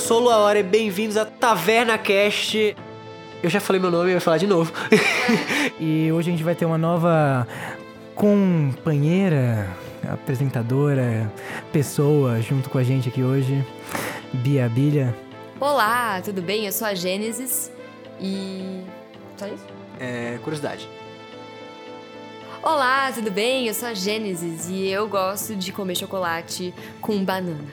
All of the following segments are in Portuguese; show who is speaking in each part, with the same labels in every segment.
Speaker 1: sou o Lua Hora e bem-vindos à Taverna Cast. Eu já falei meu nome, eu ia falar de novo.
Speaker 2: E hoje a gente vai ter uma nova companheira, apresentadora, pessoa junto com a gente aqui hoje, Bia Bilha.
Speaker 3: Olá, tudo bem? Eu sou a Gênesis e. Só isso?
Speaker 1: é, curiosidade.
Speaker 3: Olá, tudo bem? Eu sou a Gênesis e eu gosto de comer chocolate com banana.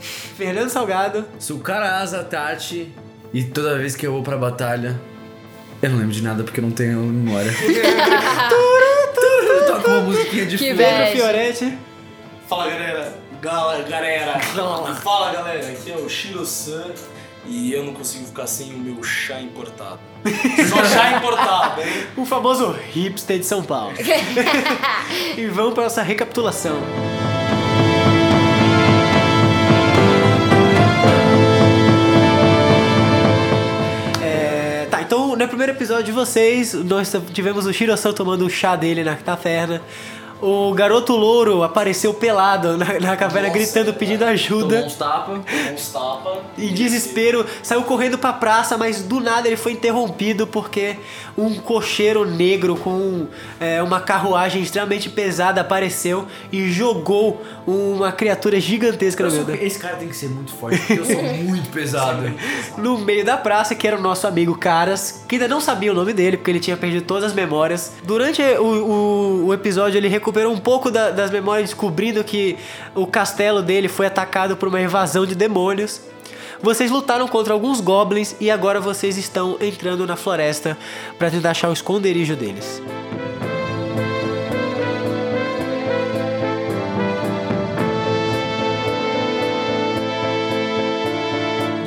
Speaker 1: Fernando Salgado.
Speaker 4: Sou o cara asa Tati e toda vez que eu vou pra batalha, eu não lembro de nada porque eu não tenho memória. Eu toco uma musiquinha de
Speaker 3: Que
Speaker 4: fundo.
Speaker 3: velho.
Speaker 1: Pedro Fioretti.
Speaker 5: Fala galera, Gala, galera, fala galera, aqui é o Shiro-san e eu não consigo ficar sem o meu chá importado. Só chá importado, hein?
Speaker 1: O famoso hipster de São Paulo. e vamos para nossa recapitulação. É, tá, então no primeiro episódio de vocês, nós tivemos o Shiro-san tomando o chá dele na taverna. O garoto louro apareceu pelado na, na caverna,
Speaker 5: Nossa,
Speaker 1: gritando, pedindo ajuda.
Speaker 4: Tomou uns tapa.
Speaker 5: Tomou uns tapa.
Speaker 1: Em desespero, saiu correndo pra praça, mas do nada ele foi interrompido porque um cocheiro negro com é, uma carruagem extremamente pesada apareceu e jogou uma criatura gigantesca no
Speaker 4: Eu
Speaker 1: meio,
Speaker 4: sou-
Speaker 1: da,
Speaker 4: Esse cara tem que ser muito forte porque eu sou muito pesado.
Speaker 1: no meio da praça, que era o nosso amigo Caras, que ainda não sabia o nome dele porque ele tinha perdido todas as memórias. Durante o, o- o episódio, ele recuperou um pouco da- das memórias, descobrindo que o castelo dele foi atacado por uma invasão de demônios. Vocês lutaram contra alguns goblins e agora vocês estão entrando na floresta para tentar achar o esconderijo deles.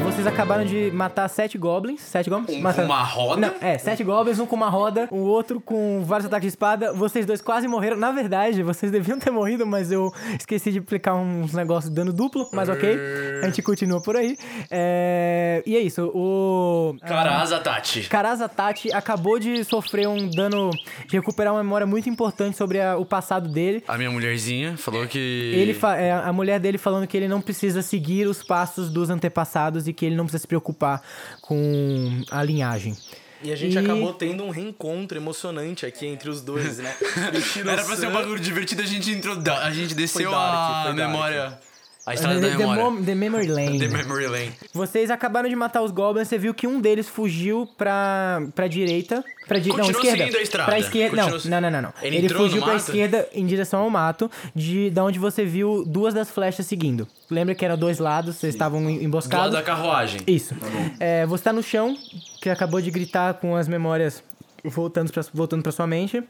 Speaker 2: Vocês acabaram de matar sete goblins. Sete goblins?
Speaker 4: Um
Speaker 2: Mata-
Speaker 4: com uma roda?
Speaker 2: Não, é, sete goblins, um com uma roda, o outro com vários ataques de espada. Vocês dois quase morreram. Na verdade, vocês deviam ter morrido, mas eu esqueci de aplicar uns negócios de dano duplo, mas ok. A gente continua por aí. É, E é isso. O.
Speaker 4: Cara asa Tati.
Speaker 2: Karaza Tati acabou de sofrer um dano de recuperar uma memória muito importante sobre a- o passado dele.
Speaker 4: A minha mulherzinha falou que.
Speaker 2: Ele fa- é, a mulher dele falando que ele não precisa seguir os passos dos antepassados e que ele não precisa se preocupar com a linhagem.
Speaker 6: E a gente
Speaker 2: E-
Speaker 6: acabou tendo um reencontro emocionante aqui entre os dois, né? E o Shiro-san-
Speaker 4: Era pra ser um bagulho divertido, a gente entrou. da- A gente desceu
Speaker 6: Foi dark,
Speaker 4: a
Speaker 6: foi dark.
Speaker 4: memória. A
Speaker 2: The,
Speaker 4: estrada da memória.
Speaker 2: mom- the Memory Lane.
Speaker 4: The Memory Lane.
Speaker 2: Vocês acabaram de matar os goblins, você viu que um deles fugiu pra, pra direita. Pra di... Não,
Speaker 4: Continuou
Speaker 2: esquerda.
Speaker 4: seguindo a estrada.
Speaker 2: Pra esquerda. Não,
Speaker 4: Continuou se-
Speaker 2: não, não, não, não.
Speaker 4: Ele
Speaker 2: Ele
Speaker 4: entrou no
Speaker 2: fugiu pra
Speaker 4: mato?
Speaker 2: esquerda em direção ao mato, de, da onde você viu duas das flechas seguindo. Lembra que eram dois lados, vocês estavam em-
Speaker 4: Do lado
Speaker 6: Tá.
Speaker 2: emboscados.
Speaker 4: da carruagem.
Speaker 2: Isso. É, você tá no chão, que acabou de gritar com as memórias voltando pra, voltando pra sua mente.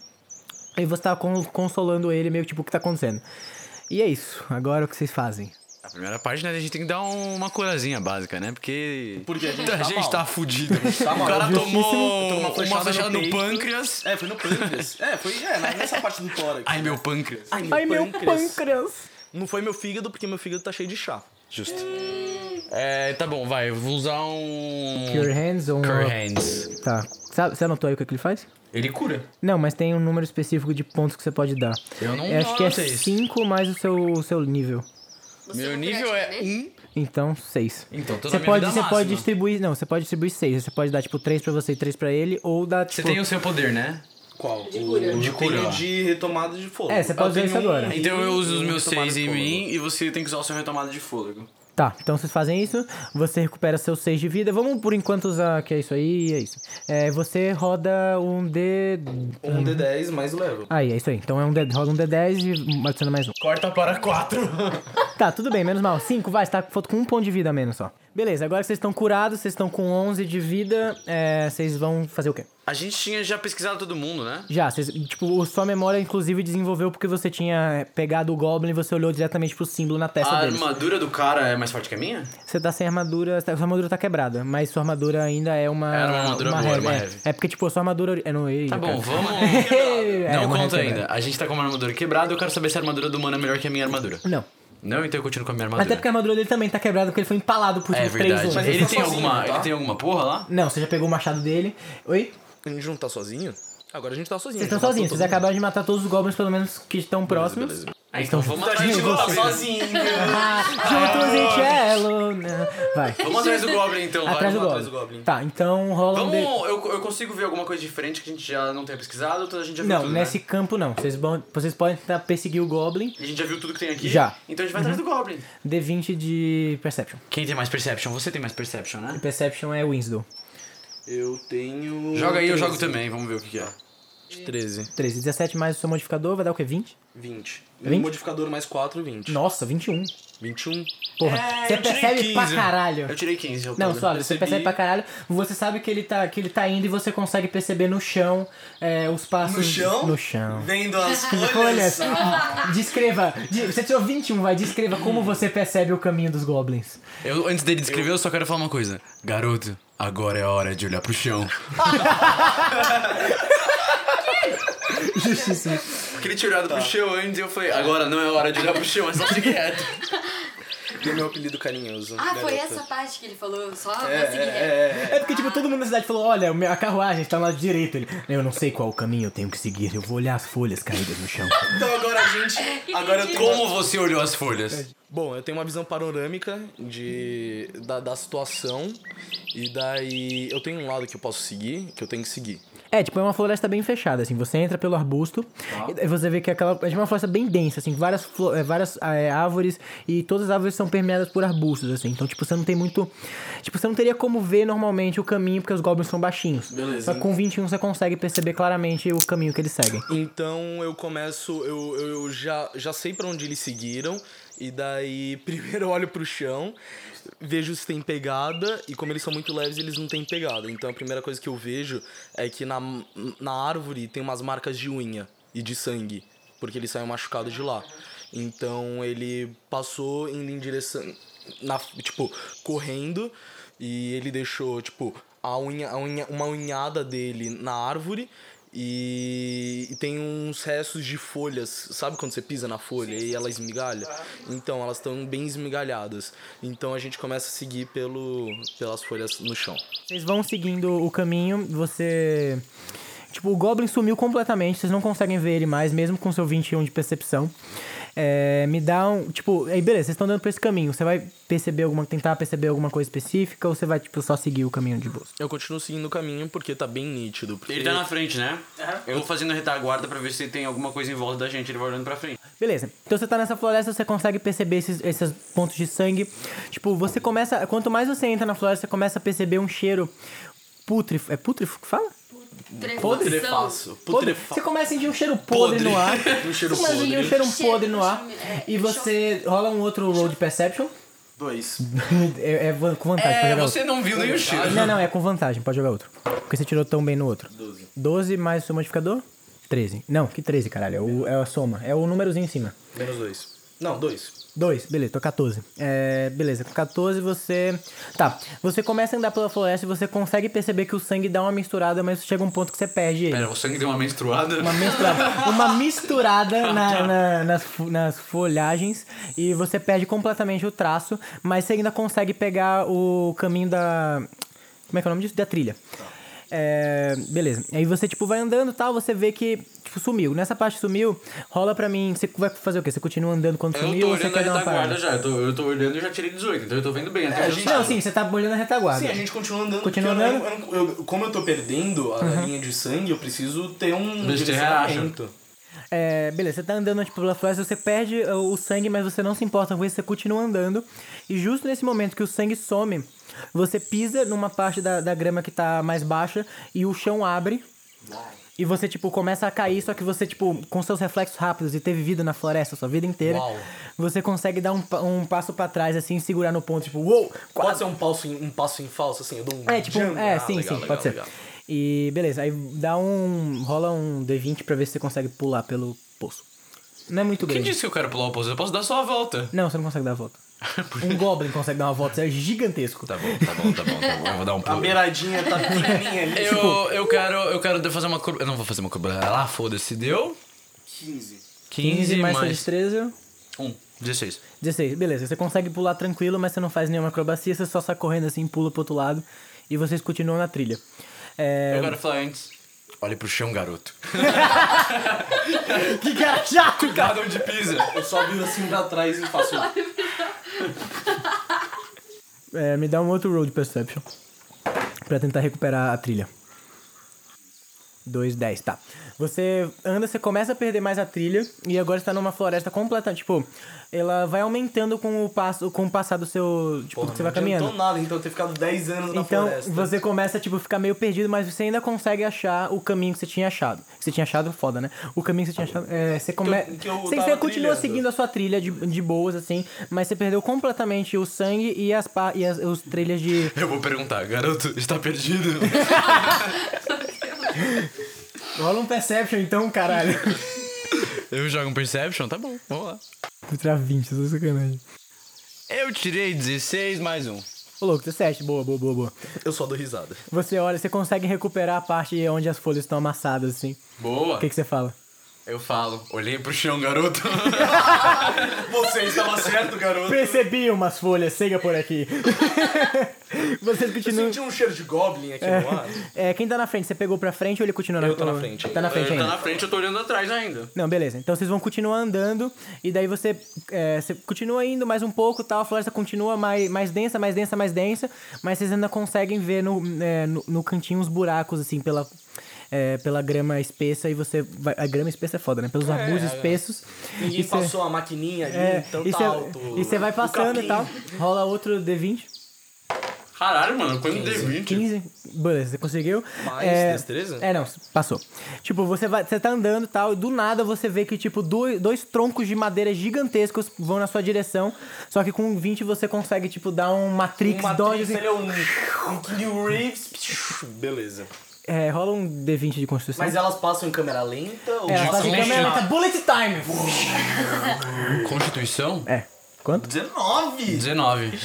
Speaker 2: E você tá con- consolando ele, meio que tipo, o que tá acontecendo. E é isso. Agora o que vocês fazem?
Speaker 4: A primeira página a gente tem que dar uma curazinha básica, né? Porque.
Speaker 6: Porque a gente tá mal.
Speaker 4: fudido.
Speaker 6: tá
Speaker 4: o
Speaker 6: mal.
Speaker 4: cara
Speaker 6: Justíssimo.
Speaker 4: tomou
Speaker 6: Tomou
Speaker 4: uma flechada, no,
Speaker 6: peito.
Speaker 4: pâncreas.
Speaker 6: É, foi no pâncreas. É, foi é, na- nessa parte do tórax.
Speaker 4: Ai, meu pâncreas.
Speaker 2: Ai, meu pâncreas!
Speaker 6: Não foi meu fígado, porque meu fígado tá cheio de chá.
Speaker 4: Justo. É, tá bom, vai. eu Vou usar um.
Speaker 2: Cure hands ou...
Speaker 4: Cure hands.
Speaker 2: Tá. Sabe, você anotou aí o que, que ele faz?
Speaker 4: Ele cura.
Speaker 2: Não, mas tem um número específico de pontos que você pode dar.
Speaker 4: Eu não-
Speaker 2: É, Acho
Speaker 4: não
Speaker 2: que é
Speaker 4: anotei isso.
Speaker 2: 5 mais o seu, o seu nível.
Speaker 4: meu nível é 1.
Speaker 2: Então, 6.
Speaker 4: Então, tô na
Speaker 2: Você
Speaker 4: minha
Speaker 2: pode,
Speaker 4: vida
Speaker 2: você pode
Speaker 4: máxima.
Speaker 2: distribuir... Não, você pode distribuir 6. Você pode dar, tipo, 3 pra você e 3 pra ele. Ou dar, tipo...
Speaker 4: Você tem o seu poder, né?
Speaker 6: Qual? De
Speaker 4: cura. De
Speaker 6: De
Speaker 4: cura.
Speaker 6: cura. de retomada de fogo.
Speaker 2: É, você pode usar isso agora.
Speaker 4: Então eu uso os meus
Speaker 6: seis
Speaker 4: seis em mim e você tem que usar o seu retomada de fôlego.
Speaker 2: Tá, então vocês fazem isso, você recupera seus 6 de vida. Vamos por enquanto usar que é isso aí e é isso. É, você roda um D. Uhum.
Speaker 6: Um D10 mais o level.
Speaker 2: Aí, é isso aí. Então é um D... roda um D10 e adiciona mais um.
Speaker 4: Corta para 4.
Speaker 2: Tá, tudo bem, menos mal. 5, vai, você tá falta com um ponto de vida a menos só. Beleza, agora que vocês estão curados, vocês estão com 11 de vida, é, vocês vão fazer o quê?
Speaker 4: A gente tinha já pesquisado todo mundo, né?
Speaker 2: Já, vocês, tipo, o- sua memória inclusive desenvolveu porque você tinha pegado o Goblin e você olhou diretamente pro símbolo na testa
Speaker 4: A
Speaker 2: dele.
Speaker 4: armadura do cara é mais forte que a minha?
Speaker 2: Você né? tá sem armadura, sua armadura tá quebrada, mas sua armadura ainda é uma.
Speaker 4: Era uma armadura boa, era uma
Speaker 2: é.
Speaker 4: heavy.
Speaker 2: É porque, tipo, a sua armadura. É, não, ei,
Speaker 4: Tá bom,
Speaker 2: cara.
Speaker 4: vamos.
Speaker 2: É,
Speaker 4: Não
Speaker 2: uma
Speaker 4: conta
Speaker 2: heavy,
Speaker 4: ainda. A gente tá com uma armadura quebrada, eu quero saber se a armadura do humano é melhor que a minha armadura.
Speaker 2: Não.
Speaker 4: Não, então eu continuo com a minha armadura.
Speaker 2: Até porque a armadura dele também tá quebrada porque ele foi empalado por tipo,
Speaker 4: É
Speaker 2: três
Speaker 4: verdade.
Speaker 2: homens.
Speaker 4: Ele
Speaker 6: tá
Speaker 4: tem,
Speaker 6: sozinho,
Speaker 4: alguma,
Speaker 6: tá?
Speaker 4: ele tem alguma porra lá?
Speaker 2: Não, você já pegou o machado dele. Oi?
Speaker 6: A gente não tá sozinho? Agora a gente tá sozinho.
Speaker 2: Vocês
Speaker 6: a gente
Speaker 2: estão
Speaker 6: matou
Speaker 2: sozinhos,
Speaker 6: todo
Speaker 2: vocês acabaram de matar todos os goblins, pelo menos que estão próximos.
Speaker 4: Ah, então vamos
Speaker 5: A
Speaker 4: atrás
Speaker 5: gente
Speaker 4: do
Speaker 5: não tá
Speaker 4: Goblin. então.
Speaker 5: sozinho.
Speaker 2: Ah, juntos a gente é alone. Vai.
Speaker 4: Vamos atrás do Goblin, então. vai,
Speaker 2: Atrás do,
Speaker 4: vamos
Speaker 2: Goblin.
Speaker 4: atrás do Goblin.
Speaker 2: Tá, então rola um
Speaker 4: Vamos,
Speaker 2: D.
Speaker 4: eu, eu consigo ver alguma coisa diferente que a gente já não tenha pesquisado, então a gente já viu
Speaker 2: Não,
Speaker 4: tudo,
Speaker 2: nesse
Speaker 4: né?
Speaker 2: campo não. Vocês, vão, vocês podem tentar perseguir o Goblin.
Speaker 4: A gente já viu tudo que tem aqui.
Speaker 2: Já.
Speaker 4: Então a gente vai atrás do Goblin.
Speaker 2: D20 de Perception.
Speaker 4: Quem tem mais Perception? Você tem mais Perception, né?
Speaker 2: Perception é Winslow.
Speaker 6: Eu tenho.
Speaker 4: Joga aí, eu jogo também, vamos ver o que, que é.
Speaker 6: 13.
Speaker 2: 13. 17 mais o seu modificador vai dar o quê? 20?
Speaker 6: 20.
Speaker 2: 20?
Speaker 6: Modificador mais 4, 20.
Speaker 2: Nossa, 21.
Speaker 6: 21.
Speaker 2: Porra, você
Speaker 5: eu tirei
Speaker 2: percebe pra
Speaker 5: 15.
Speaker 2: caralho.
Speaker 4: Eu tirei 15, eu
Speaker 2: Não,
Speaker 4: tô-
Speaker 2: só, você
Speaker 6: percebi.
Speaker 2: percebe pra caralho. Você sabe que ele tá, que ele tá indo e você consegue perceber no chão é, os passos.
Speaker 5: No chão?
Speaker 2: No chão.
Speaker 5: Vendo as
Speaker 2: Olha
Speaker 5: folhas.
Speaker 2: só. Descreva. de- você tirou 21, vai. Descreva como você percebe o caminho dos goblins.
Speaker 4: Eu, antes dele descrever, eu... só quero falar uma coisa. Garoto, agora é hora de olhar pro chão.
Speaker 2: Justíssimo. Tá.
Speaker 4: Porque ele tinha olhado pro chão antes e eu falei, agora não é hora de olhar pro chão, é só seguir reto.
Speaker 6: E o meu apelido carinhoso.
Speaker 3: Ah, foi
Speaker 6: garota.
Speaker 3: essa parte que ele falou, só
Speaker 5: É,
Speaker 3: pra seguir reto.
Speaker 5: é, é.
Speaker 2: É porque, tipo, todo mundo na cidade falou: olha, o meu- a carruagem tá lá direito. Ele, eu não sei qual o caminho eu tenho que seguir. Eu vou olhar as folhas caídas no chão.
Speaker 6: Então agora a gente. Agora eu tenho.
Speaker 4: Como você olhou as folhas?
Speaker 6: Bom, eu tenho uma visão panorâmica de, da, da situação. E daí eu tenho um lado que eu posso seguir, que eu tenho que seguir.
Speaker 2: É, tipo, é uma floresta bem fechada, assim. Você entra pelo arbusto e daí você vê que é aquela. É uma floresta bem densa, assim, várias, flo- eh, várias ah, eh, árvores e todas as árvores são permeadas por arbustos, assim. Então, tipo, você não tem muito. Tipo, você não teria como ver normalmente o caminho, porque os goblins são baixinhos.
Speaker 5: Beleza.
Speaker 2: Só que com 21 você consegue perceber claramente o caminho que eles seguem.
Speaker 6: Então eu começo, eu, eu já, já sei pra onde eles seguiram. E daí, primeiro eu olho pro chão, vejo se tem pegada. E como eles são muito leves, eles não têm pegada. Então a primeira coisa que eu vejo é que na, na árvore tem umas marcas de unha e de sangue. Porque ele saiu machucado de lá. Então ele passou indo em direção. Na, tipo, correndo. E ele deixou, tipo, a unha, a unha, uma unhada dele na árvore. E, e tem uns restos de folhas. Sabe quando você pisa na folha e ela esmigalha? Então, elas estão bem esmigalhadas. Então a gente começa a seguir pelo, pelas folhas no chão.
Speaker 2: Vocês vão seguindo o caminho, você. Tipo, o Goblin sumiu completamente, vocês não conseguem ver ele mais, mesmo com seu 21 de percepção. É, me dá um. Tipo, aí beleza, vocês estão dando pra esse caminho. Você vai perceber alguma. tentar perceber alguma coisa específica ou você vai, tipo, só seguir o caminho de bolsa?
Speaker 6: Eu continuo seguindo o caminho porque tá bem nítido. Porque
Speaker 4: Ele tá na frente, né? Eu vou fazendo retaguarda pra ver se tem alguma coisa em volta da gente, ele vai olhando pra frente.
Speaker 2: Beleza. Então você tá nessa floresta, você consegue perceber esses, esses pontos de sangue. Tipo, você começa. Quanto mais você entra na floresta, você começa a perceber um cheiro pútrifo. É pútrifo que fala?
Speaker 6: é
Speaker 3: Putrefação.
Speaker 6: Putrefaço.
Speaker 5: é
Speaker 2: Podre.
Speaker 6: Putrefa...
Speaker 2: Você começa a sentir um cheiro podre, no ar.
Speaker 6: Um cheiro
Speaker 2: você começa a sentir um
Speaker 6: podre.
Speaker 2: cheiro
Speaker 3: Cheiro,
Speaker 2: podre no ar.
Speaker 3: é,
Speaker 2: E você rola um outro roll de perception.
Speaker 5: Dois.
Speaker 2: É, é van- com vantagem pra
Speaker 4: É,
Speaker 2: jogar
Speaker 4: você não viu nem o cheiro.
Speaker 2: outro. Não, não, é com vantagem, pode jogar outro. Porque você tirou tão bem no outro. 12. 12 mais o seu modificador? 13. Não, que 13, caralho. É, o- é a soma. É o númerozinho em cima.
Speaker 6: Menos dois. Não, dois.
Speaker 2: 2, beleza, tô 14. É, beleza, com 14 você. Tá, você começa a andar pela floresta e você consegue perceber que o sangue dá uma misturada, mas chega um ponto que você perde ele.
Speaker 4: Pera, o sangue deu uma menstruada.
Speaker 2: Uma misturada, uma misturada na- na- nas, fo- nas folhagens e você perde completamente o traço, mas você ainda consegue pegar o caminho da. Como é que é o nome disso? Da trilha. É, beleza. Aí você, tipo, vai andando e tal, você vê que, tipo, sumiu. Nessa parte sumiu, rola pra mim. Você vai fazer o quê? Você continua andando quando
Speaker 4: Eu
Speaker 2: sumiu
Speaker 4: tô
Speaker 2: ou você
Speaker 4: olhando a
Speaker 2: quer dar uma
Speaker 4: retaguarda
Speaker 2: parada?
Speaker 4: já, eu tô, eu tô olhando e eu já tirei 18, então eu tô vendo bem. até onde eu
Speaker 2: Não,
Speaker 4: saiba.
Speaker 2: sim, você tá olhando a retaguarda.
Speaker 5: Sim, a gente continua andando.
Speaker 2: Continua Uhum.
Speaker 5: porque eu não- eu não- eu- como eu tô perdendo a linha de sangue, eu preciso ter um
Speaker 4: Deixa eu ter
Speaker 5: direcionamento.
Speaker 2: É, beleza, você tá andando tipo, pela floresta, você perde uh, o sangue, mas você não se importa com isso, você continua andando. E justo nesse momento que o sangue some, você pisa numa parte da, da grama que tá mais baixa e o chão abre. E você, tipo, começa a cair, só que você, tipo, com seus reflexos rápidos e ter vivido na floresta sua vida inteira,
Speaker 6: Uau.
Speaker 2: você consegue dar um, pa- um passo pra trás, assim, e segurar no ponto, tipo, uou,
Speaker 6: Pode ser um passo em, um passo em falso, assim, eu dou um.
Speaker 2: é, tipo,
Speaker 6: jump.
Speaker 2: é,
Speaker 6: Ah,
Speaker 2: sim,
Speaker 6: legal,
Speaker 2: sim,
Speaker 6: legal,
Speaker 2: pode ser.
Speaker 6: legal.
Speaker 2: E beleza, aí dá um. rola um D20 pra ver se você consegue pular pelo poço. Não é muito
Speaker 4: Quem
Speaker 2: grande.
Speaker 4: disse que eu quero pular o pouso? Eu posso dar só a volta.
Speaker 2: Não, você não consegue dar a volta. um Goblin consegue dar uma volta, isso é gigantesco.
Speaker 4: Tá bom, tá bom, tá bom, tá bom. Eu vou dar um
Speaker 5: A
Speaker 4: pulo.
Speaker 5: beiradinha tá pequenininha ali.
Speaker 4: Eu, eu quero, eu quero fazer uma curva. Eu não vou fazer uma curva. Ah, lá, foda-se, deu.
Speaker 5: 15.
Speaker 4: 15 mais,
Speaker 2: sua destreza.
Speaker 4: 1, 16.
Speaker 2: 16, beleza. Você consegue pular tranquilo, mas você não faz nenhuma acrobacia, você só sai correndo assim, pula pro outro lado e vocês continuam na trilha. É,
Speaker 4: Eu quero falar antes. Olhe pro chão, garoto.
Speaker 1: Que cara chato, cara.
Speaker 4: Cada um de pisa.
Speaker 5: Eu só viro assim pra trás e faço.
Speaker 2: É, me dá um outro road perception. Pra tentar recuperar a trilha. 2, 10, tá. Você anda, você começa a perder mais a trilha e agora está numa floresta completa, tipo, ela vai aumentando com o passo, com o passar do seu, tipo, que você vai caminhando.
Speaker 5: Não nada, então ter ficado 10 anos na
Speaker 2: Então,
Speaker 5: floresta.
Speaker 2: você começa, tipo, a ficar meio perdido, mas você ainda consegue achar o caminho que você tinha achado. Que você tinha achado foda, né? O caminho que você tinha achado. é, você começa.
Speaker 5: Que eu- que eu
Speaker 2: Você,
Speaker 5: tava
Speaker 2: você continua
Speaker 5: trilhando.
Speaker 2: seguindo a sua trilha de, de boas, assim, mas você perdeu completamente o sangue e as, pa- e as os trilhas de.
Speaker 4: Eu vou perguntar, garoto, está perdido?
Speaker 2: Rola um perception então, caralho.
Speaker 4: Eu jogo um Perception? Tá bom, vamos lá.
Speaker 2: Vou tirar 20, eu sou sacanagem.
Speaker 4: Eu tirei 16 mais um.
Speaker 2: Ô, louco, 17, boa, boa, boa, boa.
Speaker 6: Eu só dou risada.
Speaker 2: Você olha, você consegue recuperar a parte onde as folhas estão amassadas, assim.
Speaker 4: Boa.
Speaker 2: O que, que você fala?
Speaker 4: Eu falo, olhei pro chão, garoto.
Speaker 5: Você estava certo, garoto.
Speaker 2: Percebi umas folhas, siga por aqui. Vocês continuam.
Speaker 5: Senti um cheiro de goblin aqui no ar.
Speaker 2: É, quem tá na frente? Você pegou pra frente ou ele continua
Speaker 6: Eu tô na frente.
Speaker 2: Tá na frente
Speaker 4: Ele tá
Speaker 2: ainda.
Speaker 4: na frente, eu tô olhando atrás ainda.
Speaker 2: Não, beleza. Então vocês vão continuar andando e daí você, é, você continua indo mais um pouco, tal. A floresta continua mais, mais densa, mais densa, mais densa, mas vocês ainda conseguem ver no, é, no, no cantinho uns buracos assim pela é, pela grama espessa e você vai, a grama espessa é foda, né? Pelos arbustos espessos.
Speaker 5: Ninguém
Speaker 2: E cê-
Speaker 5: passou a maquininha ali,
Speaker 2: é,
Speaker 5: então
Speaker 2: e
Speaker 5: tá
Speaker 2: cê-
Speaker 5: alto.
Speaker 2: E você vai
Speaker 5: O
Speaker 2: passando e
Speaker 5: capim.
Speaker 2: tal. Rola outro D20.
Speaker 4: Caralho, mano, põe um D20.
Speaker 2: 15. Beleza, você conseguiu.
Speaker 6: Mais destreza?
Speaker 2: É, não, passou. Tipo, você vai, você tá andando e tal, e do nada você vê que, tipo, dois, dois troncos de madeira gigantescos vão na sua direção. Só que com 20 você consegue, tipo, dar um Matrix,
Speaker 5: Uma
Speaker 2: dodge.
Speaker 5: atriz,
Speaker 2: assim.
Speaker 5: ele é um, um Keanu Reeves. Beleza.
Speaker 2: É, rola um D20 de construção.
Speaker 5: Mas elas passam em câmera lenta ou
Speaker 2: é, ela tá em câmera lenta. Bullet time!
Speaker 4: Constituição?
Speaker 2: É. Quanto?
Speaker 5: 19?
Speaker 4: 19.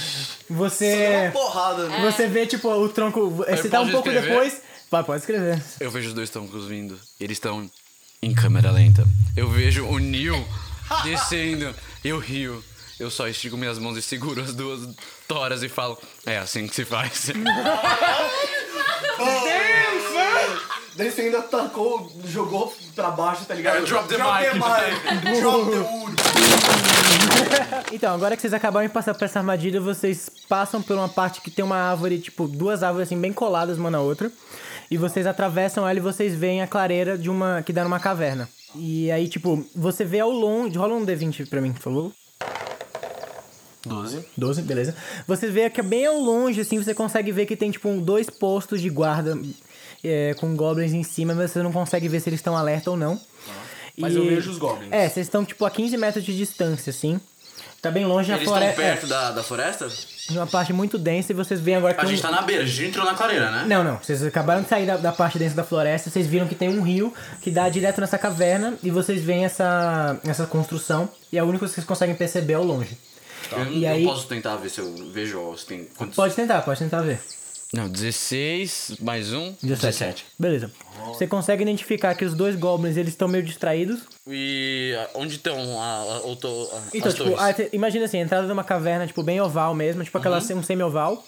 Speaker 2: Você.
Speaker 5: Porrada, né?
Speaker 2: Você vê, tipo, o tronco. Você tá um
Speaker 4: posso
Speaker 2: pouco
Speaker 4: escrever?
Speaker 2: depois. Vai, pode escrever.
Speaker 4: Eu vejo os dois troncos vindo. Eles estão em câmera lenta. Eu vejo o Neil descendo. Eu rio. Eu só estico minhas mãos e seguro as duas toras e falo: É assim que se faz.
Speaker 5: Daí você ainda atacou, jogou pra baixo, tá ligado?
Speaker 4: É, drop the mic.
Speaker 5: mic. Drop the wood.
Speaker 2: Então, agora que vocês acabaram de passar por essa armadilha, vocês passam por uma parte que tem uma árvore, tipo, duas árvores assim, bem coladas uma na outra. E vocês atravessam ela e vocês veem a clareira de uma. que dá numa caverna. E aí, tipo, você vê ao longe. Rola um D20 pra mim, por favor.
Speaker 4: 12.
Speaker 2: 12, beleza. Você vê que é bem ao longe, assim, você consegue ver que tem, tipo, um- dois postos de guarda é, com goblins em cima, mas você não consegue ver se eles estão alerta ou não.
Speaker 6: Ah, Mas eu vejo os goblins.
Speaker 2: É, vocês estão, tipo, a 15 metros de distância, assim. Tá bem longe a é,
Speaker 4: Eles
Speaker 2: floresta.
Speaker 4: estão perto da, da floresta?
Speaker 2: de uma parte muito densa e vocês veem agora que
Speaker 4: A
Speaker 2: tem um...
Speaker 4: gente tá na beira, a gente entrou na clareira, né?
Speaker 2: Não, não. Vocês acabaram de sair da, da parte densa da floresta, vocês viram que tem um rio que dá direto nessa caverna e vocês veem essa, essa construção e é o único que vocês conseguem perceber ao longe.
Speaker 4: Eu, não-
Speaker 2: E
Speaker 4: eu
Speaker 2: aí-
Speaker 4: posso tentar ver se eu vejo se tem quantos.
Speaker 2: Pode tentar, pode tentar ver.
Speaker 4: Não, 16 mais um.
Speaker 2: 17. Beleza. Você consegue identificar que os dois goblins, eles estão meio distraídos.
Speaker 4: E ah, onde estão a, a, ou to- a-
Speaker 2: Então,
Speaker 4: as
Speaker 2: tipo,
Speaker 4: torres?
Speaker 2: ah, te- imagina assim, a entrada de uma caverna, tipo, bem oval mesmo, tipo aquela um semi-oval.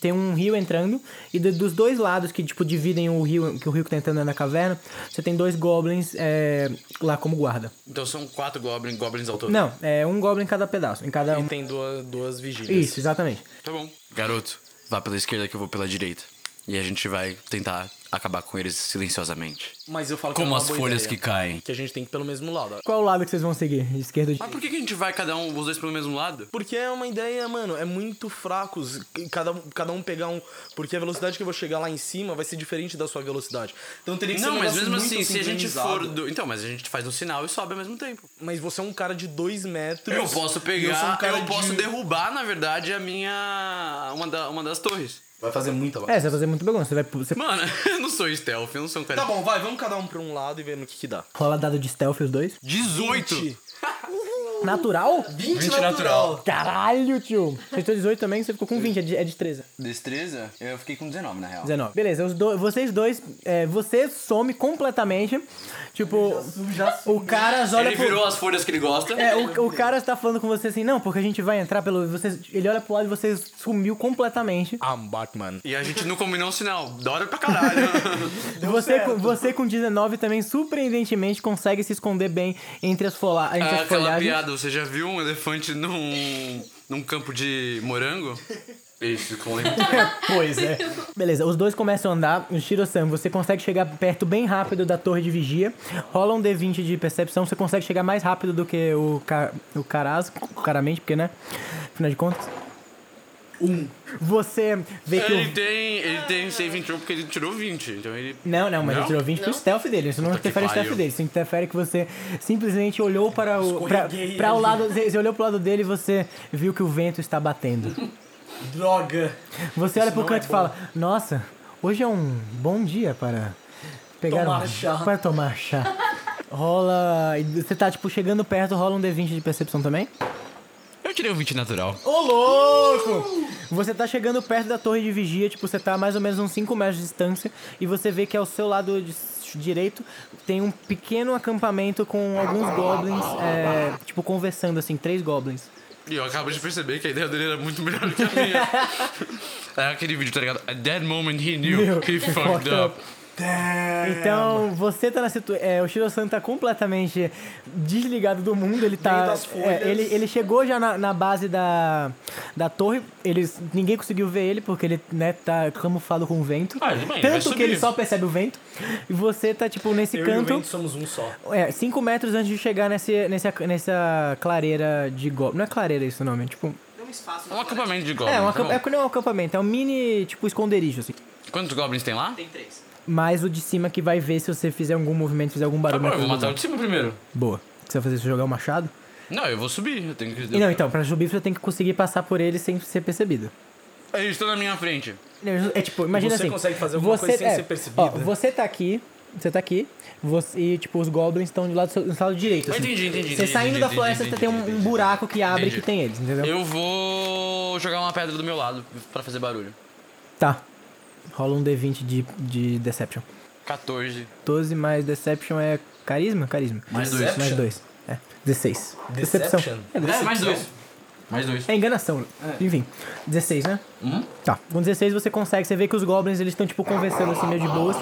Speaker 2: Tem um rio entrando, e do- dos dois lados que, tipo, dividem o rio, que o rio que tá entrando na caverna, você tem dois goblins é, lá como guarda.
Speaker 4: Então são quatro goblins, goblins ao todo.
Speaker 2: Não, é um goblin em cada pedaço, em cada um.
Speaker 6: E tem duas, duas vigílias.
Speaker 2: Isso, exatamente.
Speaker 4: Tá bom. Garoto, vá pela esquerda que eu vou pela direita. E a gente vai tentar acabar com eles silenciosamente.
Speaker 6: Mas eu falo que
Speaker 4: Como
Speaker 6: é uma
Speaker 4: as
Speaker 6: boa
Speaker 4: folhas
Speaker 6: ideia.
Speaker 4: que caem.
Speaker 6: Que a gente tem que ir pelo mesmo lado.
Speaker 2: Qual o lado que vocês vão seguir? Esquerda ou direita?
Speaker 4: Mas por que, que a gente vai cada um, os dois pelo mesmo lado?
Speaker 6: Porque é uma ideia, mano, é muito fracos. Cada, um- cada um pegar um. Porque a velocidade que eu vou chegar lá em cima vai ser diferente da sua velocidade. Então teria que ser
Speaker 4: Não,
Speaker 6: um
Speaker 4: mas
Speaker 6: negócio
Speaker 4: mesmo
Speaker 6: muito
Speaker 4: assim, se a gente for.
Speaker 6: sincronizado.
Speaker 4: Do... Então, mas a gente faz um sinal e sobe ao mesmo tempo.
Speaker 6: Mas você é um cara de dois metros.
Speaker 4: Eu posso
Speaker 6: e eu sou um
Speaker 4: pegar.
Speaker 6: cara
Speaker 4: Eu, posso
Speaker 6: de...
Speaker 4: derrubar, na verdade, a minha. Uma, da- uma das torres.
Speaker 5: Vai fazer muita
Speaker 2: É, você vai fazer muito bagunça. Você vai você
Speaker 4: Mano, eu não sou stealth, eu não sou um cara.
Speaker 6: Tá bom, vai, vamos cada um pra um lado e ver no que que dá.
Speaker 2: rola dado de stealth os dois.
Speaker 4: 18!
Speaker 2: Natural?
Speaker 5: 20, natural.
Speaker 2: Caralho, tio. Você tirou 18 também, você ficou com 20, é de, é destreza.
Speaker 4: Destreza? Eu fiquei com 19, na real.
Speaker 2: 19. Beleza, os do- vocês dois, é, você some completamente. Tipo, o cara olha
Speaker 4: Ele
Speaker 2: pro...
Speaker 4: virou as folhas que ele gosta.
Speaker 2: É, o, o cara está falando com você assim, não, porque a gente vai entrar pelo. Vocês, ele olha pro lado e você sumiu completamente.
Speaker 6: I'm Batman.
Speaker 4: E a gente não combinou um sinal. Da hora pra caralho.
Speaker 2: Você com, você com 19 também, surpreendentemente, consegue se esconder bem entre as, fola, entre
Speaker 4: Ah,
Speaker 2: as
Speaker 4: aquela
Speaker 2: folhagens.
Speaker 4: piada, você já viu um elefante num, num campo de morango? Isso, com
Speaker 2: Pois é. Beleza, os dois começam a andar. O Shiro-san, você consegue chegar perto bem rápido da torre de vigia. Rola um D20 de percepção, você consegue chegar mais rápido do que o, ca... o Karaz, claramente, porque, né? Afinal de contas. Um. Você vê que
Speaker 4: Ele
Speaker 2: o.
Speaker 4: tem, ele tem saving throw porque ele tirou 20, então ele...
Speaker 2: Não, não, mas
Speaker 4: Não?
Speaker 2: ele tirou 20 pro stealth dele. Isso não
Speaker 4: Puta que
Speaker 2: interfere no stealth
Speaker 4: pariu.
Speaker 2: dele. Isso interfere que você simplesmente olhou para o. Pra, pra o lado. Você olhou pro lado dele e você viu que o vento está batendo.
Speaker 5: Droga.
Speaker 2: Você olha pro
Speaker 5: é
Speaker 2: canto e fala: Nossa, hoje é um bom dia para pegar
Speaker 5: Tomar
Speaker 2: um,
Speaker 5: chá."
Speaker 2: Para tomar chá. rola. e Você tá, tipo, chegando perto, rola um D20 de percepção também.
Speaker 4: Eu tirei um 20 natural.
Speaker 2: Ô, louco! Você tá chegando perto da torre de vigia, tipo, você tá a mais ou menos uns 5 metros de distância, e você vê que ao seu lado de- direito tem um pequeno acampamento com alguns goblins, é, tipo, conversando, assim, três goblins.
Speaker 4: E eu acabo de perceber que a ideia dele era muito melhor do que a minha. é aquele vídeo, tá ligado? At that moment he knew
Speaker 2: Meu, é
Speaker 4: he fucked up.
Speaker 2: Então, você tá na situação. o Shiro-san tá completamente desligado do mundo. Ele tá.
Speaker 5: Dentro das folhas.
Speaker 2: é, ele, ele chegou já na, na base da, da torre. Ele, ninguém conseguiu ver ele, porque ele né, tá camuflado com o vento.
Speaker 4: Ah, ele vai- ele vai
Speaker 2: Tanto que
Speaker 4: subir.
Speaker 2: ele só percebe o vento. E você tá, tipo, nesse
Speaker 5: Eu e o
Speaker 2: canto.
Speaker 5: vento somos um só.
Speaker 2: É, 5 metros antes de chegar nesse, nessa, nessa clareira de golpe. Não é clareira isso o nome, é tipo.
Speaker 4: Um acampamento de goblins.
Speaker 2: É, um
Speaker 4: tá
Speaker 2: acamp-
Speaker 4: bom.
Speaker 2: é que não é um acampamento, é um mini, tipo, esconderijo, assim.
Speaker 4: Quantos goblins tem lá?
Speaker 2: Mas o de cima que vai ver se você fizer algum movimento, fizer algum
Speaker 4: Tá
Speaker 2: barulho.
Speaker 4: bom, eu
Speaker 2: naquele
Speaker 4: vou matar
Speaker 2: lugar.
Speaker 4: o de cima primeiro.
Speaker 2: Boa. O que você vai fazer? Você jogar o machado?
Speaker 4: Não, eu vou subir, eu tenho que...
Speaker 2: E não, então, pra subir você tem que conseguir passar por ele sem ser percebido.
Speaker 4: Eles estão na minha frente.
Speaker 2: É tipo, imagina
Speaker 5: Você
Speaker 2: assim.
Speaker 5: consegue fazer alguma coisa sem ser percebida.
Speaker 2: Ó, você tá aqui, você tá aqui, você, e tipo, os goblins estão do lado do seu, do seu lado direito.
Speaker 4: Eu
Speaker 2: Assim.
Speaker 4: entendi, entendi,
Speaker 2: Você
Speaker 4: entendi,
Speaker 2: saindo
Speaker 4: entendi,
Speaker 2: da
Speaker 4: entendi,
Speaker 2: floresta, você
Speaker 4: entendi,
Speaker 2: tem um,
Speaker 4: entendi,
Speaker 2: um buraco que abre
Speaker 4: Entendi.
Speaker 2: que tem eles, entendeu?
Speaker 4: Eu vou jogar uma pedra do meu lado pra fazer barulho.
Speaker 2: Tá. Rola um D20 de, de Deception.
Speaker 4: 14.
Speaker 2: 12 mais Deception é carisma? Carisma.
Speaker 4: Mais dois.
Speaker 2: Mais dois. É. 16. Decepção.
Speaker 5: Deception?
Speaker 2: É,
Speaker 4: É, mais dois. Mais dois.
Speaker 2: É enganação. Enfim, 16, né?
Speaker 4: Uhum.
Speaker 2: Tá. Com 16 você consegue. Você vê que os goblins, eles estão, tipo, conversando assim, meio de boas.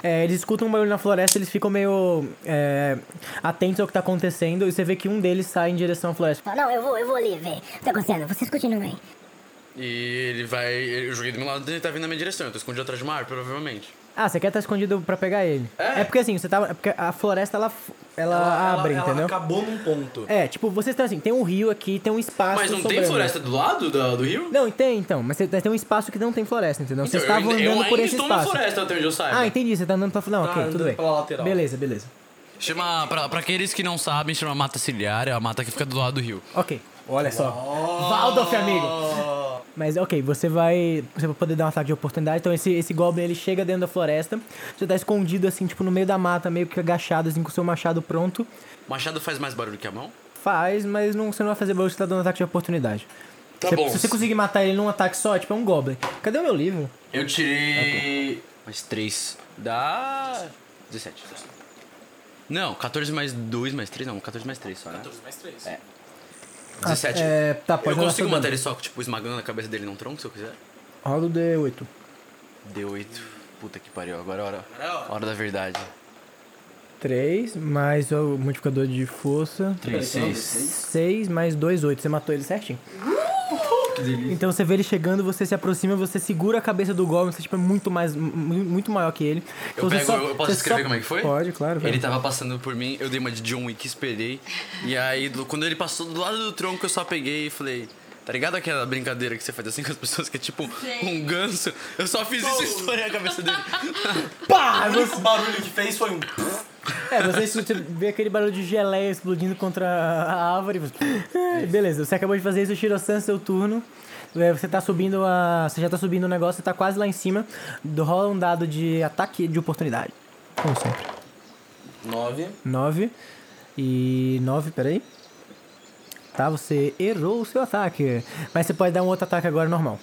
Speaker 2: É, eles escutam um barulho na floresta, eles ficam meio é, atentos ao que tá acontecendo. E você vê que um deles sai em direção à floresta.
Speaker 7: Fala, não, eu vou, eu vou ali ver o que tá acontecendo. Vocês continuam aí.
Speaker 4: E ele vai. Eu joguei do meu lado ele tá vindo na minha direção. Eu tô escondido atrás de uma árvore, provavelmente.
Speaker 2: Ah, você quer estar escondido pra pegar ele. É, porque assim, você tava. é porque a floresta, ela, f- ela, Ah, abre,
Speaker 5: ela
Speaker 2: entendeu?
Speaker 5: acabou num ponto.
Speaker 2: É, tipo, vocês estão assim, tem um rio aqui, tem um espaço.
Speaker 4: Mas não tem
Speaker 2: sobrando.
Speaker 4: floresta do lado da- do, rio?
Speaker 2: Não, tem então, mas você- mas tem um espaço que não tem floresta, entendeu? Vocês
Speaker 4: Então, eu,
Speaker 2: estavam
Speaker 4: ainda- eu
Speaker 2: andando por
Speaker 4: ainda
Speaker 2: esse
Speaker 4: estou na
Speaker 2: espaço.
Speaker 4: floresta até onde eu saiba.
Speaker 2: Ah, entendi, você tá andando pra floresta. Não, ok, tudo
Speaker 5: andando
Speaker 2: bem.
Speaker 5: pela lateral.
Speaker 2: Beleza, beleza.
Speaker 4: Chama. Pra, pra aqueles que não sabem, chama mata ciliar, é a mata que fica do lado do rio.
Speaker 2: Ok. Olha só. Waldorf, amigo. Mas ok, você vai. Você vai poder dar um ataque de oportunidade. Então esse, esse Goblin ele chega dentro da floresta. Você tá escondido assim, tipo, no meio da mata, meio que agachado, assim, com o seu machado pronto.
Speaker 4: Machado faz mais barulho que a mão?
Speaker 2: Faz, mas não, você não vai fazer barulho, você tá dando ataque de oportunidade.
Speaker 4: Tá
Speaker 2: Você-
Speaker 4: bom.
Speaker 2: Se você conseguir matar ele num ataque só, tipo, é um Goblin. Cadê o meu livro?
Speaker 4: Eu tirei. Mais 3. Dá. 17. Não, 14 mais 2 mais 3, não, 14 mais 3 só, né? 14 mais 3. É. 17.
Speaker 2: É, tá, pode
Speaker 4: eu
Speaker 2: rolar
Speaker 4: consigo
Speaker 2: seu
Speaker 4: matar
Speaker 2: dano.
Speaker 4: ele só, tipo, esmagando a cabeça dele num tronco, se eu quiser?
Speaker 2: Rola o D8.
Speaker 4: D8. Puta que pariu, agora é hora. Hora da verdade.
Speaker 2: 3 mais o modificador de força.
Speaker 4: 3, 6.
Speaker 2: 6 mais 2, 8. Você matou ele certinho? Então você vê ele chegando, você se aproxima, você segura a cabeça do Goblin, você tipo, é muito, mais, mu- muito maior que ele. Então, você
Speaker 4: pego- eu posso
Speaker 2: você
Speaker 4: escrever como é que foi?
Speaker 2: Pode, claro.
Speaker 4: Ele
Speaker 2: velho.
Speaker 4: tava passando por mim, eu dei uma de John Wick, esperei. E aí, do- quando ele passou do lado do tronco, eu só peguei e falei. Tá ligado aquela brincadeira que você faz assim com as pessoas que é tipo um ganso? Eu só fiz isso e estourei a cabeça dele.
Speaker 2: Ah,
Speaker 5: O único barulho que fez foi um.
Speaker 4: tá-
Speaker 2: É, você escuta- vê aquele barulho de geleia explodindo contra a árvore. você-
Speaker 4: É
Speaker 2: Ah, Beleza, você acabou de fazer isso, Shiro-san, seu turno. É, Você tá subindo a. Você já tá subindo o negócio, você tá quase lá em cima. Do- Rola um dado de ataque de oportunidade. Como sempre.
Speaker 6: 9.
Speaker 2: 9 e 9, peraí. tá? Você errou o seu ataque. Mas você pode dar um outro ataque agora normal.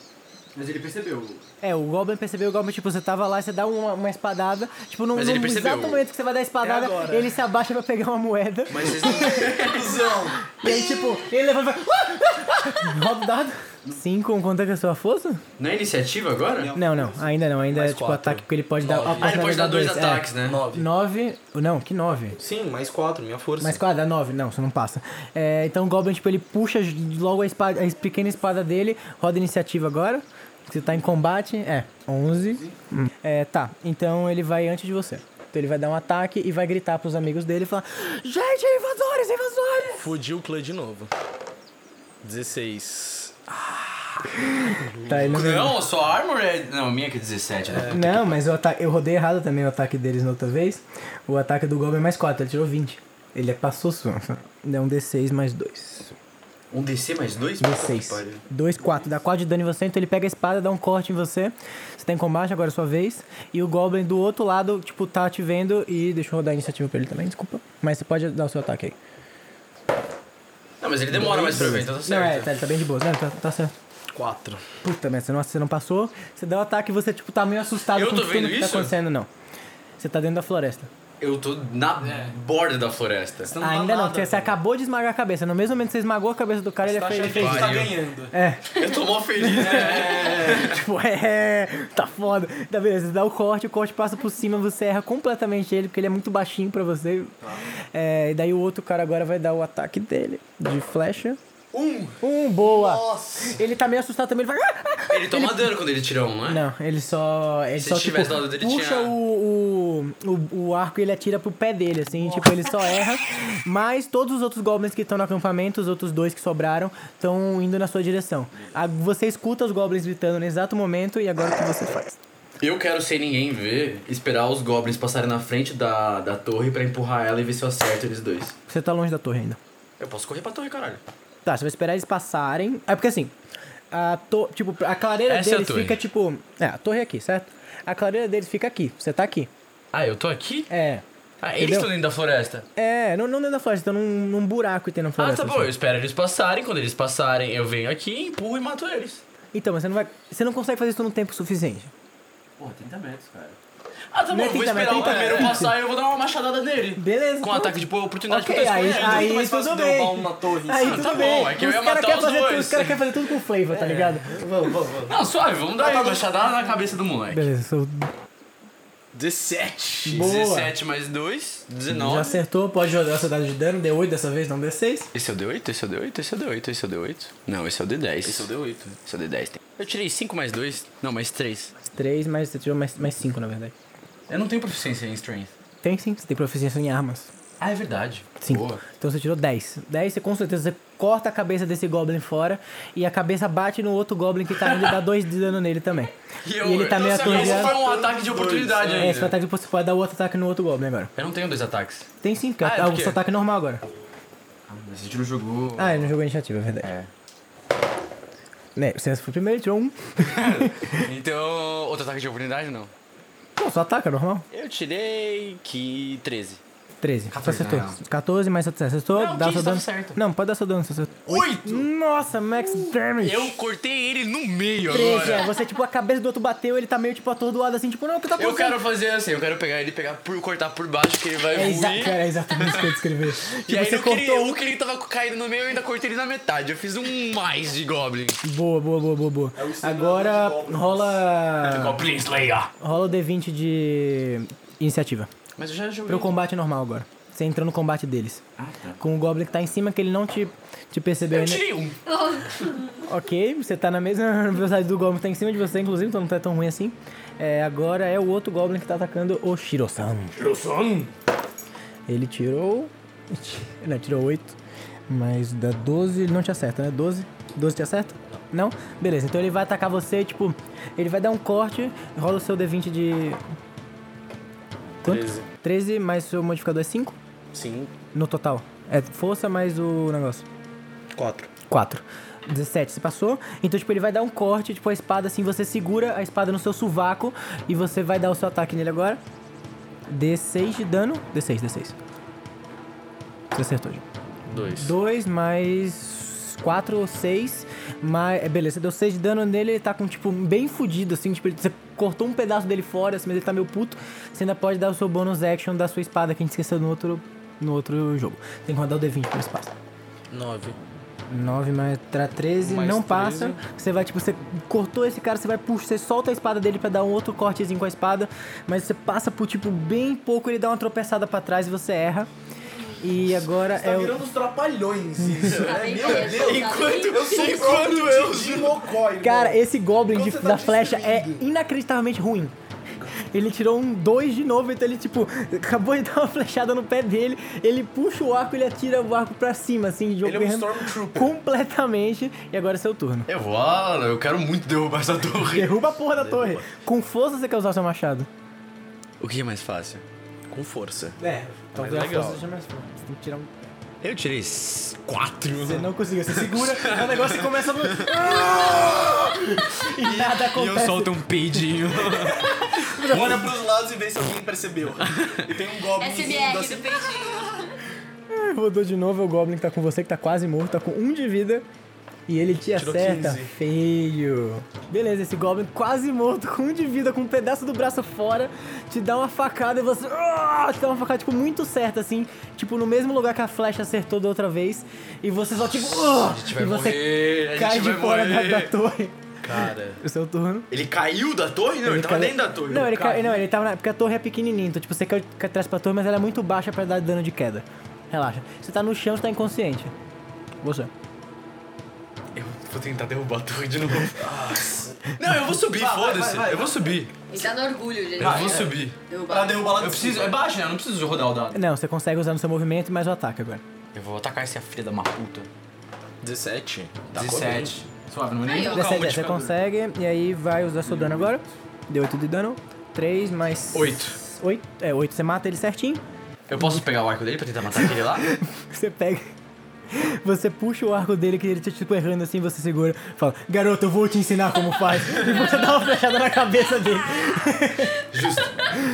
Speaker 8: Mas ele percebeu.
Speaker 2: É, o Goblin percebeu, o Goblin, tipo, você tava lá, você dá uma, uma espadada, tipo, no,
Speaker 4: Mas
Speaker 2: no
Speaker 4: ele percebeu.
Speaker 2: exato momento que você vai dar a
Speaker 6: É
Speaker 2: espadada,
Speaker 5: agora.
Speaker 2: ele se abaixa pra pegar uma moeda,
Speaker 8: Mas vocês não.
Speaker 2: e aí, tipo, ele levanta e vai... ah!" Roda o dado. Cinco, quanto é que é a sua força?
Speaker 4: Não é iniciativa agora?
Speaker 2: Não, não, ainda não, ainda é, tipo,
Speaker 6: quatro.
Speaker 2: ataque, porque ele pode dar...
Speaker 6: Nove.
Speaker 2: a
Speaker 4: Ah, ele pode dar dois
Speaker 2: é.
Speaker 4: ataques, né?
Speaker 6: Nove.
Speaker 2: Nove, não, que nove?
Speaker 6: Sim, mais quatro, minha força.
Speaker 2: Mais quatro, dá é nove. Não, você não passa. É, então o Goblin, tipo, ele puxa logo a, espada, a pequena espada dele, roda a iniciativa agora. Você tá em combate, é, 11. Hum. É, tá, então ele vai antes de você. Então ele vai dar um ataque e vai gritar pros amigos dele e falar: Gente, é invasores, invasores!
Speaker 6: Fudiu o clã de novo. 16.
Speaker 2: Tá, ele não.
Speaker 4: Não, só armor é. Não, a minha que é 17, né?
Speaker 2: Não, mas o ataque, eu rodei errado também o ataque deles na outra vez. O ataque do Goblin é mais 4, ele tirou 20. Ele é passou sua. Dá um D6 mais 2.
Speaker 4: Um DC mais dois?
Speaker 2: D6. 2, 4. Dá 4 de dano em você, então ele pega a espada, dá um corte em você. Você tá em combate, agora é sua vez. E o Goblin do outro lado, tipo, tá te vendo e deixa eu rodar a iniciativa pra ele também, desculpa. Mas você pode dar o seu ataque aí.
Speaker 4: Não, mas ele demora mais pra ver, então tá certo.
Speaker 2: Não, é, tá, ele tá bem de boa, né? Tá, tá certo.
Speaker 6: 4.
Speaker 2: Puta merda, você não, você não passou. Você dá o ataque e você, tipo, tá meio assustado
Speaker 4: Eu
Speaker 2: com
Speaker 4: tô
Speaker 2: tudo
Speaker 4: vendo
Speaker 2: que tá
Speaker 4: isso?
Speaker 2: acontecendo, não. Você tá dentro da floresta.
Speaker 4: Eu tô na borda da floresta.
Speaker 2: Ainda não, tá porque você acabou de esmagar a cabeça. No mesmo momento que você esmagou a cabeça do cara, ele
Speaker 5: Tá
Speaker 2: fez.
Speaker 5: achando que a gente tá
Speaker 4: Pariu.
Speaker 5: ganhando.
Speaker 2: É.
Speaker 4: Eu tô mó feliz, né?
Speaker 2: Tipo, é, tá foda. Tá beleza, você dá o corte, o corte passa por cima, você erra completamente ele, porque ele é muito baixinho pra você. É, e daí o outro cara agora vai dar o ataque dele, de flecha. Um! Um, boa! Ele tá meio assustado também, ele vai... "Ah, ah, ah".
Speaker 4: Ele toma dano quando ele tira um, né?
Speaker 2: Não, ele só... Ele
Speaker 4: Se
Speaker 2: só,
Speaker 4: tivesse
Speaker 2: tipo,
Speaker 4: dado dele,
Speaker 2: puxa
Speaker 4: tinha-
Speaker 2: o, o, o, o arco e ele atira pro pé dele, assim. Tipo, ele só erra. Mas todos os outros goblins que estão no acampamento, os outros dois que sobraram, estão indo na sua direção. A- você escuta os goblins gritando no exato momento e agora o que você faz?
Speaker 4: Eu quero, sem ninguém ver, esperar os goblins passarem na frente da, da torre pra empurrar ela e ver se eu acerto eles dois.
Speaker 2: Você tá longe da torre ainda.
Speaker 4: Eu posso correr pra torre, caralho.
Speaker 2: Tá, você vai esperar eles passarem. É porque assim, a to... tipo, a clareira
Speaker 4: Essa é a
Speaker 2: deles
Speaker 4: torre.
Speaker 2: fica tipo. É, a torre é aqui, certo? A clareira deles fica aqui. Você tá aqui.
Speaker 4: Ah, eu tô aqui?
Speaker 2: É.
Speaker 4: Ah, eles
Speaker 2: Entendeu?
Speaker 4: estão dentro da floresta.
Speaker 2: É, não, não dentro da floresta, tá num, num buraco que tem na
Speaker 4: Ah,
Speaker 2: floresta.
Speaker 4: tá bom.
Speaker 2: assim.
Speaker 4: Eu espero eles passarem. Quando eles passarem, eu venho aqui, empurro e mato eles.
Speaker 2: Então, mas você não vai. Você não consegue fazer isso num tempo suficiente.
Speaker 4: Pô, 30 metros, cara. Ah, tá bom.
Speaker 2: Não é
Speaker 4: Eu vou
Speaker 2: 30
Speaker 4: esperar o
Speaker 2: metros, é
Speaker 4: primeiro
Speaker 2: 30.
Speaker 4: passar e eu vou dar uma machadada nele.
Speaker 2: Beleza. então.
Speaker 4: Com um ataque de oportunidade
Speaker 2: Ok,
Speaker 4: que eu tô
Speaker 2: aí,
Speaker 4: escolhendo.
Speaker 2: aí,
Speaker 5: muito mais
Speaker 2: tudo
Speaker 5: fácil
Speaker 2: bem.
Speaker 5: derrubar um na torre,
Speaker 2: Aí
Speaker 5: assim.
Speaker 2: tudo
Speaker 4: Tá bom,
Speaker 2: bem.
Speaker 4: é que eu
Speaker 2: os
Speaker 4: ia
Speaker 2: cara
Speaker 4: matar
Speaker 2: quer
Speaker 4: os
Speaker 2: fazer
Speaker 4: dois.
Speaker 2: tudo, os caras querem fazer tudo com flavor, tá ligado?
Speaker 5: Vamos, vamos, vamos.
Speaker 4: Não, suave. Vamos dar uma machadada na cabeça do moleque.
Speaker 2: Beleza, sou-
Speaker 4: 17.
Speaker 2: Boa.
Speaker 4: 17 mais 2, 19.
Speaker 2: já acertou, pode jogar seu dado de dano, D8 dessa vez, não D6.
Speaker 4: Esse é o D8, esse é o D8, esse é o D8, esse é o D8. Não, esse é o D10. Esse é o D8. Esse é o D10. tem. Eu tirei 5 mais 2, não, mais 3.
Speaker 2: 3, mas você tirou mais, mais 5, na verdade.
Speaker 4: Eu não tenho proficiência em Strength.
Speaker 2: Tem sim, você tem proficiência em armas.
Speaker 4: Ah, é verdade.
Speaker 2: Sim.
Speaker 4: Boa.
Speaker 2: Então você tirou 10. 10, você com certeza você corta a cabeça desse Goblin fora e a cabeça bate no outro Goblin que tá indo e dá 2 de dano nele também. E, ele tá meio
Speaker 4: então, se- Esse foi
Speaker 2: atordoado.
Speaker 4: um ataque de oportunidade
Speaker 2: É, esse
Speaker 4: ainda.
Speaker 2: ataque você pode dar outro ataque no outro Goblin agora.
Speaker 4: é. Eu não tenho dois ataques.
Speaker 2: Tem sim, porque
Speaker 4: Ah, é
Speaker 2: é o
Speaker 4: porque-
Speaker 2: seu ataque normal agora.
Speaker 4: A gente não jogou.
Speaker 2: Ah, ele não jogou iniciativa, é verdade. É. Né, você foi o primeiro, ele tirou um.
Speaker 4: Então, outro ataque de oportunidade não.
Speaker 2: Não, só ataca, normal.
Speaker 4: Eu tirei que 13.
Speaker 2: 13. 14, acertou.
Speaker 4: né?
Speaker 2: 14 mais 7. Acertou,
Speaker 4: Não,
Speaker 2: dá
Speaker 4: 15
Speaker 2: seu
Speaker 4: tava
Speaker 2: dano.
Speaker 4: certo.
Speaker 2: Não, pode dar seu dano, se acertou.
Speaker 4: 8!
Speaker 2: Nossa, max damage.
Speaker 4: Eu cortei ele no meio
Speaker 2: 13, é.
Speaker 4: agora.
Speaker 2: Você, tipo, a cabeça do outro bateu, ele tá meio, tipo, atordoado, assim, tipo, não, o que tá
Speaker 4: Eu
Speaker 2: acontecendo?
Speaker 4: quero fazer assim, eu quero pegar ele e pegar por, cortar por baixo, que ele vai
Speaker 2: É exa-
Speaker 4: ruir.
Speaker 2: cara, é exatamente o que eu descrevi.
Speaker 4: E
Speaker 2: tipo,
Speaker 4: aí
Speaker 2: você
Speaker 4: eu queria,
Speaker 2: cortou.
Speaker 4: o que ele tava caindo no meio, eu ainda cortei ele na metade. Eu fiz um mais de Goblin.
Speaker 2: Boa, boa, boa, boa, boa. Agora rola.
Speaker 4: Goblin Slayer.
Speaker 2: Rola o D20 de iniciativa.
Speaker 4: Mas eu já joguei.
Speaker 2: Pro combate normal agora. Você entrou no combate deles. Com o Goblin que tá em cima, que ele não te, te percebeu
Speaker 4: Eu
Speaker 2: ainda.
Speaker 4: tirei um.
Speaker 2: Ok, você tá na mesma velocidade do Goblin que tá em cima de você, inclusive, então não tá tão ruim assim. É, agora é o outro Goblin que tá atacando o Shiro-san. Shiro-san! Ele tirou. Não, tirou 8. Mas dá 12, ele não te acerta, né? 12? 12 te acerta? Não? Beleza, então ele vai atacar você, tipo. Ele vai dar um corte, rola o seu D20 de. Quanto? 13. 13 mais seu modificador é 5?
Speaker 6: Sim,
Speaker 2: No total. É força mais o negócio.
Speaker 6: 4.
Speaker 2: 4. 17, você passou. Então, tipo, ele vai dar um corte, tipo, a espada assim, você segura a espada no seu sovaco e você vai dar o seu ataque nele agora. D6 de dano. D6, D6. Você acertou, Dois. Dois mais uns 4 ou 6. Mas, é, beleza, você deu 6 de dano nele, ele tá com, tipo, bem fudido, assim. Tipo, ele- você cortou um pedaço dele fora, assim, mas ele tá meio puto. Você ainda pode dar o seu bônus action da sua espada que a gente esqueceu no outro, no outro jogo. Tem que rodar o D20 pra espaço.
Speaker 6: 9.
Speaker 2: 9 mais pra 13,
Speaker 6: Mais
Speaker 2: não
Speaker 6: 13.
Speaker 2: passa. Você vai, tipo, você cortou esse cara, você vai puxar, você solta a espada dele pra dar um outro cortezinho com a espada, mas você passa por, tipo, bem pouco, ele dá uma tropeçada pra trás e você erra. E agora
Speaker 9: Tá
Speaker 2: é o.
Speaker 9: virando os trapalhões isso, né? Meu Deus.
Speaker 3: Enquanto
Speaker 9: Eu sou enquanto eu de mocó, irmão.
Speaker 2: Cara, esse Goblin de-
Speaker 9: Quando você tá
Speaker 2: da flecha é
Speaker 9: destruído.
Speaker 2: inacreditavelmente ruim. Ele tirou um 2 de novo, então ele, tipo, acabou de dar uma flechada no pé dele. Ele puxa o arco, ele atira o arco pra cima, assim, jogando completamente. E agora é seu turno.
Speaker 4: Eu vou, ah, eu quero muito derrubar essa torre.
Speaker 2: Derruba a porra da torre. Com força você quer usar seu machado.
Speaker 4: O que é mais fácil?
Speaker 6: Com força.
Speaker 2: É, então
Speaker 6: Mas é legal.
Speaker 2: força já mais forte. Você tem que tirar um.
Speaker 4: Eu tirei s- quatro.
Speaker 2: Você não conseguiu, você segura, o negócio começa a. e nada
Speaker 4: E eu
Speaker 2: acontece.
Speaker 4: solto um peidinho.
Speaker 9: Olha pros lados e vê se alguém percebeu. E tem um goblin
Speaker 3: SMR do peitinho.
Speaker 2: Rodou de novo, é o Goblin que tá com você, que tá quase morto, tá com um de vida. E ele te acerta
Speaker 6: 15.
Speaker 2: feio. Beleza, esse Goblin quase morto, com um de vida, com um pedaço do braço fora, te dá uma facada e você. Ah, Te dá uma facada, tipo, muito certa, assim. Tipo, no mesmo lugar que a flecha acertou da outra vez. E você só, tipo. ah,
Speaker 4: A gente vai
Speaker 2: e você
Speaker 4: morrer, a gente
Speaker 2: cai de
Speaker 4: vai
Speaker 2: fora da,
Speaker 4: morrer.
Speaker 2: da torre. é
Speaker 6: Cara.
Speaker 2: O seu turno.
Speaker 9: Ele caiu da torre? Não, ele,
Speaker 4: Então,
Speaker 9: tava
Speaker 2: caiu-
Speaker 9: dentro da torre.
Speaker 2: Não, ele, cai, não, ele tava na, porque a torre é pequenininha, então tipo, você caiu de trás pra torre, mas ela é muito baixa pra dar dano de queda. Relaxa. Você tá no chão, você tá inconsciente. Você.
Speaker 4: Eu vou tentar derrubar a torre de novo. Não, eu vou subir,
Speaker 9: Vai, vai,
Speaker 4: foda-se.
Speaker 9: vai, vai,
Speaker 4: Eu vou subir.
Speaker 3: Ele tá no orgulho, gente.
Speaker 4: Eu
Speaker 2: é.
Speaker 4: vou subir.
Speaker 9: Pra
Speaker 3: Derrubar.
Speaker 9: derrubar lá de
Speaker 4: Eu preciso.
Speaker 9: cima.
Speaker 4: É baixo, né? Eu não preciso rodar o dado.
Speaker 2: Não, você consegue usar no seu movimento e mais o ataque agora.
Speaker 4: Eu vou atacar esse filha da uma puta.
Speaker 6: 17. Tá
Speaker 4: 17. Suave, não vou nem
Speaker 3: Aí, ó.
Speaker 4: colocar um
Speaker 2: 17, você
Speaker 4: modificador.
Speaker 2: consegue, e aí vai usar seu dano agora. Deu 8 de dano. 3 mais.
Speaker 4: Oito.
Speaker 2: 8. É, 8 você mata ele certinho.
Speaker 4: Eu posso pegar o arco dele pra tentar matar aquele lá?
Speaker 2: Você pega. Você puxa o arco dele, que ele tá tipo errando assim, você segura. Fala, garoto, eu vou te ensinar como faz. e você dá uma flechada na cabeça dele.
Speaker 4: Justo.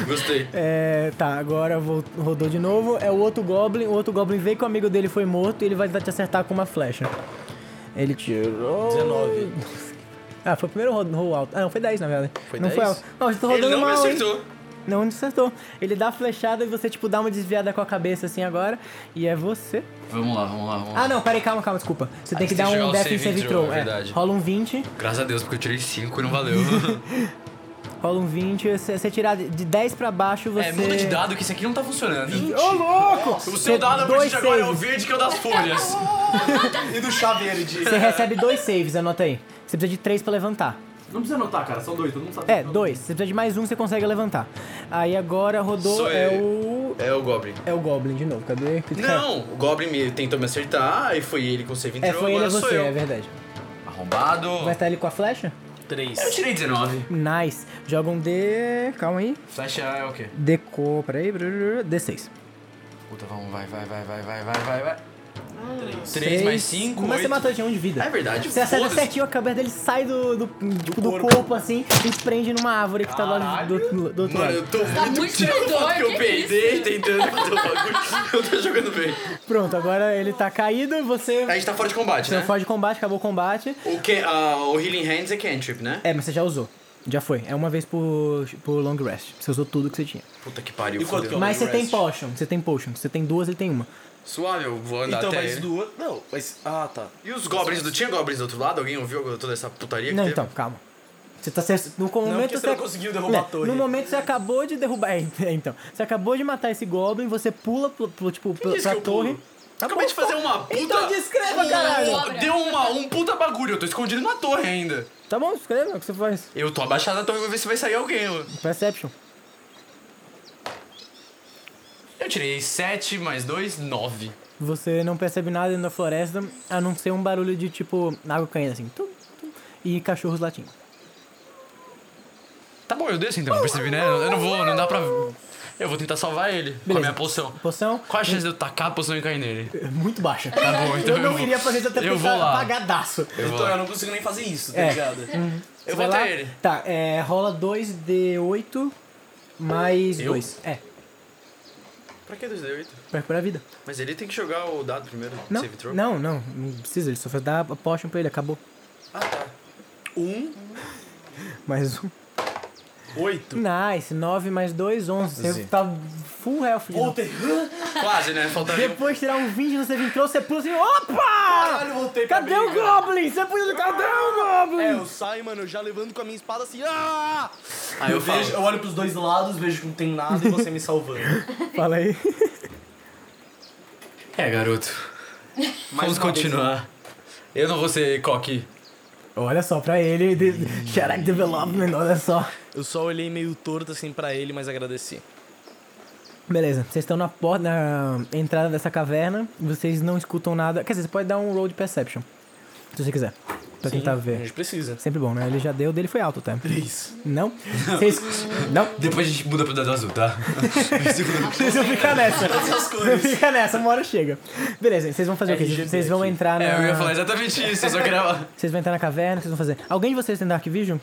Speaker 4: Gostei.
Speaker 2: É, tá, agora vou- rodou de novo. É o outro Goblin. O outro Goblin veio que o amigo dele foi morto e ele vai tentar te acertar com uma flecha. Ele tirou.
Speaker 6: 19.
Speaker 2: Ah, foi o primeiro ro- roll alto. Ah, não, foi 10 na verdade.
Speaker 6: Foi
Speaker 2: não
Speaker 6: 10?
Speaker 2: foi alto. Não, eu tô rodando
Speaker 6: Ele não me
Speaker 2: mal, hein?
Speaker 6: acertou.
Speaker 2: Não, não acertou. Ele dá a flechada e você, tipo, dá uma desviada com a cabeça assim agora. E é você.
Speaker 4: Vamos lá, vamos lá, vamos lá.
Speaker 2: Ah, não, peraí, calma, calma, desculpa. Você tem
Speaker 4: você
Speaker 2: que
Speaker 4: tem
Speaker 2: dar
Speaker 4: que jogar
Speaker 2: um
Speaker 4: o
Speaker 2: Death
Speaker 4: save
Speaker 2: Save
Speaker 4: throw,
Speaker 2: Throw.
Speaker 4: é
Speaker 2: é.
Speaker 4: verdade.
Speaker 2: Rola um 20.
Speaker 4: Graças a Deus, porque eu tirei 5 e não valeu.
Speaker 2: Rola um 20. Se você tirar de de 10 pra baixo, você.
Speaker 4: É, muda de dado que isso aqui não tá funcionando.
Speaker 2: Ô, louco!
Speaker 4: O seu dado a
Speaker 2: dois
Speaker 4: partir de agora é o
Speaker 2: saves.
Speaker 4: verde que é o das folhas.
Speaker 9: E do chá verde.
Speaker 2: Você recebe dois saves, anota aí. Você precisa de três pra levantar.
Speaker 9: Não precisa anotar, cara. São dois. Todo mundo sabe.
Speaker 2: É, dois. Você precisa de mais um, você consegue levantar. Aí agora rodou
Speaker 6: Sou
Speaker 2: é
Speaker 6: eu.
Speaker 2: o.
Speaker 6: É o Goblin.
Speaker 2: É o Goblin de novo, cadê?
Speaker 6: Não, o Goblin me- tentou me acertar, aí foi ele com o save
Speaker 2: É,
Speaker 6: entrou,
Speaker 2: foi ele
Speaker 6: agora
Speaker 2: e
Speaker 6: sou
Speaker 2: você,
Speaker 6: eu.
Speaker 2: é verdade.
Speaker 4: Arrombado.
Speaker 2: Vai estar ele com a flecha?
Speaker 6: 3.
Speaker 4: Eu tirei 19.
Speaker 2: Nice. Joga um D. Calma aí.
Speaker 4: Flecha é o quê?
Speaker 2: Deco. Peraí. brrr, D6.
Speaker 4: Puta, vamos, vai, vai, vai, vai, vai, vai, vai, vai. 3
Speaker 2: Seis.
Speaker 4: mais 5,
Speaker 2: Mas você
Speaker 4: 8.
Speaker 2: matou ele, tinha um de vida.
Speaker 4: É verdade,
Speaker 2: Você acerta
Speaker 4: foda-se.
Speaker 2: certinho, a cabeça dele sai do, do, tipo, do corpo. assim e prende numa árvore que tá do, lado- do, do outro
Speaker 6: Mano,
Speaker 2: lado.
Speaker 6: eu tô
Speaker 3: Tá
Speaker 6: muito
Speaker 3: muito
Speaker 6: preocupado
Speaker 3: traidor,
Speaker 6: que eu
Speaker 3: que isso?
Speaker 6: peidei tentando fazer o bagulho. Eu tô jogando bem.
Speaker 2: Pronto, agora ele tá caído e você.
Speaker 4: É
Speaker 6: A gente tá fora de combate,
Speaker 2: Você
Speaker 6: né?
Speaker 2: foge de combate, acabou o combate.
Speaker 6: O, que, ah, o Healing Hands é cantrip, né?
Speaker 2: É, mas você já usou. Já foi. É uma vez por, por long rest. Você usou tudo que você tinha.
Speaker 6: Puta que pariu,
Speaker 9: E quanto
Speaker 6: fodeu.
Speaker 9: que
Speaker 2: mas você
Speaker 9: rest.
Speaker 2: tem potion. Você tem potion. Você tem duas, ele tem uma.
Speaker 4: Suave, eu vou andar
Speaker 9: Então,
Speaker 4: até
Speaker 9: mas
Speaker 4: ele.
Speaker 9: duas. Não, mas. Ah, tá.
Speaker 6: E os Goblins do... Tinha Goblins do outro lado? Alguém ouviu toda essa putaria que
Speaker 2: Não,
Speaker 6: teve?
Speaker 2: então, calma. Você tá se... No momento
Speaker 9: porque você não conseguiu derrubar a torre.
Speaker 2: No momento você acabou de derrubar... É, então. Você acabou de matar esse goblin, você pula, pro- pro- tipo, pra,
Speaker 6: disse
Speaker 2: pra
Speaker 6: que eu
Speaker 2: torre.
Speaker 6: pulo? Acabei de fazer uma puta...
Speaker 2: Então descreva, caralho!
Speaker 3: Cobra.
Speaker 4: Deu uma, um puta bagulho, eu tô escondido na torre ainda.
Speaker 2: Tá bom, escreva o que você faz.
Speaker 4: Eu tô abaixado na torre, vou ver se vai sair alguém. mano.
Speaker 2: Perception.
Speaker 4: Eu tirei 7 mais 2, 9.
Speaker 2: Você não percebe nada dentro da floresta, a não ser um barulho de, tipo, água caindo, assim. Tum, tum, e cachorros latindo.
Speaker 4: Tá bom, eu desço então, percebi, né? Eu não vou, não dá pra... Eu vou tentar salvar ele com a minha poção.
Speaker 2: Poção?
Speaker 4: Qual a chance de eu tacar a poção e cair nele?
Speaker 2: é Muito baixa.
Speaker 4: Tá bom, então
Speaker 2: Eu não
Speaker 4: vou.
Speaker 2: iria fazer isso até porque
Speaker 4: Eu vou
Speaker 2: tá
Speaker 4: lá.
Speaker 2: apagadaço.
Speaker 4: Eu vou
Speaker 9: Então,
Speaker 4: lá.
Speaker 9: eu não consigo nem fazer isso, tá
Speaker 2: É.
Speaker 9: ligado?
Speaker 4: Eu
Speaker 2: Vai
Speaker 4: vou até
Speaker 2: lá.
Speaker 4: ele.
Speaker 2: Tá, é, rola 2d8 mais
Speaker 4: Eu?
Speaker 2: 2. É.
Speaker 10: Pra que 2D8?
Speaker 2: Percura a vida.
Speaker 10: Mas ele tem que jogar o dado primeiro.
Speaker 2: Não,
Speaker 10: Save throw.
Speaker 2: não, não, não precisa. Ele só faz dar a potion pra ele, acabou.
Speaker 10: Ah, tá. Um,
Speaker 2: Mais um.
Speaker 10: oito.
Speaker 9: Hum.
Speaker 2: Nice, 9 mais 2, 11. Você tá full health. de novo.
Speaker 10: Quase, né? Faltaria um.
Speaker 2: Depois de tirar um 20, você entrou, você pula assim, opa! Caralho, voltei Cadê o Goblin? Você pula, cadê o
Speaker 6: É,
Speaker 2: Goblin?
Speaker 6: eu saio, mano, já levando com a minha espada assim. Ah!
Speaker 10: Aí eu falo.
Speaker 9: Vejo- eu olho pros dois lados, vejo que não tem nada e você me salvando.
Speaker 2: Fala aí.
Speaker 4: É, garoto. Vamos continuar. Eu não vou ser coque.
Speaker 2: Olha só pra ele, de- Character Development, olha só.
Speaker 6: Eu só olhei meio torto assim pra ele, mas agradeci.
Speaker 2: Beleza, vocês estão na porta, na entrada dessa caverna, vocês não escutam nada. Quer dizer, você pode dar um roll de perception, se você quiser, pra tentar
Speaker 6: Hum, A
Speaker 2: ver.
Speaker 6: gente precisa.
Speaker 2: Sempre bom, né? Ele já deu, o dele foi alto até. Três. Não? Vocês... não?
Speaker 4: Depois a gente muda pro dado azul, tá?
Speaker 2: Vocês vão ficar nessa. É Não fica nessa, uma hora chega. Beleza, vocês vão fazer o quê? Vocês vão entrar na...
Speaker 4: É, eu ia falar exatamente isso, eu só queria.
Speaker 2: Vocês vão entrar na caverna, o que vocês vão fazer? Alguém de vocês tem Dark Vision?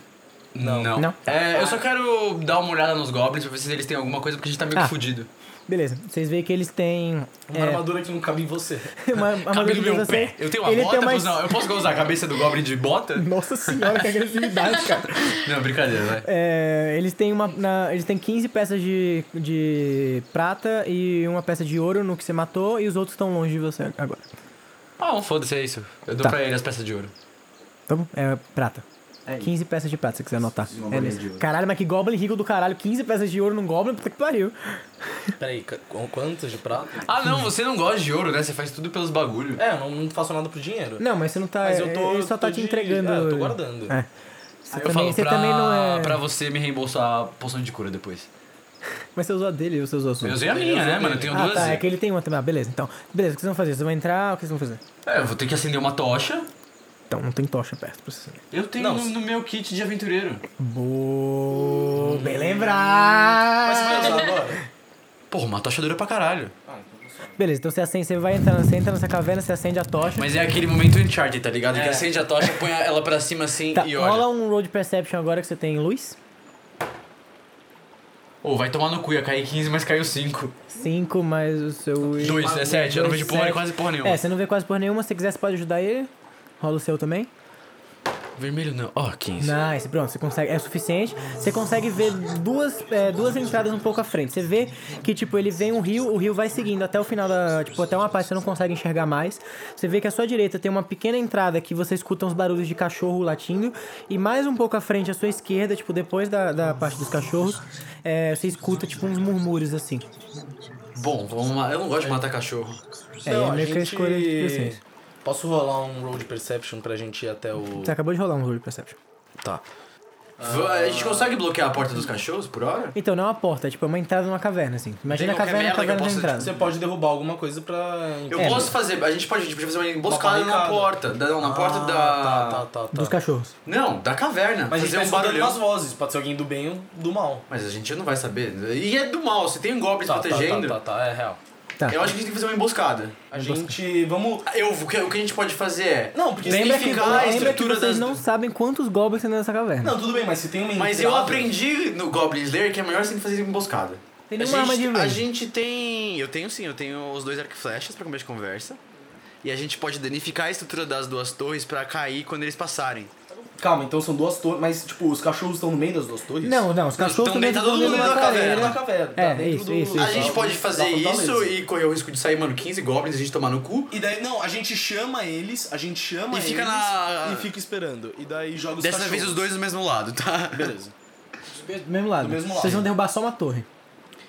Speaker 4: Não. não.
Speaker 2: Não?
Speaker 4: É, eu só quero dar uma olhada nos goblins pra ver se eles têm alguma coisa, porque a gente tá meio
Speaker 2: Ah.
Speaker 4: que fudido.
Speaker 2: Beleza, vocês veem que eles têm...
Speaker 9: Uma armadura que não cabe em você.
Speaker 2: é, uma armadura
Speaker 4: Cabe
Speaker 2: de
Speaker 4: no meu
Speaker 6: um
Speaker 2: você.
Speaker 4: pé. Eu tenho uma
Speaker 2: ele
Speaker 4: bota,
Speaker 2: tem mais...
Speaker 4: mas não, eu posso usar a cabeça do goblin de bota?
Speaker 2: Nossa senhora, que agressividade, cara.
Speaker 4: Não, brincadeira, vai.
Speaker 2: É, eles têm uma. na- eles têm 15 peças de, de prata e uma peça de ouro no que você matou, e os outros estão longe de você agora.
Speaker 4: Ah, um foda-se, é isso. Eu dou
Speaker 2: Tá.
Speaker 4: pra ele as peças de ouro.
Speaker 2: Tá bom? É prata. 15 peças de prata, se você quiser anotar. É mesmo. Caralho, mas que goblin rico do caralho. 15 peças de ouro num goblin, puta que pariu.
Speaker 6: Peraí, ca- qu- quantas de prata?
Speaker 4: Ah, não, você não gosta de ouro, né? Você faz tudo pelos bagulho.
Speaker 6: É, eu não, não faço nada pro dinheiro.
Speaker 2: Não, mas você não tá.
Speaker 6: Mas eu tô-
Speaker 2: ele só
Speaker 6: eu
Speaker 2: tá
Speaker 6: tô
Speaker 2: te
Speaker 6: de-
Speaker 2: entregando.
Speaker 6: é, eu tô guardando.
Speaker 2: É. Você,
Speaker 4: Aí
Speaker 2: também,
Speaker 4: eu falo
Speaker 2: você
Speaker 4: pra,
Speaker 2: também não é.
Speaker 4: pra você me reembolsar a poção de cura depois.
Speaker 2: Mas você usou a dele ou você usou a sua?
Speaker 4: Eu usei a minha, né, mano? Eu tenho
Speaker 2: Ah,
Speaker 4: duas.
Speaker 2: tá. É que ele tem uma também. Ah, beleza. Então, beleza. O que vocês vão fazer? Vocês vão entrar? O que vocês vão fazer?
Speaker 4: É, eu vou ter que acender uma tocha.
Speaker 2: Então, não tem tocha perto pra você.
Speaker 4: Eu tenho no, no meu kit de aventureiro.
Speaker 2: Boa, bem lembrar.
Speaker 4: Porra, uma tocha dura pra caralho.
Speaker 2: Beleza, então você acende, você vai entrando, você entra nessa caverna, você acende a tocha.
Speaker 4: Mas é aquele momento Uncharted, tá ligado? Que acende a tocha, põe ela pra cima assim
Speaker 2: tá,
Speaker 4: e
Speaker 2: rola
Speaker 4: olha.
Speaker 2: um road perception agora que você tem luz.
Speaker 4: Ô, vai tomar no cu, ia cair 15, mas caiu 5.
Speaker 2: 5 mais o seu.
Speaker 4: 2, é 7. Eu não vejo porra,
Speaker 2: sete.
Speaker 4: quase porra nenhuma.
Speaker 2: É, você não vê quase porra nenhuma, se você quiser, você pode ajudar ele. Rola o seu também.
Speaker 4: Vermelho não. Ó, 15.
Speaker 2: Nice, Ah, pronto, você consegue, é suficiente. Você consegue ver duas, é, duas entradas um pouco à frente. Você vê que, tipo, ele vem um rio, o rio vai seguindo até o final da. Tipo, até uma parte que você não consegue enxergar mais. Você vê que à sua direita tem uma pequena entrada que você escuta uns barulhos de cachorro latindo. E mais um pouco à frente, à sua esquerda, tipo, depois da, da parte dos cachorros, é, você escuta, tipo, uns murmúrios assim.
Speaker 4: Bom, vamos lá. Eu não gosto de matar cachorro.
Speaker 2: É, é meio que a escolha de presença.
Speaker 6: Posso rolar um roll de perception pra gente ir até o.
Speaker 2: Você acabou de rolar um roll de perception.
Speaker 4: Tá. A gente consegue bloquear a porta dos cachorros por hora?
Speaker 2: Então, não é uma porta, é tipo, é uma entrada numa caverna, assim. Imagina a
Speaker 4: qualquer
Speaker 2: caverna, a
Speaker 4: merda que um eu
Speaker 2: caverna da
Speaker 4: possa,
Speaker 2: entrada.
Speaker 6: Você pode derrubar alguma coisa pra.
Speaker 4: Eu
Speaker 2: É,
Speaker 4: posso fazer, a gente pode, a gente podia fazer uma emboscada na
Speaker 9: barricada.
Speaker 4: porta. Da- não, na porta da.
Speaker 6: Tá, tá, tá, tá.
Speaker 2: Dos cachorros.
Speaker 4: Não, da caverna.
Speaker 9: Mas a gente
Speaker 4: fazer
Speaker 9: tá
Speaker 4: um
Speaker 9: escutando
Speaker 4: barulhão.
Speaker 9: umas vozes, pode ser alguém do bem ou do mal.
Speaker 4: Mas a gente não vai saber. E é do mal, se tem um goblin
Speaker 6: Tá, tá,
Speaker 4: protegendo.
Speaker 6: tá, tá, tá, é real.
Speaker 2: Tá.
Speaker 4: Eu acho que a gente tem que fazer uma emboscada.
Speaker 9: A gente. Vamos.
Speaker 4: Ah, Eu, o, que, o que a gente pode fazer é.
Speaker 9: Não, porque
Speaker 2: Lembra
Speaker 9: se
Speaker 2: que,
Speaker 9: ficar.
Speaker 4: a
Speaker 2: lembra que
Speaker 4: estrutura
Speaker 2: vocês
Speaker 4: das-
Speaker 2: não sabem quantos goblins tem nessa caverna.
Speaker 9: Não, tudo bem, mas se tem uma
Speaker 4: Mas eu aprendi no Goblin Slayer que é melhor sempre fazer emboscada.
Speaker 2: tem
Speaker 4: A
Speaker 2: nenhuma arma de
Speaker 4: gente, a
Speaker 2: inverno.
Speaker 4: gente tem. Eu tenho sim, eu tenho os dois arco e flechas pra começo de conversa. E a gente pode danificar a estrutura das duas torres pra cair quando eles passarem.
Speaker 9: Calma, então são duas torres, mas tipo, os cachorros estão no meio das duas torres?
Speaker 2: Não, não, os cachorros
Speaker 4: tão
Speaker 2: também estão
Speaker 4: deitado
Speaker 2: dentro
Speaker 4: no
Speaker 2: da
Speaker 4: meio da
Speaker 9: Dentro
Speaker 2: caverna.
Speaker 9: da caverna. Tá,
Speaker 2: É,
Speaker 9: dentro
Speaker 2: isso, isso, isso.
Speaker 9: da-
Speaker 4: A gente pode
Speaker 9: da
Speaker 4: fazer
Speaker 9: fortaleza.
Speaker 4: isso e correr o risco de sair, mano, 15 goblins, a gente tomar no cu.
Speaker 9: E daí, não, a gente chama eles, a gente chama
Speaker 4: E
Speaker 9: eles.
Speaker 4: fica na.
Speaker 6: E fica esperando. E daí joga os
Speaker 4: Dessa
Speaker 6: cachorros.
Speaker 4: vez os dois do mesmo lado, tá? Beleza.
Speaker 2: Do mesmo lado.
Speaker 9: mesmo lado.
Speaker 2: Vocês vão derrubar só uma torre.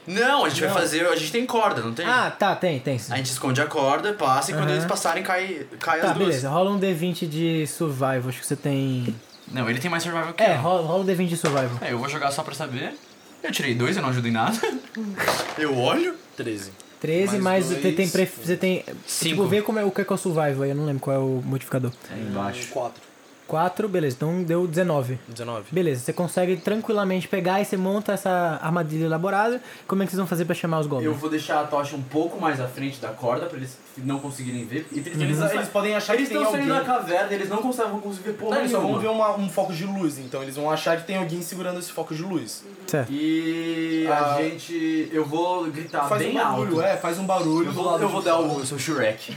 Speaker 4: Não, a gente vai fazer. A gente tem corda, não tem?
Speaker 2: Ah, tá, tem, tem.
Speaker 4: A gente esconde a corda, passa e quando
Speaker 2: Aham.
Speaker 4: eles passarem cai, cai
Speaker 2: Tá,
Speaker 4: as duas.
Speaker 2: beleza. Rola um D20 de survival. Acho que você tem.
Speaker 4: Não, ele tem mais survival que
Speaker 2: É,
Speaker 4: eu.
Speaker 2: rola, rola um D20 de survival.
Speaker 4: É, eu vou jogar só pra saber. Eu tirei dois, eu não ajudo em nada. Eu olho.
Speaker 6: 13.
Speaker 2: 13 mais. você tem. Pref... Você tem.
Speaker 4: Cinco.
Speaker 2: Tipo, vê como é, o que é, que é o survival aí. Eu não lembro qual é o modificador.
Speaker 4: É embaixo.
Speaker 9: Quatro.
Speaker 2: 4, beleza. Então deu 19.
Speaker 6: 19.
Speaker 2: Beleza, você consegue tranquilamente pegar e você monta essa armadilha elaborada. Como é que vocês vão fazer pra chamar os goblins?
Speaker 11: Eu vou deixar a tocha um pouco mais à frente da corda pra eles não conseguirem ver. E eles,
Speaker 9: Uhum. Eles podem achar que tem
Speaker 11: Eles estão saindo da
Speaker 9: alguém.
Speaker 11: caverna, eles não conseguem vão conseguir ver porra
Speaker 9: Não, eles só vão
Speaker 11: nenhuma.
Speaker 9: ver uma- um foco de luz, então eles vão achar que tem alguém segurando esse foco de luz.
Speaker 2: Certo.
Speaker 11: E a gente. Eu vou gritar
Speaker 4: Tá
Speaker 9: Faz
Speaker 11: bem
Speaker 9: um barulho,
Speaker 11: alto.
Speaker 9: é, faz um barulho. do
Speaker 11: Eu vou,
Speaker 9: lado
Speaker 11: eu
Speaker 9: de
Speaker 11: vou dar o seu Shrek.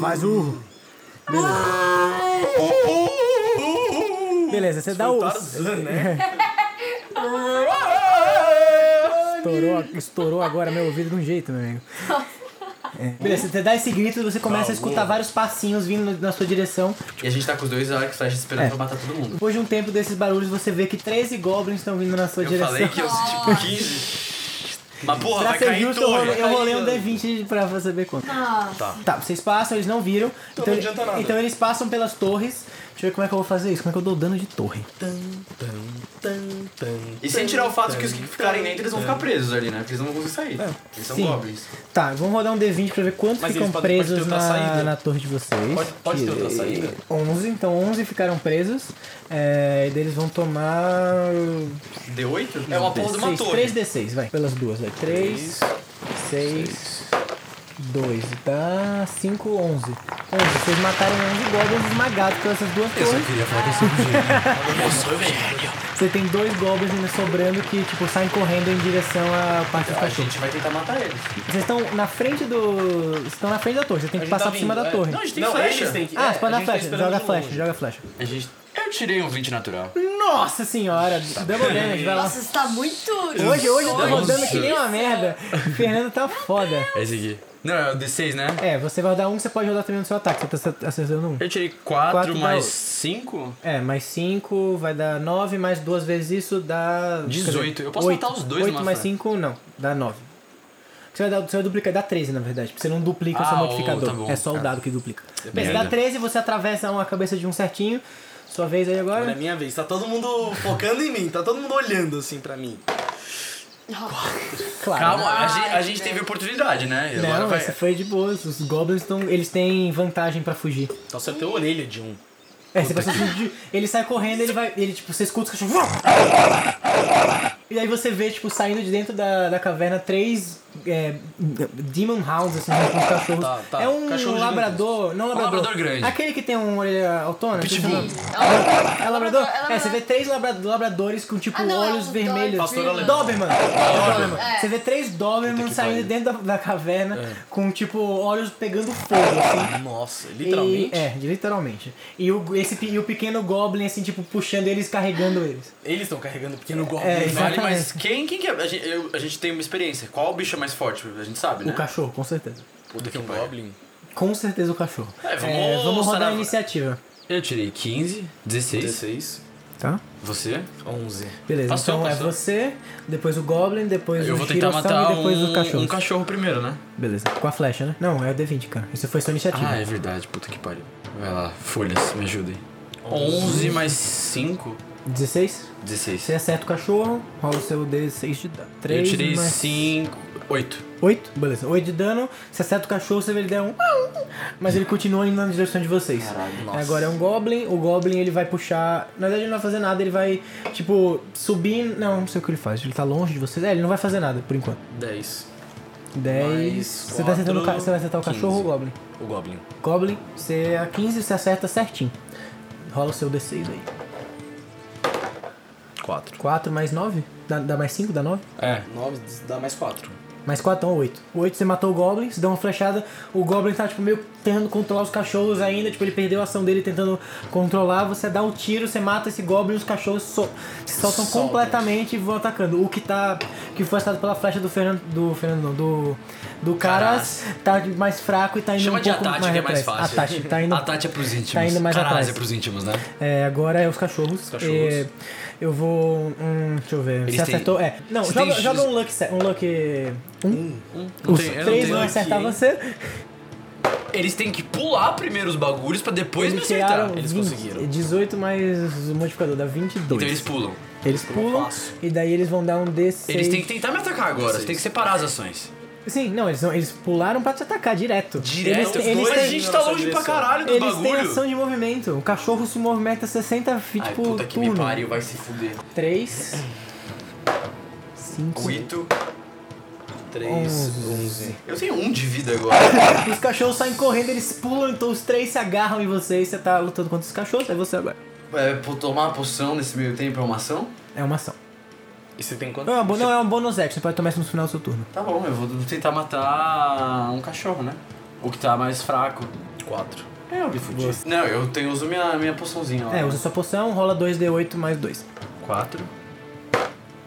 Speaker 2: Faz
Speaker 11: uh,
Speaker 2: o. Beleza. Beleza, você dá o.
Speaker 11: né?
Speaker 2: estourou, estourou agora meu ouvido de um jeito, meu amigo. É. Beleza, você dá esse grito e você começa a escutar vários passinhos vindo na sua direção.
Speaker 11: E a gente tá com os dois arcos flechas esperando
Speaker 2: É.
Speaker 11: pra matar todo mundo.
Speaker 2: Depois de um tempo desses barulhos, você vê que 13 goblins estão vindo na sua
Speaker 11: Eu
Speaker 2: direção.
Speaker 11: falei que eu senti tipo 15. Mas porra,
Speaker 2: pra
Speaker 11: vai
Speaker 2: ser
Speaker 11: cair
Speaker 2: justo, eu
Speaker 11: torre.
Speaker 2: rolei, eu
Speaker 11: Vai
Speaker 2: rolei um
Speaker 11: cair
Speaker 2: D20 pra saber quanto.
Speaker 11: Ah. Tá.
Speaker 2: Tá, vocês passam, eles não viram. Então,
Speaker 11: não adianta nada.
Speaker 2: então eles passam pelas torres. Deixa eu ver como é que eu vou fazer isso. Como é que eu dou dano de torre?
Speaker 11: E sem tirar o fato que os que ficarem dentro, eles vão ficar presos ali, né? Porque eles não vão conseguir sair. Eles são
Speaker 2: Sim.
Speaker 11: goblins.
Speaker 2: Tá, vamos rodar um D20 pra ver quantos
Speaker 11: Mas
Speaker 2: ficam
Speaker 11: eles podem- pode ter
Speaker 2: presos
Speaker 11: outra
Speaker 2: na,
Speaker 11: saída.
Speaker 2: na torre de vocês.
Speaker 11: Pode- pode ter outra saída?
Speaker 2: 11, então 11 ficaram presos. É, e daí eles vão tomar.
Speaker 11: D8? É uma porra de uma torre.
Speaker 2: 3D6, vai. Pelas duas, vai. 3, 6, 2, tá? 5, 11. 11. Vocês mataram 11 goblins esmagados por essas duas torres.
Speaker 11: Eu sou velho.
Speaker 2: Você tem dois goblins ainda sobrando que, tipo, saem correndo em direção à parte dos
Speaker 11: A
Speaker 2: cachorros.
Speaker 11: Ah, gente vai tentar matar eles.
Speaker 2: Vocês estão na frente do. Vocês estão na frente da torre, você tem que
Speaker 11: gente
Speaker 2: passar
Speaker 11: tá
Speaker 2: por cima
Speaker 11: vindo,
Speaker 2: da
Speaker 11: é.
Speaker 2: torre.
Speaker 11: Não, a gente tem Não, flecha. eles têm que-
Speaker 2: Ah,
Speaker 11: é,
Speaker 2: você pode
Speaker 11: a
Speaker 2: dar
Speaker 11: gente tá
Speaker 2: flecha,
Speaker 11: esperando
Speaker 2: joga
Speaker 11: todo
Speaker 2: flecha,
Speaker 11: mundo.
Speaker 2: joga flecha.
Speaker 11: A gente. Eu tirei um 20 natural.
Speaker 2: Nossa senhora, double damage, vai lá.
Speaker 3: Nossa, você tá muito.
Speaker 2: Hoje, hoje eu tô
Speaker 3: Nossa.
Speaker 2: rodando que nem uma merda. O Fernando tá foda.
Speaker 10: É esse aqui. Não, é o D6, né?
Speaker 2: É, você vai rodar um, você pode rodar também no seu ataque, você tá acert- acertando um.
Speaker 10: Eu tirei 4
Speaker 2: Quatro
Speaker 10: mais
Speaker 2: dá o-
Speaker 10: 5?
Speaker 2: É, mais 5 vai dar 9, mais duas vezes isso dá.
Speaker 10: 18. Eu posso matar os dois
Speaker 2: 8
Speaker 10: numa
Speaker 2: mais
Speaker 10: frente.
Speaker 2: 5, não, dá 9. Você vai, dar, você vai duplicar, dá 13 na verdade, porque você não duplica o seu
Speaker 10: Ah, ô,
Speaker 2: modificador.
Speaker 10: tá bom.
Speaker 2: é só o
Speaker 10: Ah.
Speaker 2: dado que duplica.
Speaker 10: É
Speaker 2: Beleza, dá
Speaker 10: merda.
Speaker 2: 13, você atravessa uma cabeça de um certinho. Sua vez aí agora.
Speaker 5: Agora é minha vez. Tá todo mundo focando em mim, tá todo mundo olhando assim pra mim.
Speaker 2: Claro.
Speaker 11: Calma, a gente, a gente teve oportunidade, né? E
Speaker 2: Não,
Speaker 11: Agora
Speaker 2: essa
Speaker 11: vai.
Speaker 2: foi de boa. Os goblins estão. Eles têm vantagem pra fugir.
Speaker 9: Tá
Speaker 5: Então acertei a orelha de um.
Speaker 2: É, você passa de, ele sai correndo, ele vai. Ele, tipo, você escuta os cachorros. E aí você vê, tipo, saindo de dentro da, da caverna três é, Demon Hounds, assim, uns cachorros.
Speaker 10: tá.
Speaker 2: É um
Speaker 10: Cachorro
Speaker 2: labrador. Não, labrador.
Speaker 10: labrador grande.
Speaker 2: Aquele que tem uma orelha autônoma.
Speaker 10: Pitbull.
Speaker 2: que chama- É, labrador? É, você vê três labra- labradores com, tipo,
Speaker 3: Ah, não, é
Speaker 2: olhos
Speaker 3: um
Speaker 2: vermelhos.
Speaker 3: Pastor alemão.
Speaker 2: Doberman. Doberman.
Speaker 3: É.
Speaker 2: Você vê três Doberman saindo dentro da, da caverna com, tipo, olhos pegando fogo, assim.
Speaker 5: Nossa,
Speaker 2: E- é, literalmente. E o, esse, pe- e o pequeno Goblin, assim, tipo, puxando eles, carregando eles.
Speaker 5: Eles estão carregando o pequeno golpe.
Speaker 2: É,
Speaker 11: Vale, mas
Speaker 2: exatamente.
Speaker 11: quem, quem que é? A gente, eu- a gente tem uma experiência. Qual o bicho é mais forte? A gente sabe, né?
Speaker 2: O cachorro, com certeza.
Speaker 11: Puta que um goblin.
Speaker 2: Com certeza o cachorro.
Speaker 11: É, vamos
Speaker 2: vamos rodar
Speaker 11: sarar-
Speaker 2: a iniciativa.
Speaker 10: Eu tirei 15, 16. 16.
Speaker 2: Tá.
Speaker 10: Você? 11.
Speaker 2: Beleza,
Speaker 10: Passou,
Speaker 2: então
Speaker 10: passou.
Speaker 2: é você, depois o Goblin, depois
Speaker 10: Eu
Speaker 2: o
Speaker 10: vou tentar
Speaker 2: Shirosama
Speaker 10: matar
Speaker 2: e depois
Speaker 10: um,
Speaker 2: o cachorro.
Speaker 10: um cachorro primeiro, né?
Speaker 2: Beleza, com a flecha, né? Não, é o D20, cara. Isso foi sua iniciativa.
Speaker 10: Ah, é verdade, puta que pariu. Vai lá, folhas, me ajudem. 11 mais 5,
Speaker 2: 16?
Speaker 10: 16.
Speaker 2: Você acerta o cachorro, rola o seu D6 de dano. 3
Speaker 10: eu tirei
Speaker 2: mais
Speaker 10: 5, 8.
Speaker 2: 8? Beleza. 8 de dano. Você acerta o cachorro, você vê ele der um. Mas ele continua indo na direção de vocês.
Speaker 10: nossa.
Speaker 2: Agora é um Goblin. O Goblin ele vai puxar. Na verdade, ele não vai fazer nada. Ele vai, tipo, subir. Não, não sei o que ele faz. Ele tá longe de vocês. É, ele não vai fazer nada por enquanto.
Speaker 10: 10.
Speaker 2: 10.
Speaker 10: Mais
Speaker 2: Você, tá acertando o ca- você vai acertar o cachorro ou o Goblin?
Speaker 10: O Goblin.
Speaker 2: Goblin, você a 15, você acerta certinho. Rola o seu D6 aí.
Speaker 10: 4.
Speaker 2: 4 mais 9? Dá, dá mais 5? Dá 9?
Speaker 10: É.
Speaker 5: 9 dá mais 4.
Speaker 2: Mais 4, então 8. 8 você matou o Goblin, você deu uma flechada. O Goblin tá, tipo, meio tentando controlar os cachorros ainda. Tipo, ele perdeu a ação dele tentando controlar. Você dá um tiro, você mata esse Goblin, os cachorros so- se soltam
Speaker 5: Soltam.
Speaker 2: completamente e vão atacando. O que tá. que foi acertado pela flecha do Fernando. Do Fernando, não, do. Do Caras, tá mais fraco e tá indo
Speaker 10: Chama
Speaker 2: um
Speaker 10: de
Speaker 2: pouco
Speaker 10: Atati,
Speaker 2: mais
Speaker 10: que é mais
Speaker 2: atrás.
Speaker 10: fácil.
Speaker 2: Atati, tá indo.
Speaker 10: Atati é pros íntimos.
Speaker 2: Tá indo mais
Speaker 10: Caralho,
Speaker 2: atrás.
Speaker 10: é pros íntimos, né?
Speaker 2: É, agora é os cachorros.
Speaker 10: cachorros.
Speaker 2: É, eu vou. Hum, deixa eu ver.
Speaker 10: Eles
Speaker 2: Você
Speaker 10: têm-
Speaker 2: acertou? É. Não,
Speaker 10: Eles
Speaker 2: joga,
Speaker 10: têm-
Speaker 2: joga um Lucky. set- Um Lucky. Um.
Speaker 10: Não
Speaker 2: Os
Speaker 10: tem- eu
Speaker 2: três
Speaker 10: não tenho
Speaker 2: vão
Speaker 10: luck,
Speaker 2: acertar
Speaker 10: hein?
Speaker 2: você.
Speaker 10: Eles têm que pular primeiro os bagulhos pra depois
Speaker 2: Eles
Speaker 10: me acertar.
Speaker 2: tiraram 20, 18 mais o modificador, dá 22.
Speaker 10: Então eles pulam.
Speaker 2: Eles pulam e daí eles vão dar um D6.
Speaker 10: Eles têm que tentar me atacar agora. Você tem que separar as ações.
Speaker 2: Sim, não, eles, não, eles pularam pra te atacar direto.
Speaker 12: Direto?
Speaker 2: Eles, têm-
Speaker 12: Dois?
Speaker 2: eles têm-
Speaker 12: A gente tá longe pra caralho do
Speaker 2: eles
Speaker 12: bagulho.
Speaker 2: têm ação de movimento. O cachorro se movimenta 60 feet
Speaker 4: Ai,
Speaker 2: por
Speaker 4: puta que me
Speaker 2: turno.
Speaker 4: pariu, vai se fuder.
Speaker 2: 3, 5,
Speaker 4: 8,
Speaker 2: 3,
Speaker 4: 11. Eu tenho um de vida agora.
Speaker 2: Os cachorros saem correndo, eles pulam, então os três se agarram em você e você tá lutando contra os cachorros, aí você agora.
Speaker 4: É, pô, tomar uma poção nesse meio tempo é uma ação?
Speaker 2: É uma ação.
Speaker 4: E você tem
Speaker 2: Não, é uma bo- não, é um bônus action, você pode tomar isso no final do seu turno.
Speaker 4: Tá bom, eu vou tentar matar um cachorro, né? O que tá mais fraco. Quatro. É, eu me fudi. Não, eu tenho, uso minha, minha poçãozinha lá.
Speaker 2: É, usa sua poção, rola 2d8 mais 2.
Speaker 4: Quatro.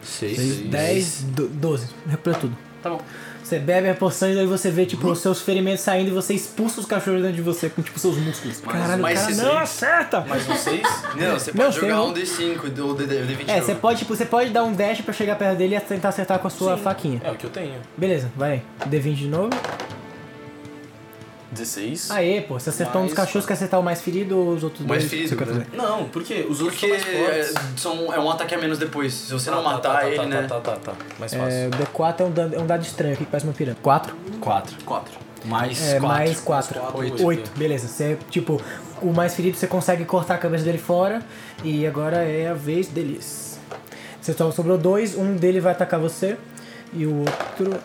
Speaker 4: Seis.
Speaker 2: 10, 12. Recupera tudo.
Speaker 4: Tá bom.
Speaker 2: Você bebe a poção e daí você vê, tipo, os seis seus ferimentos saindo e você expulsa os cachorros dentro de você com, tipo, seus músculos. Caralho,
Speaker 4: mais
Speaker 2: o cara
Speaker 4: seis,
Speaker 2: não
Speaker 4: hein?
Speaker 2: acerta!
Speaker 4: Mais um seis? Não, você
Speaker 2: Não,
Speaker 4: pode
Speaker 2: você
Speaker 4: jogar
Speaker 2: errou.
Speaker 4: um D5 ou D20.
Speaker 2: É, você pode, tipo, você pode dar um dash pra chegar perto dele e tentar acertar com a sua faquinha.
Speaker 4: É o que eu tenho.
Speaker 2: Beleza, vai aí. D20 de novo.
Speaker 9: 16.
Speaker 2: Aê, pô, você acertou um dos
Speaker 9: Mais-
Speaker 2: cachorros, quer acertar o mais ferido ou os outros
Speaker 4: Mais
Speaker 2: dois?
Speaker 4: ferido,
Speaker 2: Você quer
Speaker 4: né?
Speaker 2: fazer?
Speaker 9: Não, por quê? Os outros
Speaker 4: Porque
Speaker 9: são mais fortes.
Speaker 4: é, são, é um ataque a menos depois. Se você não matar ele, né?
Speaker 9: Tá, tá, tá, tá. Mais fácil.
Speaker 2: É, o D4 é um, dado, é um dado estranho aqui que parece uma pirâmide. 4?
Speaker 4: 4. 4. Mais
Speaker 2: É,
Speaker 4: 4.
Speaker 2: mais 4. 8. Beleza, você, tipo, o mais ferido você consegue cortar a cabeça dele fora. E agora é a vez deles. Você só sobrou dois, um dele vai atacar você. E o outro.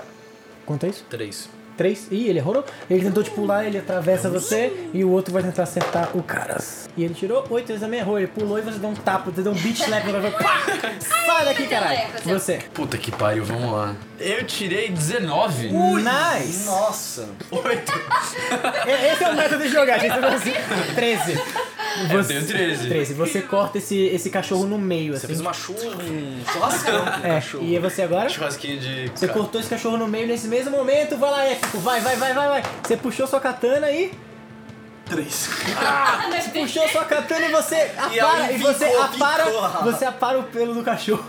Speaker 2: Quanto é isso?
Speaker 4: 3.
Speaker 2: 3. Ih, ele errou. Ele tentou te pular, ele atravessa você. E o outro vai tentar acertar o cara. E ele tirou 8, ele também errou. Ele pulou e você deu um tapa, você deu um beat slap. ele vai- pá! Sai daqui, caralho. Você.
Speaker 4: Puta que pariu, vamos lá. Eu tirei 19.
Speaker 2: Uh, Nice.
Speaker 4: Nossa. 8.
Speaker 2: É- Esse é o método de jogar, gente. Você vai assim, 13.
Speaker 4: É, eu tenho 13.
Speaker 2: 13. Você corta esse, esse cachorro no meio, assim.
Speaker 9: Você fez uma churra, um churrascão com o
Speaker 2: É,
Speaker 9: cachorro. Um
Speaker 2: e você agora?
Speaker 4: Churrasquinho de.
Speaker 2: Você cortou esse cachorro no meio nesse mesmo momento. Vai lá, Épico. Vai, vai, vai, vai, vai. Você puxou sua katana e...
Speaker 9: Três.
Speaker 2: Você puxou sua katana e você
Speaker 9: E
Speaker 2: apara. E,
Speaker 9: aí
Speaker 2: você
Speaker 9: picou,
Speaker 2: apara...
Speaker 9: picou.
Speaker 2: Você apara o pelo do cachorro.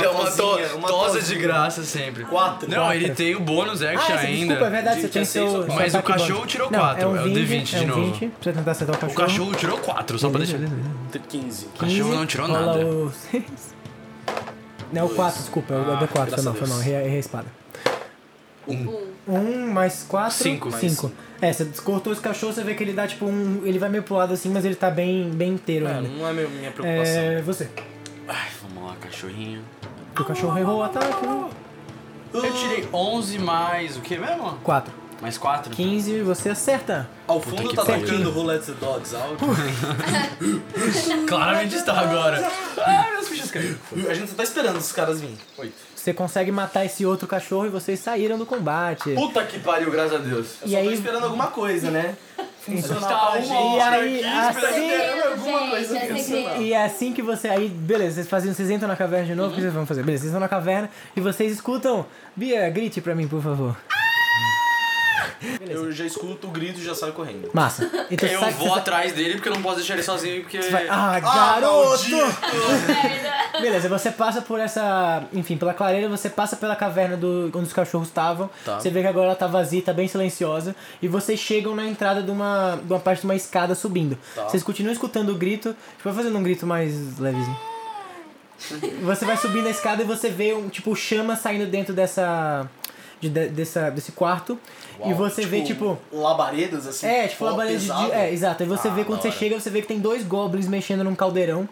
Speaker 4: É uma, to tosa de graça sempre. 4. Não, ele tem o bônus action
Speaker 2: ah, esse-
Speaker 4: ainda.
Speaker 2: desculpa, é verdade. Você tem seu... seu
Speaker 4: Mas o
Speaker 2: ataque
Speaker 4: cachorro
Speaker 2: bônus.
Speaker 4: tirou
Speaker 2: Não,
Speaker 4: 4.
Speaker 2: um
Speaker 4: é, o
Speaker 2: 20,
Speaker 4: D20 de
Speaker 2: é um
Speaker 4: novo.
Speaker 2: 20, pra tentar acertar o
Speaker 4: O
Speaker 2: cachorro.
Speaker 4: cachorro tirou 4, só pra deixar.
Speaker 9: Tem 15.
Speaker 4: O cachorro não tirou
Speaker 2: rola
Speaker 4: nada.
Speaker 2: O 6. Não, o 4, desculpa. É o
Speaker 4: Ah,
Speaker 2: D4. Foi
Speaker 4: graças
Speaker 2: mal,
Speaker 4: a
Speaker 2: foi
Speaker 4: Deus.
Speaker 2: mal. Errei errei a espada.
Speaker 4: Um.
Speaker 2: 1 mais 4.
Speaker 4: Cinco.
Speaker 2: 5. É, você cortou esse cachorro, você vê que ele dá tipo um. Ele vai meio pro lado assim, mas ele tá bem, bem inteiro
Speaker 9: É,
Speaker 4: um
Speaker 2: ainda.
Speaker 9: não é meu-
Speaker 4: tá
Speaker 9: minha preocupação.
Speaker 2: É, você.
Speaker 4: Ai, vamos lá, cachorrinho.
Speaker 2: O cachorro errou o ataque. né?
Speaker 4: Eu tirei 11 mais o que mesmo?
Speaker 2: 4.
Speaker 4: Mais 4?
Speaker 2: 15, você acerta.
Speaker 13: Ao fundo
Speaker 4: que
Speaker 13: tá
Speaker 4: pariu.
Speaker 13: tocando Roulette Dogs alto.
Speaker 4: Claramente está agora.
Speaker 9: Ah, meus bichos caíram. A gente só tá esperando os caras virem.
Speaker 2: Você consegue matar esse outro cachorro e vocês saíram do combate.
Speaker 4: Puta que pariu, graças a Deus.
Speaker 2: E aí,
Speaker 9: Esperando alguma coisa, né? Funcionar
Speaker 2: Tá
Speaker 4: um
Speaker 9: pra
Speaker 2: uma
Speaker 9: gente
Speaker 2: hora
Speaker 9: aqui,
Speaker 2: aqui,
Speaker 9: esperando
Speaker 2: assim-
Speaker 9: alguma coisa
Speaker 3: Gente, é
Speaker 9: funcionar.
Speaker 2: E é assim que você. Aí, beleza, vocês fazem. Vocês entram na caverna de novo. O que vocês vão fazer? Beleza, vocês vão na caverna e vocês escutam. Bia, grite pra mim, por favor.
Speaker 9: Eu já escuto o grito e já saio correndo.
Speaker 2: Massa. Então,
Speaker 4: eu
Speaker 2: sabe que
Speaker 4: vou
Speaker 2: você-
Speaker 4: atrás dele porque eu não posso deixar ele sozinho porque.
Speaker 2: Ah, garoto! Beleza, você passa por essa. Enfim, pela clareira, você passa pela caverna do, onde os cachorros estavam.
Speaker 4: Tá.
Speaker 2: Você vê que agora ela tá vazia, tá bem silenciosa. E vocês chegam na entrada de uma, de uma parte de uma escada subindo. Vocês continuam escutando o grito. Tipo, vai fazendo um grito mais levezinho. Você vai subindo a escada e você vê um tipo chama saindo dentro dessa. de- de- dessa, desse quarto. e você vê, tipo.
Speaker 9: Labaredas, assim.
Speaker 2: É, tipo labareda de
Speaker 9: pesado.
Speaker 2: dia. É, exato. E você
Speaker 9: Ah,
Speaker 2: vê quando
Speaker 9: da
Speaker 2: você
Speaker 9: hora.
Speaker 2: chega, você vê que tem dois goblins mexendo num caldeirão.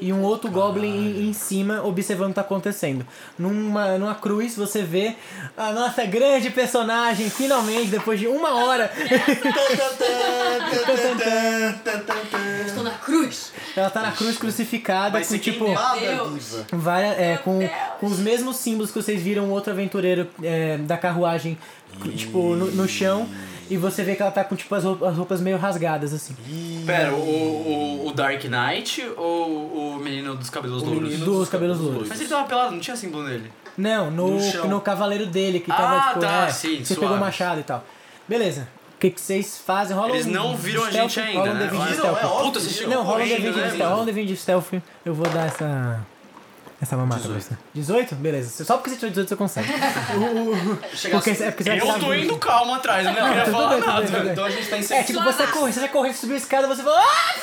Speaker 2: E um outro goblin em, em cima observando o que tá acontecendo. Numa, numa cruz você vê a nossa grande personagem, finalmente, depois de uma hora.
Speaker 3: Estou na cruz.
Speaker 2: Ela tá na cruz crucificada
Speaker 9: Vai
Speaker 2: com
Speaker 9: ser
Speaker 2: tipo.
Speaker 9: queimada,
Speaker 3: Meu
Speaker 9: viva.
Speaker 2: Várias, é, com, com os mesmos símbolos que vocês viram o outro aventureiro é, da carruagem, tipo, no, no chão. E você vê que ela tá com, tipo, as roupas, as roupas meio rasgadas, assim.
Speaker 4: Pera, o, o, o Dark Knight ou o menino dos cabelos louros?
Speaker 2: Dos cabelos louros.
Speaker 4: Mas ele tava pelado, não tinha símbolo nele.
Speaker 2: Não, no,
Speaker 4: No chão.
Speaker 2: no, cavaleiro dele, que tava,
Speaker 4: Ah,
Speaker 2: tipo,
Speaker 4: tá,
Speaker 2: é,
Speaker 4: sim,
Speaker 2: Você
Speaker 4: suave.
Speaker 2: pegou o machado e tal. Beleza. O que, que vocês fazem? Rola
Speaker 4: Eles
Speaker 2: um
Speaker 4: não viram a
Speaker 2: stealth,
Speaker 4: gente ainda,
Speaker 2: rola um D20
Speaker 4: né?
Speaker 2: de
Speaker 4: Viram,
Speaker 2: stealth.
Speaker 4: é óbvio Puta, que vocês viram.
Speaker 2: Não, rola um
Speaker 4: correndo,
Speaker 2: D20 de
Speaker 4: né?
Speaker 2: stealth. Rola um D20 de stealth. Eu vou dar essa... Essa mamata pra você. 18? Beleza. Só porque você tirou 18 você consegue.
Speaker 4: Chega assim,
Speaker 2: Porque- é porque você vai
Speaker 4: eu
Speaker 2: tirar
Speaker 4: tô
Speaker 2: vinte.
Speaker 4: indo calmo atrás, né? eu não queria
Speaker 2: tudo
Speaker 4: falar
Speaker 2: bem, tudo bem,
Speaker 4: nada.
Speaker 2: tudo bem.
Speaker 4: Então a gente tá em
Speaker 2: É, tipo,
Speaker 4: segundo.
Speaker 2: você corre, você já corre, subiu a escada, você fala... Ah,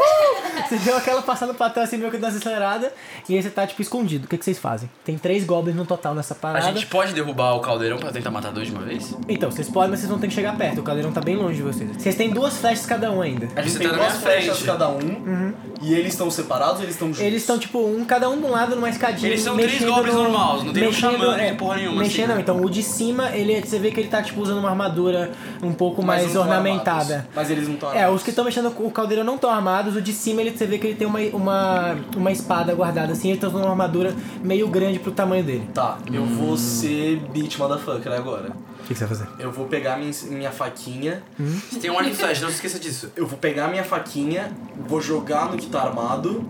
Speaker 2: pá, uhul! Você deu aquela passada pra trás assim, meio que dança acelerada. E aí você tá, tipo, escondido. O que, que vocês fazem? Tem três goblins no total nessa
Speaker 4: A
Speaker 2: parada.
Speaker 4: gente pode derrubar o caldeirão pra tentar matar dois de uma vez?
Speaker 2: Então, vocês podem, mas vocês vão ter que chegar perto. O caldeirão tá bem longe de vocês. Vocês têm duas flechas cada um ainda.
Speaker 4: A gente
Speaker 9: Tem
Speaker 4: tá na minha
Speaker 9: duas flechas
Speaker 4: frente.
Speaker 9: cada um. E eles estão separados eles estão juntos?
Speaker 2: Uhum. Eles estão, tipo, um cada um de um lado numa escadinha.
Speaker 4: Eles são três goblins normais, não tem um
Speaker 2: mexendo- é,
Speaker 4: xamã, nem porra nenhuma,
Speaker 2: Mexendo,
Speaker 4: assim.
Speaker 2: não. Então, o de cima, ele, você vê que ele tá, tipo, usando uma armadura um pouco
Speaker 9: Mas
Speaker 2: mais
Speaker 9: não tão
Speaker 2: ornamentada.
Speaker 9: armados. Mas eles não estão
Speaker 2: É, os que estão mexendo com o caldeirão não estão armados. O de cima, ele, você vê que ele tem uma, uma, uma espada guardada, assim. Ele tá usando uma armadura meio grande pro tamanho dele.
Speaker 9: Tá, eu
Speaker 4: Hum.
Speaker 9: vou ser beat motherfucker agora.
Speaker 2: O que, que você vai fazer?
Speaker 9: Eu vou pegar minha, minha faquinha.
Speaker 2: Hum?
Speaker 4: Você tem um arco e flecha, não se esqueça disso.
Speaker 9: Eu vou pegar minha faquinha, vou jogar no que tá armado.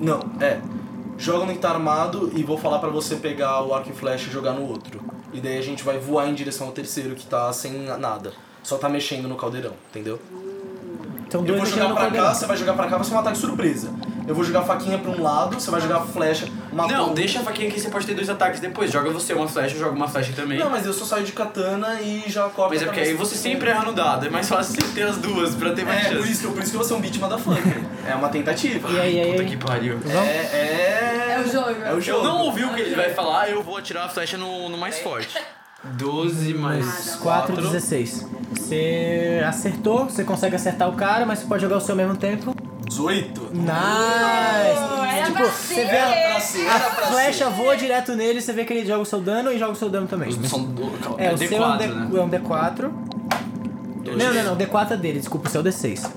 Speaker 9: Não, é. Joga no que tá armado e vou falar pra você pegar o arco e flecha e jogar no outro. E daí a gente vai voar em direção ao terceiro que tá sem nada. Só tá mexendo no caldeirão, entendeu?
Speaker 2: Então,
Speaker 9: eu
Speaker 2: dois
Speaker 9: vou
Speaker 2: mexendo
Speaker 9: jogar
Speaker 2: no
Speaker 9: pra
Speaker 2: caldeirão.
Speaker 9: cá, você vai jogar pra cá, vai ser um ataque surpresa. Eu vou jogar a faquinha pra um lado, você vai jogar a flecha,
Speaker 2: Tá
Speaker 9: matou
Speaker 4: Não,
Speaker 9: um.
Speaker 4: deixa a faquinha aqui, você pode ter dois ataques depois. Joga você uma flecha, eu jogo uma flecha também.
Speaker 9: Não, mas eu só saio de katana e já corto
Speaker 4: Mas é
Speaker 9: a
Speaker 4: porque
Speaker 9: cabeça
Speaker 4: aí
Speaker 9: do
Speaker 4: você
Speaker 9: segundo.
Speaker 4: sempre erra no dado. É mais fácil você ter as duas pra ter mais
Speaker 9: É,
Speaker 4: chance.
Speaker 9: por isso, que- por isso que você é um beat motherfucker. é uma tentativa.
Speaker 2: E aí, aí, aí?
Speaker 4: Que pariu.
Speaker 9: É, é... o jogo. É o jogo.
Speaker 4: Eu não ouvi o que ele vai falar, eu vou atirar a flecha no, no mais forte. 12 mais
Speaker 2: 4, 16. Você acertou, você consegue acertar o cara, mas você pode jogar o seu ao mesmo tempo.
Speaker 9: 18.
Speaker 2: Nice!
Speaker 9: Era
Speaker 2: tipo,
Speaker 9: pra
Speaker 2: você
Speaker 9: ser.
Speaker 2: vê
Speaker 9: Era
Speaker 2: a,
Speaker 9: pra ser, era
Speaker 2: a
Speaker 9: pra
Speaker 2: flecha
Speaker 9: ser.
Speaker 2: voa direto nele, você vê que ele joga o seu dano e joga o seu dano também.
Speaker 4: São do,
Speaker 2: É, o seu é um,
Speaker 4: D4,
Speaker 2: D,
Speaker 4: né?
Speaker 2: é um D4. Não, não, não, D4 é dele, desculpa, o seu é o D6.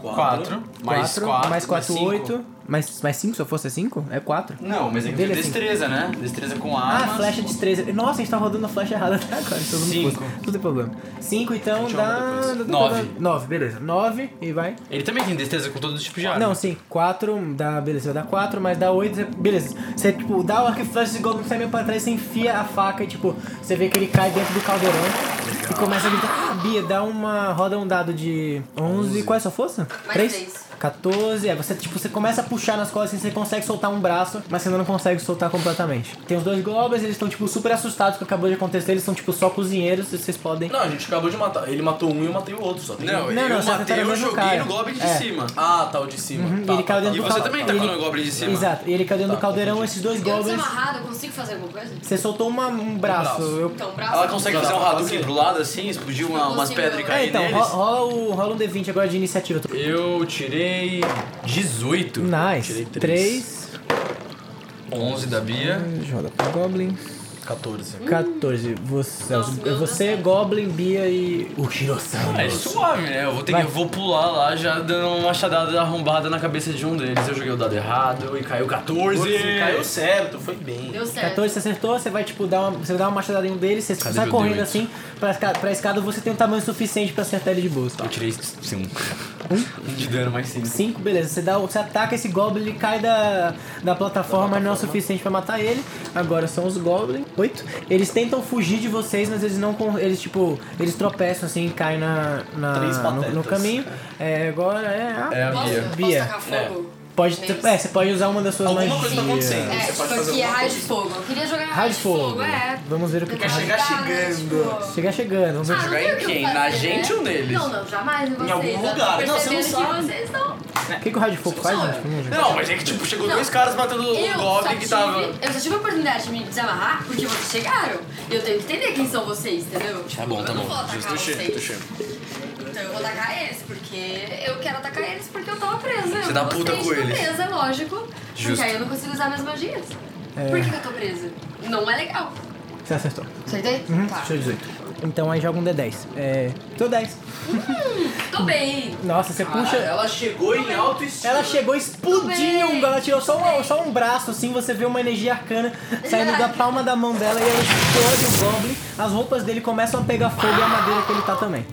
Speaker 4: 4. Mais
Speaker 2: Quatro,
Speaker 4: 4.
Speaker 2: mais 4,
Speaker 4: cinco.
Speaker 2: 8. Mais, mais 5, se eu fosse 5? É 4?
Speaker 4: Não, mas é que eu
Speaker 2: Dele
Speaker 4: tenho
Speaker 2: é cinco.
Speaker 4: destreza, né? Destreza com
Speaker 2: Ah,
Speaker 4: armas.
Speaker 2: flecha de 13. Nossa, a gente tá rodando a flecha errada até agora. Então não
Speaker 4: Cinco.
Speaker 2: custa. Não tem problema. 5, então dá.
Speaker 4: Nove.
Speaker 2: 9, beleza. 9 e vai.
Speaker 4: Ele também tem destreza com todo tipo de arma.
Speaker 2: Ah, Não, sim, 4, dá, beleza, vai dar 4, mas dá 8, beleza. Você, tipo, dá o arco e flecha, esse goblin sai meio pra trás, você enfia a faca e, tipo, você vê que ele cai dentro do caldeirão e começa a gritar. Ah, Bia, dá uma, roda um dado de 11, qual é a sua força?
Speaker 3: Mais três.
Speaker 2: 14, é, você, tipo, você começa a puxar nas costas, assim, você consegue soltar um braço, mas você ainda não consegue soltar completamente. Tem os dois goblins, eles estão, tipo, super assustados com o que acabou de acontecer, eles são, tipo, só cozinheiros, e vocês podem...
Speaker 9: Não, a gente acabou de matar. Ele matou um e eu matei o outro, só tem
Speaker 4: Não,
Speaker 9: um.
Speaker 2: Não,
Speaker 4: eu
Speaker 2: não, você
Speaker 4: matei,
Speaker 2: acertaram
Speaker 4: eu
Speaker 2: o mesmo
Speaker 4: joguei
Speaker 2: cara.
Speaker 4: no Goblin de
Speaker 2: É.
Speaker 4: cima.
Speaker 9: Ah, tá, o de cima.
Speaker 2: Uhum, e
Speaker 9: Tá,
Speaker 2: ele caiu
Speaker 9: tá,
Speaker 2: dentro
Speaker 4: E
Speaker 2: do
Speaker 4: você
Speaker 2: cal-
Speaker 4: também tá
Speaker 2: ele-
Speaker 4: com o Goblin de cima.
Speaker 2: Exato, e ele caiu dentro do caldeirão, esses dois
Speaker 3: Eu
Speaker 2: goblins...
Speaker 3: desamarrada, eu consigo fazer alguma coisa?
Speaker 2: Você soltou uma- um braço.
Speaker 9: braço.
Speaker 2: Eu...
Speaker 3: Então, braço.
Speaker 4: Ela consegue
Speaker 9: Dá
Speaker 4: fazer um
Speaker 9: pra
Speaker 4: Hadouken
Speaker 9: fazer.
Speaker 4: pro lado assim, explodir uma- umas
Speaker 3: consigo,
Speaker 4: pedras e
Speaker 3: eu-
Speaker 2: É,
Speaker 4: cair
Speaker 2: então, ro-
Speaker 4: neles?
Speaker 2: rola, o, rola um D20 agora de iniciativa.
Speaker 4: Eu tirei 18.
Speaker 2: Nice.
Speaker 4: Tirei
Speaker 2: 3.
Speaker 4: 11 da Bia.
Speaker 2: Joga pro Goblin.
Speaker 9: 14.
Speaker 2: 14. Você,
Speaker 3: Nossa, meu
Speaker 2: você Goblin, Bia e. O Shirosama.
Speaker 4: É suave, né? Eu vou, ter
Speaker 2: Vai.
Speaker 4: que, eu vou pular lá já dando uma machadada arrombada na cabeça de um deles. Eu joguei o dado errado e caiu 14.
Speaker 9: Caiu certo, foi bem.
Speaker 3: Deu certo.
Speaker 2: 14, você acertou, você vai tipo dar uma, você dá uma machadada em um deles, você
Speaker 4: Cadê
Speaker 2: sai
Speaker 4: meu
Speaker 2: correndo
Speaker 4: D8?
Speaker 2: assim pra, esca- pra escada, você tem um tamanho suficiente pra acertar ele de boa.
Speaker 4: Eu tirei 5. Um de dano mais 5.
Speaker 2: 5, beleza. Você, dá, o- você ataca esse Goblin, ele cai da, da plataforma, mas não é o suficiente pra matar ele. Agora são os Goblin. 8. Eles tentam fugir de vocês, mas eles não. con- Eles, tipo, eles tropeçam assim e caem na, na-
Speaker 9: Três
Speaker 2: no, no
Speaker 9: patetas.
Speaker 2: caminho. É, agora é. a-
Speaker 4: É a
Speaker 3: Posso,
Speaker 4: Bia.
Speaker 3: posso
Speaker 2: Bia.
Speaker 3: tacar fogo?
Speaker 2: Pode,
Speaker 3: Neles?
Speaker 2: é, você pode usar uma das suas
Speaker 9: Alguma
Speaker 2: magias.
Speaker 9: coisa tá
Speaker 3: É,
Speaker 9: acontecendo. Você
Speaker 3: tipo,
Speaker 9: pode fazer
Speaker 3: aqui é
Speaker 9: alguma
Speaker 3: raio de
Speaker 9: coisa.
Speaker 3: fogo. Eu queria jogar
Speaker 2: Raio de fogo.
Speaker 3: é.
Speaker 2: Vamos ver o que
Speaker 3: Tentar
Speaker 2: que-
Speaker 9: chegar
Speaker 3: ajudar, né,
Speaker 9: chegando.
Speaker 3: tipo-
Speaker 2: Chegar chegando, vamos ver.
Speaker 3: Ah, não
Speaker 4: Jogar
Speaker 3: tem
Speaker 4: em
Speaker 3: o que eu
Speaker 4: quem?
Speaker 3: fazer,
Speaker 4: Na gente
Speaker 3: né?
Speaker 4: ou neles?
Speaker 3: Não, não, jamais em vocês.
Speaker 9: algum
Speaker 3: eu tô
Speaker 9: lugar. Não, você não
Speaker 3: percebendo
Speaker 9: sabe.
Speaker 3: que vocês estão...
Speaker 2: O que, que o Raio de Fogo faz,
Speaker 3: Sou
Speaker 2: gente?
Speaker 3: eu.
Speaker 2: Vamos ver.
Speaker 4: Não, mas é que tipo, chegou
Speaker 3: Não.
Speaker 4: dois caras matando
Speaker 3: Eu
Speaker 4: o
Speaker 3: só,
Speaker 4: Goblin
Speaker 3: tive,
Speaker 4: que tava.
Speaker 3: eu só tive a oportunidade de me desamarrar porque vocês chegaram. E eu tenho que entender quem são vocês, entendeu? Tá
Speaker 4: bom, tá
Speaker 3: eu
Speaker 4: bom.
Speaker 3: Não vou atacar
Speaker 4: Justo, touché,
Speaker 3: vocês.
Speaker 4: touché.
Speaker 3: Então eu vou atacar eles, porque eu quero atacar eles porque eu tava presa.
Speaker 4: Você
Speaker 3: eu
Speaker 4: tá
Speaker 3: não
Speaker 4: puta
Speaker 3: gostei
Speaker 4: com
Speaker 3: de tô
Speaker 4: eles.
Speaker 3: presa, lógico.
Speaker 4: Justo.
Speaker 3: Porque aí eu não consigo usar minhas magias. Por que, que eu tô presa? Não é legal.
Speaker 2: Você acertou.
Speaker 3: Acertei?
Speaker 2: Uhum,
Speaker 3: Tá.
Speaker 2: tirou 18. Então aí joga um D10. É. Tô 10.
Speaker 3: Tô bem.
Speaker 2: Nossa,
Speaker 9: Ah,
Speaker 2: você puxa.
Speaker 9: é
Speaker 4: Ela chegou em alto estilo.
Speaker 2: é. Ela chegou explodindo,
Speaker 3: Tudo bem.
Speaker 2: ela tirou só um, só um braço, assim, você vê uma energia arcana saindo da palma da mão dela e ela explode o Goblin. As roupas dele começam a pegar fogo e a madeira que ele tá também.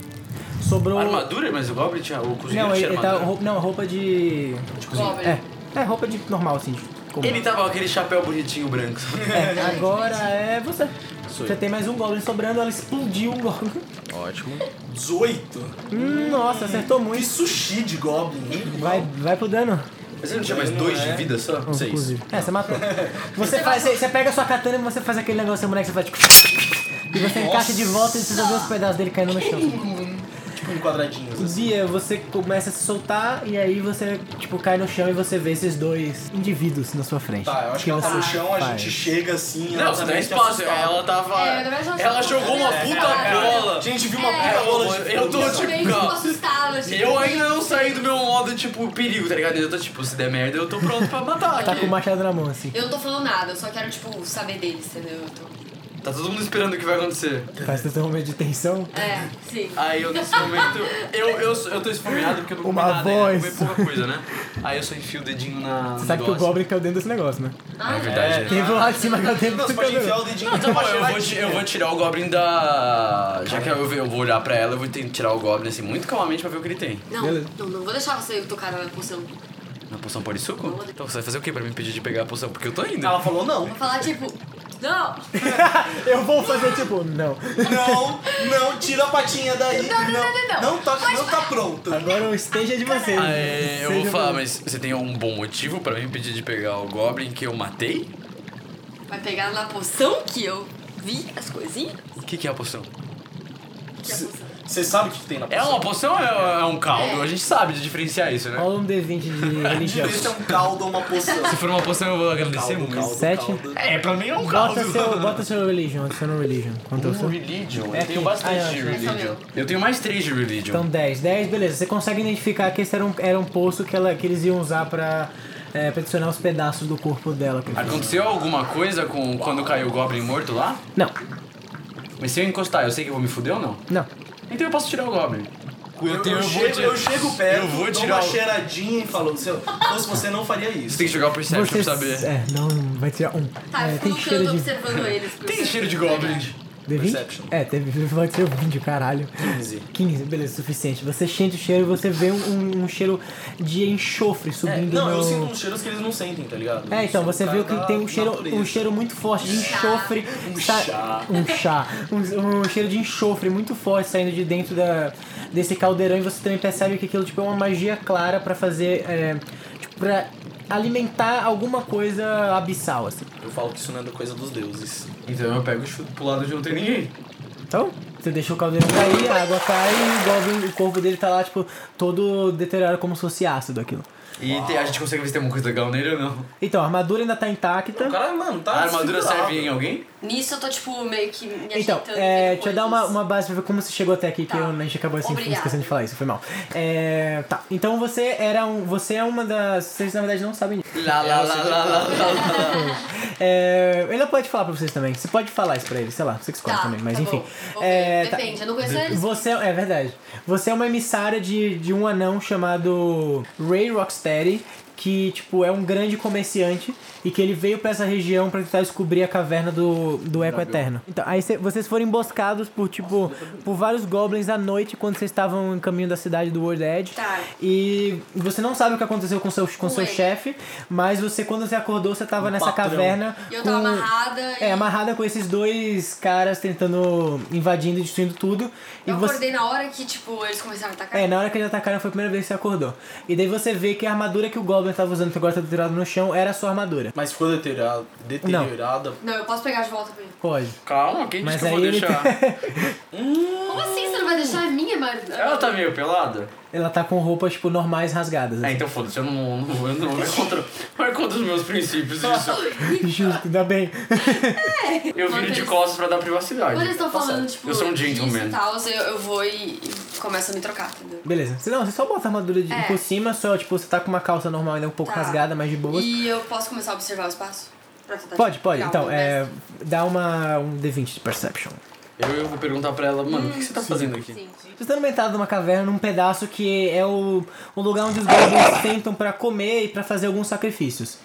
Speaker 2: Sobrou...
Speaker 4: Armadura? Mas o Goblin tinha. O cozinheiro
Speaker 2: Não, ele,
Speaker 4: tinha
Speaker 2: ele tá...
Speaker 4: armadura.
Speaker 2: Roupa, não, roupa de...
Speaker 3: Goblin.
Speaker 2: É, é roupa de normal, assim, de comum.
Speaker 4: Ele tava com aquele chapéu bonitinho branco.
Speaker 2: É, agora é você.
Speaker 4: Sou
Speaker 2: Você
Speaker 4: eu.
Speaker 2: tem mais um Goblin sobrando, ela explodiu o Goblin.
Speaker 4: Ótimo.
Speaker 9: 18.
Speaker 2: Hum, nossa, acertou
Speaker 9: Que
Speaker 2: muito.
Speaker 9: sushi de Goblin, hein?
Speaker 2: Vai, vai pro dano.
Speaker 4: Mas ele não tinha mais dois de vida só? Seis.
Speaker 2: é. Inclusive. É, você matou. Você, faz, você, você pega a sua katana e você faz aquele negócio, seu boneco, você faz tipo, E você encaixa de volta e você só vê os pedaços dele caindo no chão.
Speaker 9: tipo em quadradinhos. assim.
Speaker 2: Bia, você começa a se soltar e aí você, tipo, cai no chão e você vê esses dois indivíduos na sua frente. é
Speaker 9: Tá, eu acho que ela tá no
Speaker 2: você
Speaker 9: chão, a
Speaker 2: faz?
Speaker 9: gente chega assim.
Speaker 2: Não,
Speaker 9: ela
Speaker 2: você tem
Speaker 9: tá meio
Speaker 4: é
Speaker 2: espaço,
Speaker 9: assustada.
Speaker 2: ela tava-
Speaker 3: É, eu também acho
Speaker 4: Ela
Speaker 3: assustada.
Speaker 4: jogou uma
Speaker 9: É,
Speaker 4: puta
Speaker 9: cara,
Speaker 4: bola.
Speaker 9: Gente, viu uma
Speaker 3: É,
Speaker 9: puta bola de
Speaker 4: Eu tô
Speaker 9: futebol.
Speaker 4: tipo.
Speaker 3: Bem, tipo, assustada, tipo,
Speaker 4: Eu ainda não saí do meu modo, tipo, perigo, tá ligado? Eu tô tipo, se der merda, eu tô pronto pra matar
Speaker 2: Tá com
Speaker 4: aqui.
Speaker 2: o machado na mão, assim.
Speaker 3: Eu não tô falando nada, eu só quero, tipo, saber deles, entendeu? Eu tô-
Speaker 4: Tá todo mundo esperando o que vai acontecer.
Speaker 2: Faz todo um momento de tensão.
Speaker 3: É, sim.
Speaker 4: Aí eu nesse momento. Eu, eu, eu tô esfomeado porque eu não comi
Speaker 2: Uma
Speaker 4: nada,
Speaker 2: voz.
Speaker 4: eu comi pouca coisa, né? Aí eu só enfio o dedinho na.
Speaker 2: Você sabe que o Goblin caiu dentro desse negócio, né?
Speaker 4: É verdade.
Speaker 2: Quem foi lá de cima caiu dentro desse
Speaker 9: é
Speaker 2: negócio.
Speaker 4: Não, tá bom, eu vou, ti- eu vou tirar o Goblin da. Já que eu, ve- eu vou olhar pra ela, eu vou ter- tirar o Goblin assim, muito calmamente pra ver o que ele tem.
Speaker 3: Não, não, não vou deixar você tocar na poção.
Speaker 4: Na poção pode suco? Então você vai fazer o que pra me impedir de pegar a poção? Porque eu tô indo.
Speaker 9: Ela falou não.
Speaker 3: Vou falar, tipo, não,
Speaker 2: Eu vou fazer tipo, não.
Speaker 9: Não, não, tira a patinha daí.
Speaker 3: não, não, não, não.
Speaker 9: Não tá, não tá pronto.
Speaker 2: Agora o stage é de vocês.
Speaker 4: Aí Ah, é, eu vou
Speaker 2: Seja um
Speaker 4: falar,
Speaker 2: bom.
Speaker 4: mas você tem algum bom motivo pra me impedir de pegar o Goblin que eu matei?
Speaker 3: Vai pegar na poção que eu vi as coisinhas?
Speaker 4: O que, que é a poção?
Speaker 9: Você sabe o que que tem na
Speaker 4: É
Speaker 9: poção?
Speaker 4: uma poção ou é é um caldo? A gente sabe diferenciar isso, né?
Speaker 2: Rola um D20 de religião.
Speaker 9: Isso é um caldo ou uma poção?
Speaker 4: Se for uma poção, eu vou agradecer muito.
Speaker 2: Sete?
Speaker 4: É, pra mim é um
Speaker 2: Bota
Speaker 4: caldo.
Speaker 2: seu, bota seu religion, adiciona o religion. Quanto é o seu?
Speaker 4: Religion,
Speaker 2: É
Speaker 4: eu tenho
Speaker 2: aqui.
Speaker 4: bastante
Speaker 2: Ah,
Speaker 4: de
Speaker 2: é,
Speaker 4: religion. Eu tenho mais três de religion.
Speaker 2: Então 10. 10, beleza. Você consegue identificar que esse era um, era um poço que, ela, que eles iam usar pra, é, pra adicionar os pedaços do corpo dela.
Speaker 9: Ah.
Speaker 2: pra-
Speaker 4: Aconteceu alguma coisa com quando caiu o Goblin morto lá?
Speaker 2: Não,
Speaker 4: Mas se eu encostar, eu sei que eu vou me fuder ou não?
Speaker 2: não.
Speaker 4: Então eu posso tirar o Goblin.
Speaker 9: Eu, eu,
Speaker 4: eu vou
Speaker 9: chego,
Speaker 4: tirar-
Speaker 9: eu chego perto,
Speaker 4: eu vou
Speaker 9: dou
Speaker 4: tirar
Speaker 9: uma
Speaker 4: o-
Speaker 9: cheiradinha e falo, então se eu fosse você não faria
Speaker 4: Você
Speaker 9: isso.
Speaker 4: tem que jogar o Perception
Speaker 2: Você-
Speaker 4: pra saber.
Speaker 2: É, não, vai tirar um.
Speaker 3: Tá,
Speaker 2: é,
Speaker 3: eu
Speaker 2: tem
Speaker 3: fico no
Speaker 2: cheiro
Speaker 3: canto
Speaker 2: de.
Speaker 3: observando eles. por
Speaker 4: Tem
Speaker 3: isso.
Speaker 4: cheiro de Goblin.
Speaker 2: D20?
Speaker 9: Perception.
Speaker 2: É, teve, vai ser o 20, caralho.
Speaker 9: 15.
Speaker 2: 15, beleza, suficiente. Você sente o cheiro e você vê um- um, um cheiro de enxofre
Speaker 9: É,
Speaker 2: subindo
Speaker 9: não,
Speaker 2: no...
Speaker 9: eu sinto uns cheiros que eles não sentem, tá ligado?
Speaker 2: É, então,
Speaker 9: Isso
Speaker 2: você
Speaker 9: tá
Speaker 2: viu que
Speaker 9: da
Speaker 2: tem um cheiro,
Speaker 9: natureza.
Speaker 2: um cheiro muito forte de enxofre.
Speaker 9: Um
Speaker 2: sa-
Speaker 9: chá.
Speaker 2: Um chá. Um, um cheiro de enxofre muito forte saindo de dentro da, desse caldeirão e você também percebe que aquilo tipo, é uma magia clara pra fazer. É, tipo, pra alimentar alguma coisa abissal, assim.
Speaker 9: Eu falo que isso não é da coisa dos deuses.
Speaker 2: é-
Speaker 4: Então eu pego e chuto pro lado onde não tem ninguém.
Speaker 2: Então, você deixa o caldeirão cair, a água cai e o, goblin, o corpo dele tá lá, tipo, todo deteriorado como se fosse ácido aquilo.
Speaker 4: E tem- a gente consegue ver se tem alguma coisa legal nele ou não.
Speaker 2: Então, a armadura ainda tá intacta.
Speaker 9: O cara, mano, tá
Speaker 4: A armadura
Speaker 9: desfigurado.
Speaker 4: serve em alguém?
Speaker 3: Nisso eu tô, tipo, meio que me
Speaker 2: Então,
Speaker 3: ajeitando.
Speaker 2: é,
Speaker 3: vendo
Speaker 2: deixa eu dar uma,
Speaker 3: coisas.
Speaker 2: uma base pra ver como você chegou até aqui,
Speaker 3: Tá.
Speaker 2: que eu, a gente acabou assim,
Speaker 3: Obrigada.
Speaker 2: esquecendo de falar isso, foi mal. É, tá, então você era um. Você é uma das. Vocês na verdade não sabem disso.
Speaker 4: Lá, lá, lá, lá, lá, lá, lá.
Speaker 2: É, ele pode falar pra vocês também. Você pode falar isso pra ele, sei lá, você que escolhe
Speaker 3: Tá,
Speaker 2: também, mas
Speaker 3: tá
Speaker 2: enfim.
Speaker 3: bom. Vou
Speaker 2: É,
Speaker 3: ver.
Speaker 2: tá.
Speaker 3: Depende, eu não conheço eles.
Speaker 2: Você é verdade. Você é uma emissária de, de um anão chamado Ray Rocksteady, que tipo é um grande comerciante e que ele veio pra essa região pra tentar descobrir a caverna do, do Eco Eterno. Então, aí cê- vocês foram emboscados por tipo por vários goblins à noite quando vocês estavam em caminho da cidade do World Edge.
Speaker 3: Tá.
Speaker 2: E você não sabe o que aconteceu com seu com seu
Speaker 3: ele. Um
Speaker 2: chefe, mas você quando você acordou você tava nessa
Speaker 9: patrão.
Speaker 2: caverna
Speaker 3: E eu tava
Speaker 2: com-
Speaker 3: amarrada e
Speaker 2: É, amarrada com esses dois caras tentando invadindo e destruindo tudo. e
Speaker 3: eu
Speaker 2: você...
Speaker 3: acordei na hora que, tipo, eles começaram a atacar.
Speaker 2: É, na hora que eles atacaram foi a primeira vez que você acordou. E daí você vê que a armadura que o Goblin tava usando, que agora tá deteriorado no chão, era a sua armadura.
Speaker 9: Mas ficou deteriorada. deteriorada.
Speaker 3: Não, eu posso pegar de volta pra ele.
Speaker 2: Pode.
Speaker 4: Calma, quem disse
Speaker 2: Mas
Speaker 4: que eu
Speaker 2: aí
Speaker 4: vou
Speaker 2: ele...
Speaker 4: deixar?
Speaker 11: tá-
Speaker 3: Como assim você não vai deixar a minha, mas...
Speaker 4: Ela tá meio pelada?
Speaker 2: ela tá com roupas, tipo, normais rasgadas.
Speaker 4: É,
Speaker 2: assim.
Speaker 4: então foda-se, eu não, não, eu não vou contra, vai contra os meus princípios isso.
Speaker 2: Justo, ainda bem.
Speaker 4: Eu viro de costas pra dar
Speaker 3: Quando eles
Speaker 4: privacidade.
Speaker 3: estão falando, tipo,
Speaker 4: Eu sou um
Speaker 3: disso e
Speaker 4: gentleman.
Speaker 3: tal, eu, eu vou e, e começo a me trocar, entendeu?
Speaker 2: Beleza. Você- Não, você só bota a armadura de-
Speaker 3: É.
Speaker 2: por cima, só, tipo, você tá com uma calça normal ainda um pouco
Speaker 3: Tá.
Speaker 2: rasgada, mas de boas.
Speaker 3: E eu posso começar a observar o espaço? Pra tentar
Speaker 2: Pode, pode.
Speaker 3: pegar
Speaker 2: Então,
Speaker 3: algum
Speaker 2: é...
Speaker 3: mestre?
Speaker 2: Dá uma, um D20 de Perception.
Speaker 4: Eu, eu vou perguntar pra ela, mano, o que você tá fazendo aqui?
Speaker 2: Vocês estão metade de uma caverna, num pedaço que é o, o lugar onde os goblins sentam pra comer e pra fazer alguns sacrifícios.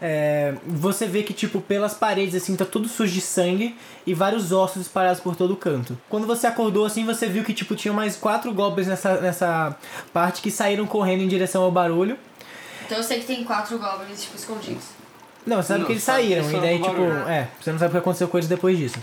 Speaker 2: É, você vê que, tipo, pelas paredes, assim, tá tudo sujo de sangue e vários ossos espalhados por todo canto. Quando você acordou, assim, você viu que, tipo, tinha mais quatro goblins nessa, nessa parte que saíram correndo em direção ao barulho.
Speaker 3: Então eu sei que tem quatro goblins, tipo, escondidos.
Speaker 2: Não, você sabe
Speaker 4: Não,
Speaker 2: que eles
Speaker 4: sabe que
Speaker 2: saíram,
Speaker 4: eles
Speaker 2: e daí,
Speaker 4: foram
Speaker 2: tipo,
Speaker 4: pro barulho.
Speaker 2: é, você não sabe o que aconteceu com eles depois disso.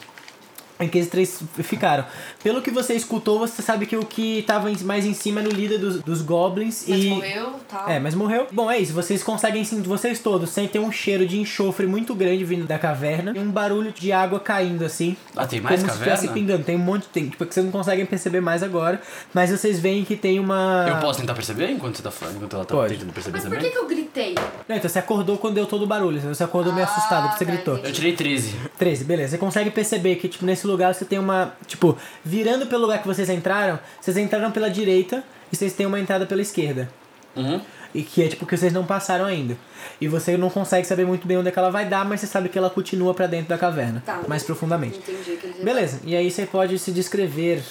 Speaker 2: em que esses três ficaram. Pelo que você escutou, você sabe que o que tava em- mais em cima era o líder dos, dos goblins
Speaker 10: Mas
Speaker 2: e.
Speaker 10: morreu, tal.
Speaker 2: É, mas morreu. Bom, é isso. Vocês conseguem, sim, vocês todos sentem um cheiro de enxofre muito grande vindo da caverna e um barulho de água caindo assim.
Speaker 4: Ah, tem mais
Speaker 2: Como se estivesse
Speaker 4: caverna?
Speaker 2: pingando. Tem um monte, tem, tipo, que vocês não conseguem perceber mais agora. Mas vocês veem que tem uma.
Speaker 4: Eu posso tentar perceber enquanto você tá falando, enquanto ela tá
Speaker 2: Pode.
Speaker 4: tentando perceber
Speaker 10: Mas por
Speaker 4: também?
Speaker 10: que, que eu gritei?
Speaker 2: Não, então você acordou quando deu todo o barulho. entendeu? Você acordou meio assustado, porque você gritou.
Speaker 4: Ah, tá, Eu tirei 13.
Speaker 2: 13, beleza. Você consegue perceber que, tipo, nesse lugar você tem uma. Tipo, virando pelo lugar que vocês entraram, vocês entraram pela direita e vocês têm uma entrada pela esquerda.
Speaker 4: Uhum.
Speaker 2: E que é tipo que vocês não passaram ainda. E você não consegue saber muito bem onde é que ela vai dar, mas você sabe que ela continua pra dentro da caverna.
Speaker 10: Tá.
Speaker 2: Mais profundamente.
Speaker 10: Entendi que ele já-
Speaker 2: Beleza, e aí você pode se descrever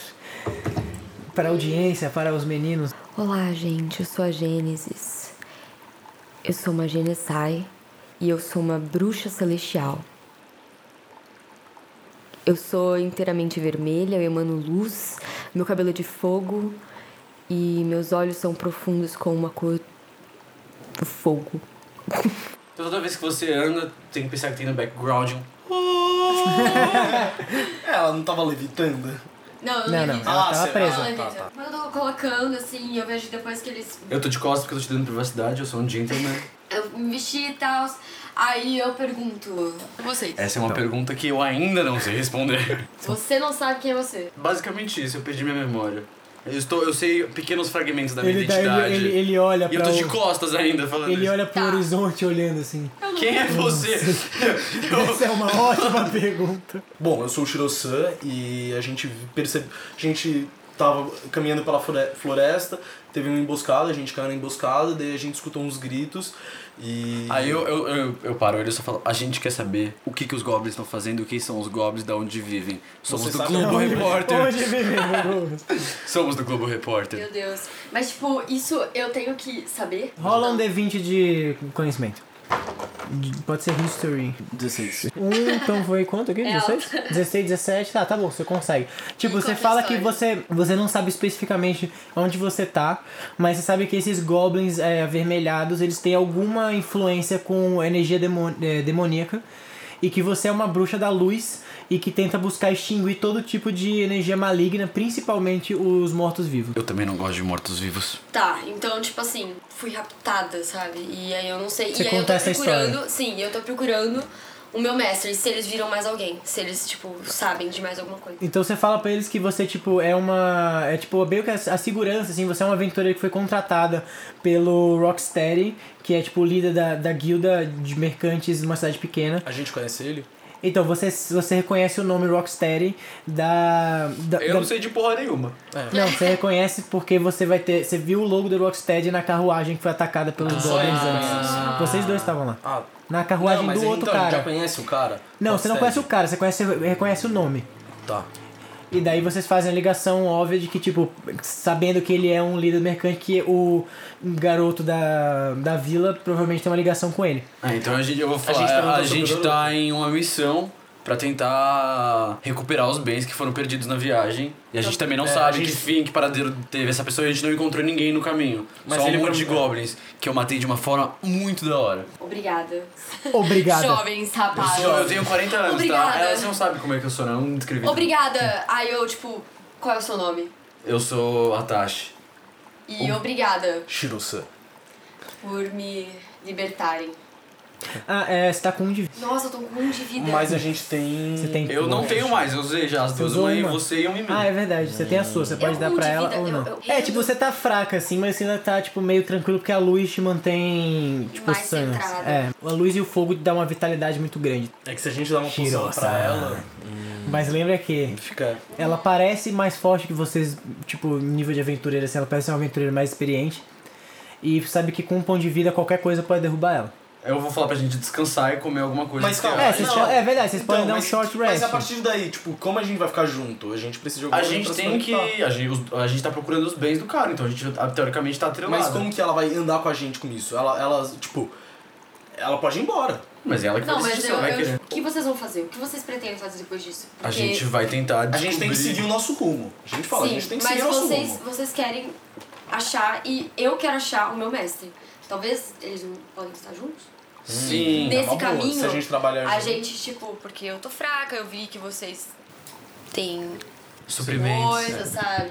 Speaker 2: para a audiência, para os meninos.
Speaker 3: Olá, gente, eu sou a Gênesis. Eu sou uma Genesai e eu sou uma bruxa celestial. Eu sou inteiramente vermelha, eu emano luz, meu cabelo é de fogo e meus olhos são profundos com uma cor do fogo.
Speaker 4: Então toda vez que você anda, tem que pensar que tem no background um.
Speaker 9: ela não tava levitando?
Speaker 10: Não, eu
Speaker 4: Não, não,
Speaker 10: levito.
Speaker 4: ela
Speaker 10: Ah,
Speaker 4: tava
Speaker 10: sei.
Speaker 4: presa.
Speaker 10: Ela
Speaker 4: Tá,
Speaker 10: levita.
Speaker 4: tá.
Speaker 10: Mas eu tô colocando assim, eu vejo depois que eles
Speaker 4: Eu tô de costas porque eu tô te dando privacidade, eu sou um gentleman.
Speaker 10: eu me vesti e tal. Aí eu pergunto, vocês,
Speaker 4: Essa é uma pergunta que eu ainda não sei responder.
Speaker 10: você não sabe quem é você?
Speaker 4: Basicamente isso, eu perdi minha memória. Eu, estou, eu sei pequenos fragmentos da minha
Speaker 2: Ele dá- ele-
Speaker 4: identidade.
Speaker 2: ele- ele olha
Speaker 4: E eu
Speaker 2: pra
Speaker 4: tô
Speaker 2: o-
Speaker 4: de costas ainda falando
Speaker 2: Ele é
Speaker 4: isso.
Speaker 2: olha pro horizonte olhando assim.
Speaker 4: Quem é você?
Speaker 2: Essa é uma ótima pergunta.
Speaker 9: Bom, eu sou o Shirosan e a gente percebe. A gente tava caminhando pela flore- floresta, teve uma emboscada, a gente caiu na emboscada, daí a gente escutou uns gritos e.
Speaker 4: Aí Ah, eu, eu, eu, eu paro, ele só fala, a gente quer saber o que, que os goblins estão fazendo, quem são os goblins, da onde vivem. Somos
Speaker 9: Você
Speaker 4: do
Speaker 9: sabe
Speaker 4: Globo
Speaker 9: onde-
Speaker 4: Repórter.
Speaker 9: onde
Speaker 2: vivem,
Speaker 4: Somos do Globo Repórter.
Speaker 10: Meu Deus. Mas tipo, isso eu tenho que saber?
Speaker 2: Rola um D20 de conhecimento. De- Pode ser history.
Speaker 14: 16.
Speaker 2: Um, então foi quanto aqui?
Speaker 10: É
Speaker 2: 16?
Speaker 10: alto.
Speaker 2: 16, 17? Tá, tá bom, você consegue. Tipo, você fala que você, você não sabe especificamente onde você tá, mas você sabe que esses goblins é, avermelhados, eles têm alguma influência com energia demon- é, demoníaca. E que você é uma bruxa da luz e que tenta buscar extinguir todo tipo de energia maligna, principalmente os mortos-vivos.
Speaker 4: Eu também não gosto de mortos-vivos.
Speaker 10: Tá, então tipo assim, fui raptada, sabe? E aí eu não sei.
Speaker 4: Você
Speaker 10: e aí eu
Speaker 4: conta
Speaker 10: tô
Speaker 4: essa história.
Speaker 10: procurando, sim, eu tô procurando o meu mestre, e se eles viram mais alguém, se eles tipo sabem de mais alguma coisa.
Speaker 2: Então você fala pra eles que você, tipo, é uma. É tipo, meio que a, a segurança, assim, você é uma aventureira que foi contratada pelo Rocksteady, que é tipo o líder da, da guilda de mercantes de uma cidade pequena.
Speaker 9: A gente conhece ele?
Speaker 2: Então, você, você reconhece o nome Rocksteady da. da
Speaker 4: Eu
Speaker 2: da-
Speaker 4: não sei de porra nenhuma.
Speaker 2: Não, você reconhece porque você vai ter. Você viu o logo do Rocksteady na carruagem que foi atacada pelos
Speaker 9: Ah,
Speaker 2: goblins
Speaker 9: só
Speaker 2: antes.
Speaker 9: isso.
Speaker 2: Vocês dois estavam lá.
Speaker 9: Ah.
Speaker 2: Na carruagem
Speaker 9: não, mas
Speaker 2: do outro
Speaker 9: então, a gente
Speaker 2: cara.
Speaker 9: já conhece o cara?
Speaker 2: Não, você não conhece o cara, você conhece, reconhece o nome.
Speaker 9: Tá.
Speaker 2: E daí vocês fazem a ligação óbvia de que, tipo, sabendo que ele é um líder mercante, que o garoto da, da vila provavelmente tem uma ligação com ele.
Speaker 4: Ah, então a gente, eu vou
Speaker 2: A gente
Speaker 4: falar,
Speaker 2: perguntou
Speaker 4: a
Speaker 2: sobre
Speaker 4: gente,
Speaker 2: o
Speaker 4: tá em uma missão pra tentar recuperar os bens que foram perdidos na viagem. E a gente também não
Speaker 9: É,
Speaker 4: sabe
Speaker 9: a gente-
Speaker 4: que fim, que paradeiro teve essa pessoa. e A gente não encontrou ninguém no caminho.
Speaker 9: Mas
Speaker 4: Só
Speaker 9: ele
Speaker 4: um monte de
Speaker 9: morreu.
Speaker 4: goblins, que eu matei de uma forma muito da hora.
Speaker 10: Obrigada.
Speaker 2: Obrigada.
Speaker 10: Jovens,
Speaker 4: Eu,
Speaker 10: rapazes.
Speaker 4: sou- eu tenho 40 anos, tá?
Speaker 10: Obrigada.
Speaker 4: Elas não sabem como é que eu sou, né? Eu não descrevi.
Speaker 10: Obrigada. Aí eu tipo, qual é o seu nome?
Speaker 4: Eu sou Atashi.
Speaker 10: E
Speaker 4: Ob-
Speaker 10: obrigada
Speaker 9: Shirosa.
Speaker 10: por me libertarem.
Speaker 2: Ah, é, você tá com um de vida.
Speaker 10: Nossa, eu tô com um de vida.
Speaker 9: gente tem.
Speaker 2: Você tem
Speaker 4: Eu não tenho um mais, eu usei já as
Speaker 2: Você
Speaker 4: duas,
Speaker 2: usou
Speaker 4: uma em
Speaker 2: uma?
Speaker 4: você e um uma em mim.
Speaker 2: Ah, é verdade, você tem a sua, você pode dar
Speaker 4: com um
Speaker 2: pra
Speaker 4: de
Speaker 2: ela
Speaker 4: vida,
Speaker 2: ou
Speaker 4: eu-
Speaker 2: não.
Speaker 4: eu-
Speaker 2: é, tipo, você tá fraca assim, mas você ainda tá, tipo, meio tranquilo porque a luz te mantém, tipo,
Speaker 9: Mais
Speaker 2: sã.
Speaker 9: centrada.
Speaker 2: É, a luz e o fogo te dão uma vitalidade muito grande.
Speaker 9: É que se a gente dá uma poção
Speaker 2: Shirosa.
Speaker 9: pra ela.
Speaker 2: Mas lembra que
Speaker 9: Fica.
Speaker 2: ela parece mais forte que vocês, tipo, nível de aventureira, assim, ela parece uma aventureira mais experiente. E sabe que com um pão de vida qualquer coisa pode derrubar ela.
Speaker 4: Eu vou falar pra gente descansar e comer alguma coisa.
Speaker 9: Mas calma,
Speaker 2: É, vocês
Speaker 9: não.
Speaker 2: po- é verdade, vocês
Speaker 9: Então,
Speaker 2: podem dar um
Speaker 9: mas-
Speaker 2: short
Speaker 9: Mas
Speaker 2: rest.
Speaker 9: a partir daí, tipo, como a gente vai ficar junto? A gente precisa jogar
Speaker 4: A gente tem que. A gente, os- a gente tá procurando os bens do cara, então a gente ah, teoricamente tá atrelado.
Speaker 9: Mas como que ela vai andar com a gente com isso? Ela, ela tipo. Ela pode ir embora.
Speaker 4: Mas ela
Speaker 10: Não, mas eu, eu- o que vocês vão fazer? O que vocês pretendem fazer depois disso?
Speaker 4: A gente vai tentar
Speaker 9: A gente tem que
Speaker 4: descobrir.
Speaker 9: seguir
Speaker 11: um-
Speaker 9: o nosso rumo. A gente fala,
Speaker 10: Sim,
Speaker 9: a gente tem que
Speaker 10: mas
Speaker 9: seguir o nosso
Speaker 10: vocês,
Speaker 9: rumo.
Speaker 10: vocês querem achar e eu quero achar o meu mestre. Talvez eles não podem estar juntos.
Speaker 9: Sim, é
Speaker 10: Nesse
Speaker 9: uma boa,
Speaker 10: caminho,
Speaker 9: se a gente trabalhar junto.
Speaker 10: gente, tipo, porque eu tô fraca, eu vi que vocês
Speaker 3: tem
Speaker 11: Suprimentos,
Speaker 3: coisa,
Speaker 11: né?
Speaker 3: sabe?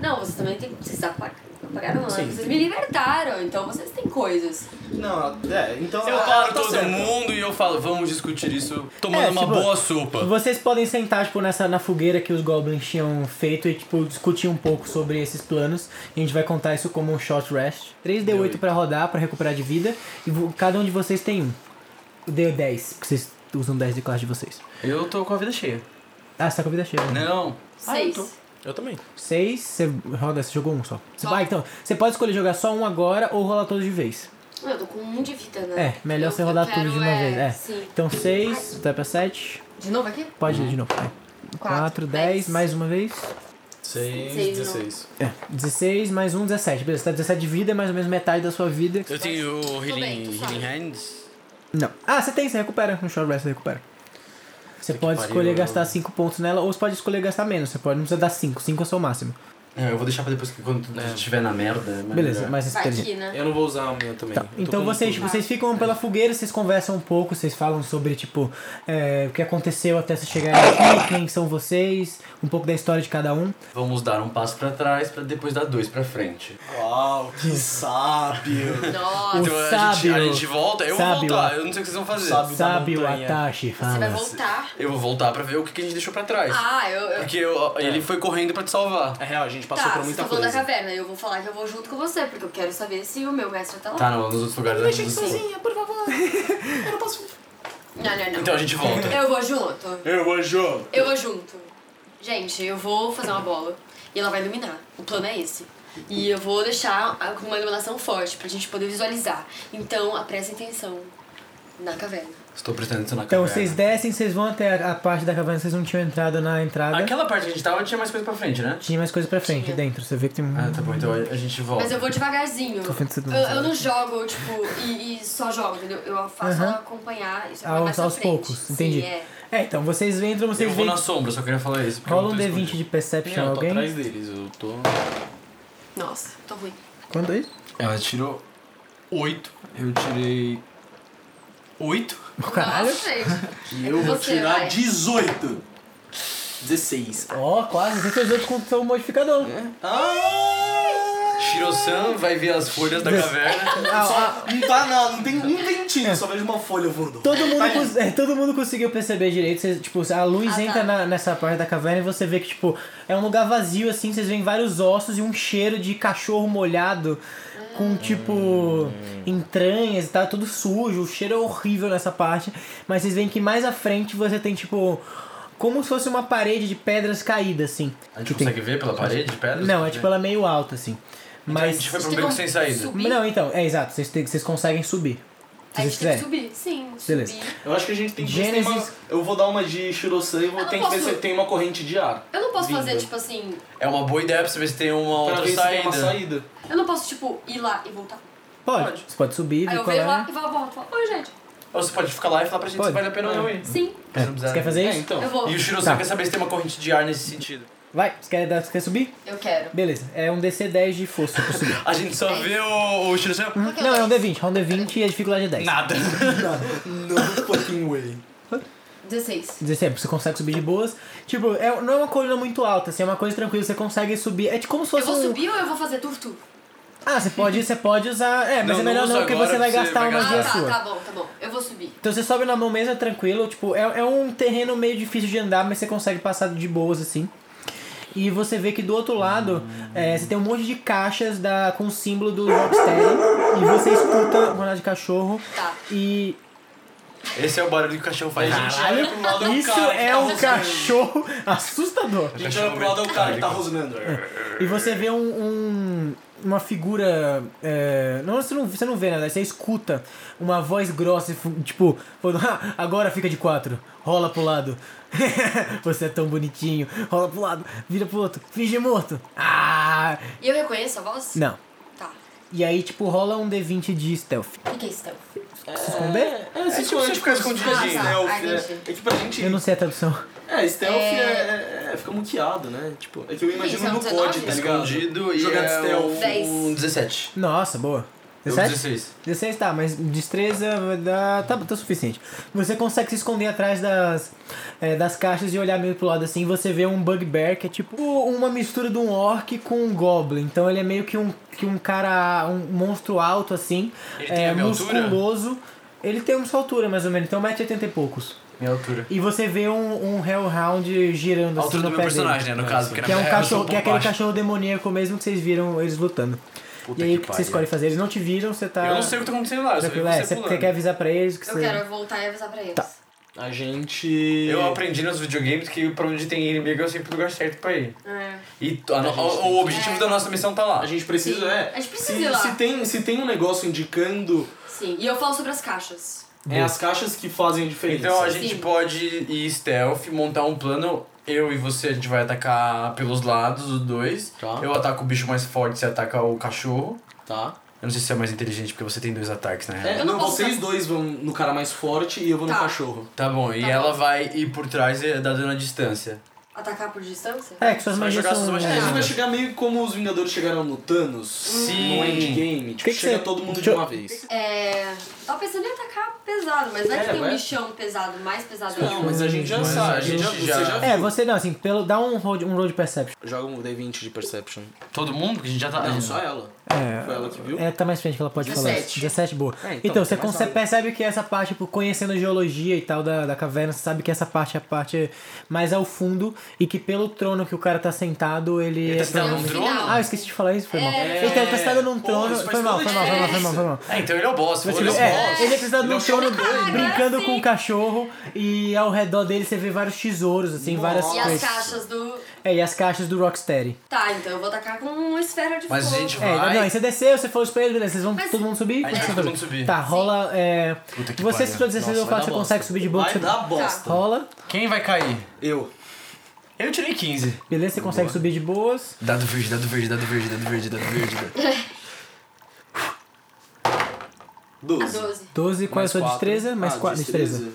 Speaker 3: Não, vocês também tem, vocês apag- apagaram antes,
Speaker 9: Sim.
Speaker 3: vocês me libertaram, então vocês têm coisas.
Speaker 9: Não, é, então.
Speaker 11: Eu
Speaker 9: ah,
Speaker 11: paro
Speaker 9: tá
Speaker 11: todo
Speaker 9: certo.
Speaker 11: mundo e eu falo, vamos discutir isso tomando
Speaker 2: É,
Speaker 11: uma
Speaker 2: tipo,
Speaker 11: boa sopa.
Speaker 2: Vocês podem sentar, tipo, nessa, na fogueira que os goblins tinham feito e, tipo, discutir um pouco sobre esses planos. E a gente vai contar isso como um short rest. 3D8 pra rodar, pra recuperar de vida. E vo- cada um de vocês tem um. Deu 10, porque vocês usam 10 de classe de vocês.
Speaker 10: Eu tô com a vida cheia.
Speaker 2: Ah, você tá com a vida cheia. né?
Speaker 10: Não.
Speaker 3: Seis.
Speaker 10: Eu também.
Speaker 2: 6, você roda, você jogou um só. Você vai, então, você pode escolher jogar só um agora ou rolar todos de vez.
Speaker 3: Não, eu tô com um de vida,
Speaker 2: É,
Speaker 3: né?
Speaker 2: melhor
Speaker 3: Eu-
Speaker 2: você
Speaker 3: eu
Speaker 2: rodar
Speaker 3: quero
Speaker 2: tudo de uma
Speaker 3: é,
Speaker 2: vez. É.
Speaker 3: Sim.
Speaker 2: Então 6, vai pra 7.
Speaker 3: De novo aqui?
Speaker 2: Pode ir de novo. vai. 4,
Speaker 3: Quatro,
Speaker 2: 10, mais uma vez.
Speaker 9: 6,
Speaker 3: Seis, não. 16.
Speaker 2: É, 16 mais 1, 17. Beleza, tá 17 de vida, mais ou menos metade da sua vida.
Speaker 4: Eu tenho o
Speaker 3: bem,
Speaker 4: Healing,
Speaker 3: tô
Speaker 4: healing Hands.
Speaker 2: Não. Ah, você tem, você recupera. No short rest você recupera. Você pode
Speaker 11: pariu,
Speaker 2: escolher
Speaker 11: eu-
Speaker 2: gastar 5 pontos nela, ou você pode escolher gastar menos. Você pode, não precisa dar 5. 5 é o seu máximo.
Speaker 11: É, eu vou deixar pra depois que quando tu estiver na merda. é
Speaker 2: Beleza,
Speaker 11: melhor.
Speaker 2: mas você perde.
Speaker 10: né?
Speaker 9: Eu não vou usar a minha também. Eu tô
Speaker 2: Então
Speaker 9: com
Speaker 2: vocês,
Speaker 9: tudo.
Speaker 2: tipo, vocês ficam pela fogueira, vocês conversam um pouco, vocês falam sobre, tipo, é, o que aconteceu até vocês chegarem aqui, quem são vocês, um pouco da história de cada um.
Speaker 11: Vamos dar um passo pra trás pra depois dar dois pra frente.
Speaker 9: Uau, que sábio!
Speaker 3: Nossa.
Speaker 11: Então a gente, a gente volta, eu
Speaker 2: Sábio.
Speaker 11: vou voltar. Eu não sei o que vocês vão fazer.
Speaker 2: Sábio Atashi
Speaker 3: Você vai
Speaker 2: fala.
Speaker 10: Então tá,
Speaker 3: voltar.
Speaker 11: Eu vou voltar pra ver o que que a gente deixou pra trás.
Speaker 3: Ah, eu. eu...
Speaker 11: Porque eu- ele foi correndo pra te salvar.
Speaker 9: É real, a gente
Speaker 3: tá, vocês estão falando da caverna, eu vou falar que eu vou junto com você, porque eu quero saber se o meu mestre tá lá.
Speaker 11: Tá, não, nos outros lugares a gente não foi.
Speaker 9: por favor. Eu não posso.
Speaker 3: Não, não, não.
Speaker 11: Então a gente volta.
Speaker 9: Tá.
Speaker 3: Eu vou junto.
Speaker 9: Eu vou junto.
Speaker 3: Eu vou junto. Gente, eu vou fazer uma bola e ela vai iluminar. O plano é esse. E eu vou deixar a- com uma iluminação forte pra gente poder visualizar. Então, prestem atenção na caverna.
Speaker 11: Estou prestando atenção na
Speaker 2: Então
Speaker 11: caverna.
Speaker 2: vocês descem, vocês vão até a, a parte da caverna, vocês não tinham entrado na entrada.
Speaker 11: Aquela parte que a gente tava tinha mais coisa pra frente, né?
Speaker 2: Tinha mais coisa pra frente dentro, você vê que tem um.
Speaker 11: Ah, tá bom, então a a gente volta.
Speaker 3: Mas eu vou devagarzinho.
Speaker 2: Tô vendo que você
Speaker 3: Eu,
Speaker 2: não
Speaker 3: eu não jogo, tipo, e, e só jogo, entendeu? Eu faço
Speaker 2: Aham.
Speaker 3: ela acompanhar e só vai é mais
Speaker 2: Aos,
Speaker 3: pra
Speaker 2: aos
Speaker 3: frente.
Speaker 2: poucos, entendi.
Speaker 3: Sim, é.
Speaker 2: é. então vocês entram, vocês
Speaker 11: eu vou
Speaker 2: veem.
Speaker 11: na sombra, só queria falar isso. porque
Speaker 2: Rola
Speaker 11: eu
Speaker 2: um
Speaker 11: não tô
Speaker 2: D20 de
Speaker 11: escondido.
Speaker 2: Perception
Speaker 11: Não, eu tô
Speaker 2: alguém.
Speaker 11: atrás deles, eu tô...
Speaker 3: Nossa, tô ruim.
Speaker 2: Quanto é isso?
Speaker 11: Ela tirou 8, eu tirei 8.
Speaker 2: Caralho.
Speaker 3: Nossa, gente.
Speaker 9: E eu
Speaker 3: É
Speaker 9: vou
Speaker 3: você,
Speaker 9: tirar
Speaker 3: vai.
Speaker 9: 18. 16.
Speaker 2: Ó, quase, você fez outro com seu modificador.
Speaker 11: Shiro-san vai ver as folhas da
Speaker 2: Des-
Speaker 11: caverna.
Speaker 9: Só- Ah! não tá não, não tem um dentinho, só vejo uma folha voando.
Speaker 2: Todo mundo,
Speaker 9: Aí-
Speaker 2: cons- é, todo mundo conseguiu perceber direito. Cês, tipo, a luz
Speaker 3: Ah,
Speaker 2: entra
Speaker 3: tá.
Speaker 2: na- nessa parte da caverna e você vê que, tipo, é um lugar vazio, assim, vocês veem vários ossos e um cheiro de cachorro molhado
Speaker 3: Ah.
Speaker 2: com, tipo, entranhas e tal, tudo sujo. O cheiro é horrível nessa parte. Mas vocês veem que mais à frente você tem, tipo, como se fosse uma parede de pedras caída, assim.
Speaker 11: A gente consegue ver pela parede de pedras?
Speaker 2: Não, é tipo, ela é meio alta, assim.
Speaker 11: Mas... A
Speaker 2: Mas.
Speaker 11: gente foi pra um
Speaker 3: Tem
Speaker 11: beco
Speaker 3: como
Speaker 11: sem saída.
Speaker 3: subir?
Speaker 2: Não, então, é exato, vocês têm- vocês conseguem subir. Se
Speaker 3: A
Speaker 2: vocês
Speaker 3: gente tem que
Speaker 2: quiserem.
Speaker 3: subir, sim.
Speaker 2: Beleza.
Speaker 3: Subir.
Speaker 9: Eu acho que a gente tem que
Speaker 2: Gênesis-
Speaker 9: tem uma- Eu vou dar uma de Shirosan e vou
Speaker 3: Eu não
Speaker 9: ter que ver
Speaker 3: posso-
Speaker 9: se tem uma corrente de ar.
Speaker 3: Eu não posso
Speaker 9: Vinda.
Speaker 3: fazer, tipo assim.
Speaker 11: É uma boa ideia pra saber se tem uma
Speaker 9: Pra
Speaker 11: outra
Speaker 9: ver se tem
Speaker 11: saída.
Speaker 9: uma saída.
Speaker 3: Eu não posso, tipo, ir lá e voltar.
Speaker 2: Pode. Você pode subir,
Speaker 3: Aí
Speaker 2: ver
Speaker 3: eu
Speaker 2: qual
Speaker 3: vejo
Speaker 2: é.
Speaker 3: lá e vou volto. Oi, gente.
Speaker 11: Ou você pode ficar lá e falar pra gente
Speaker 2: Pode.
Speaker 11: se vale a pena ou não ir.
Speaker 3: Sim,
Speaker 2: É,
Speaker 11: Não precisa-
Speaker 2: Você quer fazer
Speaker 11: É,
Speaker 2: isso?
Speaker 11: então.
Speaker 3: Eu vou.
Speaker 11: E o Shiro-san
Speaker 2: Tá.
Speaker 11: quer saber se tem uma corrente de ar nesse sentido.
Speaker 2: Vai, você quer, dar- você quer subir?
Speaker 3: eu quero.
Speaker 2: Beleza, é um DC10 de força pra subir.
Speaker 11: A gente só vê o, o Shiro-san...
Speaker 2: Não, é um D20, é um D20 e a dificuldade é 10.
Speaker 11: Ah, Nada.
Speaker 9: No fucking way.
Speaker 3: 16.
Speaker 2: 17, você consegue subir de boas. Tipo, é, não é uma colina muito alta, assim, é uma coisa tranquila, você consegue subir. É tipo como se
Speaker 3: Eu
Speaker 2: fosse
Speaker 3: vou
Speaker 2: um.
Speaker 3: subir ou eu vou fazer turtu?
Speaker 2: Ah, você pode, você pode usar. É, mas
Speaker 11: Não,
Speaker 2: é
Speaker 11: não
Speaker 2: melhor
Speaker 11: usa
Speaker 2: não, porque
Speaker 11: agora,
Speaker 2: você vai
Speaker 11: porque
Speaker 2: gastar
Speaker 11: você vai
Speaker 2: uma
Speaker 3: Ah,
Speaker 2: magia
Speaker 3: tá,
Speaker 2: sua.
Speaker 3: tá bom, tá bom. Eu vou subir.
Speaker 2: Então você sobe na mão mesmo, é tranquilo. Tipo, é, é um terreno meio difícil de andar, mas você consegue passar de boas, assim. E você vê que do outro lado, é, você tem um monte de caixas da, com o símbolo do Rocksteady. e você escuta o Ronaldo de Cachorro.
Speaker 3: Tá.
Speaker 2: E.
Speaker 11: Esse é o barulho que o cachorro faz.
Speaker 4: Tá.
Speaker 2: Caralho, isso é um cachorro assustador.
Speaker 9: tá A gente olha pro lado é o cara que tá rosnando.
Speaker 2: E você vê um, um- uma figura. é, não, você não, você não vê nada, você escuta uma voz grossa, e fu- tipo, falando, "Ah, agora fica de quatro, rola pro lado. você é tão bonitinho, rola pro lado, vira pro outro, finge morto. Ah!
Speaker 3: E eu reconheço a voz?
Speaker 2: Não.
Speaker 3: Tá.
Speaker 2: E aí, tipo, rola um D20 de stealth.
Speaker 3: O que que é isso então?
Speaker 2: Se esconder?
Speaker 9: É, se
Speaker 11: tipo, você ficar
Speaker 3: escondidinho.
Speaker 9: Stealth,
Speaker 3: Ah, tá. Ah,
Speaker 9: é,
Speaker 3: entendi.
Speaker 9: é que pra gente.
Speaker 2: Eu não sei a tradução.
Speaker 9: É, stealth é...
Speaker 3: É-
Speaker 9: é- fica muqueado, né? Tipo, é que eu
Speaker 3: Isso,
Speaker 9: imagino
Speaker 3: é um
Speaker 9: no
Speaker 3: 19?
Speaker 4: é
Speaker 9: COD, tá ligado?
Speaker 11: Escondido e
Speaker 9: Jogando
Speaker 11: é
Speaker 9: stealth.
Speaker 11: um 17.
Speaker 2: Nossa, boa. 17?
Speaker 4: 16.
Speaker 2: 16 tá, mas destreza vai dar- tá, tá suficiente. Você consegue se esconder atrás das, é, das caixas e olhar meio pro lado assim. Você vê um bugbear que é tipo uma mistura de um orc com um goblin. Então ele é meio que um, que um cara, um monstro alto assim,
Speaker 4: Ele tem
Speaker 2: é,
Speaker 4: a minha altura?
Speaker 2: musculoso. Ele tem uma sua altura mais ou menos, então 1,80 e poucos.
Speaker 4: Minha altura.
Speaker 2: E você vê um, um Hellhound girando assim
Speaker 4: A
Speaker 2: no
Speaker 4: altura do meu
Speaker 2: pé
Speaker 4: personagem,
Speaker 2: dele.
Speaker 4: né, no caso, porque
Speaker 2: Que é
Speaker 4: na
Speaker 2: um
Speaker 4: verdade eu
Speaker 2: cachorro,
Speaker 4: sou um
Speaker 2: que é aquele
Speaker 4: pombacho.
Speaker 2: cachorro demoníaco mesmo que vocês viram eles lutando. e aí o que, você
Speaker 4: pariu.
Speaker 2: escolhe fazer? Eles não te viram, você tá.
Speaker 4: Eu não sei o que tá acontecendo lá, eu só vi
Speaker 2: Tranquilo, é,
Speaker 4: você
Speaker 2: você,
Speaker 4: pulando.
Speaker 2: você quer avisar pra eles que
Speaker 3: Eu
Speaker 2: você.
Speaker 3: quero voltar e avisar
Speaker 2: Tá.
Speaker 3: pra eles.
Speaker 15: A gente. Eu
Speaker 2: é-
Speaker 15: aprendi nos videogames que pra onde tem inimigo é sempre o lugar certo pra ir.
Speaker 3: É.
Speaker 15: E t- a no-
Speaker 9: A gente
Speaker 15: o,
Speaker 9: tem
Speaker 15: o
Speaker 9: que-
Speaker 15: objetivo da nossa missão tá lá.
Speaker 9: A gente precisa,
Speaker 3: Sim.
Speaker 9: é.
Speaker 3: A gente precisa
Speaker 9: se,
Speaker 3: ir lá.
Speaker 9: se tem, se tem um negócio indicando
Speaker 3: Sim, e eu falo sobre as caixas.
Speaker 9: é as caixas que fazem a diferença.
Speaker 4: Então a gente
Speaker 3: Sim.
Speaker 4: pode ir stealth, montar um plano. Eu e você, a gente vai atacar pelos lados, os dois.
Speaker 2: Tá.
Speaker 4: Eu ataco o bicho mais forte, você ataca o cachorro.
Speaker 9: Tá.
Speaker 4: Eu não sei se você é mais inteligente, porque você tem dois ataques, né? na real.
Speaker 9: É, não, vocês dois vão no cara mais forte e eu vou no
Speaker 3: Tá.
Speaker 9: cachorro.
Speaker 4: Tá bom, e
Speaker 3: Tá
Speaker 4: ela
Speaker 3: bom.
Speaker 4: vai ir por trás e- da dona distância.
Speaker 3: Atacar por distância?
Speaker 2: É, que suas
Speaker 4: Você vai
Speaker 2: magias
Speaker 4: jogar
Speaker 2: são.
Speaker 4: suas
Speaker 3: Tá.
Speaker 9: É, a gente vai chegar meio como os Vingadores chegaram no Thanos,
Speaker 4: Sim.
Speaker 9: no Endgame. Tipo,
Speaker 2: Que que
Speaker 9: chega
Speaker 2: você-
Speaker 9: todo mundo de
Speaker 2: Deixa eu-
Speaker 9: uma vez.
Speaker 3: É. Tava pensando em atacar pesado, mas não é,
Speaker 9: É,
Speaker 3: que tem um
Speaker 9: vai-
Speaker 3: bichão pesado, mais pesado um
Speaker 9: Não, mas a gente já
Speaker 4: Mas
Speaker 9: sabe.
Speaker 4: a gente
Speaker 9: já,
Speaker 4: já-
Speaker 9: Você já
Speaker 2: É,
Speaker 9: viu.
Speaker 2: você não, assim, pelo, dá um road, um road perception.
Speaker 9: Joga um D20 de Perception.
Speaker 4: Todo mundo? Porque a gente já tá.
Speaker 9: Não, só ela. Foi ela que viu.
Speaker 2: É, tá mais frente que ela pode falar.
Speaker 9: 17.
Speaker 2: isso. 17, boa.
Speaker 9: É, então,
Speaker 2: então, você
Speaker 9: tem mais
Speaker 2: conce-
Speaker 9: nada.
Speaker 2: percebe que essa parte, por conhecendo a geologia e tal da, da caverna, você sabe que essa parte é a parte mais ao fundo e que pelo trono que o cara tá sentado, ele.
Speaker 4: Ele
Speaker 2: é
Speaker 4: tá sentado
Speaker 2: provavelmente-
Speaker 4: num trono?
Speaker 2: Ah, eu esqueci de falar isso, foi mal.
Speaker 3: É.
Speaker 2: Ele tá ele tá sentado num trono.
Speaker 9: isso faz
Speaker 2: Foi mal,
Speaker 9: toda
Speaker 2: foi
Speaker 9: a
Speaker 2: mal, foi mal, foi mal, foi mal.
Speaker 4: Ah, então ele é o boss.
Speaker 2: Você
Speaker 4: ele
Speaker 2: vê-
Speaker 4: é o
Speaker 2: é,
Speaker 4: boss.
Speaker 2: ele é precisado de um trono
Speaker 3: Caraca,
Speaker 2: brincando
Speaker 3: sim.
Speaker 2: com o cachorro e ao redor dele você vê vários tesouros, assim, várias
Speaker 3: E
Speaker 2: coisas.
Speaker 3: as caixas do.
Speaker 2: É, e as caixas do Rocksteady.
Speaker 3: Tá, então eu vou atacar com uma esfera de
Speaker 4: Mas a
Speaker 3: fogo.
Speaker 4: gente
Speaker 2: É,
Speaker 4: vai.
Speaker 2: não, aí você desceu, você falou isso pra eles, beleza, vocês vão
Speaker 3: Mas-
Speaker 2: todo mundo subir?
Speaker 4: A
Speaker 2: Como é que
Speaker 4: gente vai
Speaker 2: vocês
Speaker 4: todo
Speaker 2: vão
Speaker 4: mundo
Speaker 2: fazer?
Speaker 4: subir.
Speaker 2: Tá, rola. É,
Speaker 4: Puta que
Speaker 2: você
Speaker 4: pariu.
Speaker 2: se for 16
Speaker 9: Nossa,
Speaker 2: ou 4,
Speaker 9: vai
Speaker 2: você
Speaker 9: dar
Speaker 2: consegue subir de boa.
Speaker 9: Vai
Speaker 2: você...
Speaker 9: dar bosta.
Speaker 2: Rola.
Speaker 4: Quem vai cair?
Speaker 9: Tá. Eu.
Speaker 4: Eu tirei 15.
Speaker 2: Beleza, você consegue subir de boas.
Speaker 4: Dado verde, dado verde, dado verde, dado verde, dado verde. dado-
Speaker 9: 12.
Speaker 3: A 12.
Speaker 2: 12, qual é a sua
Speaker 9: Ah,
Speaker 2: destreza? Mais
Speaker 4: Ah,
Speaker 2: 4, destreza.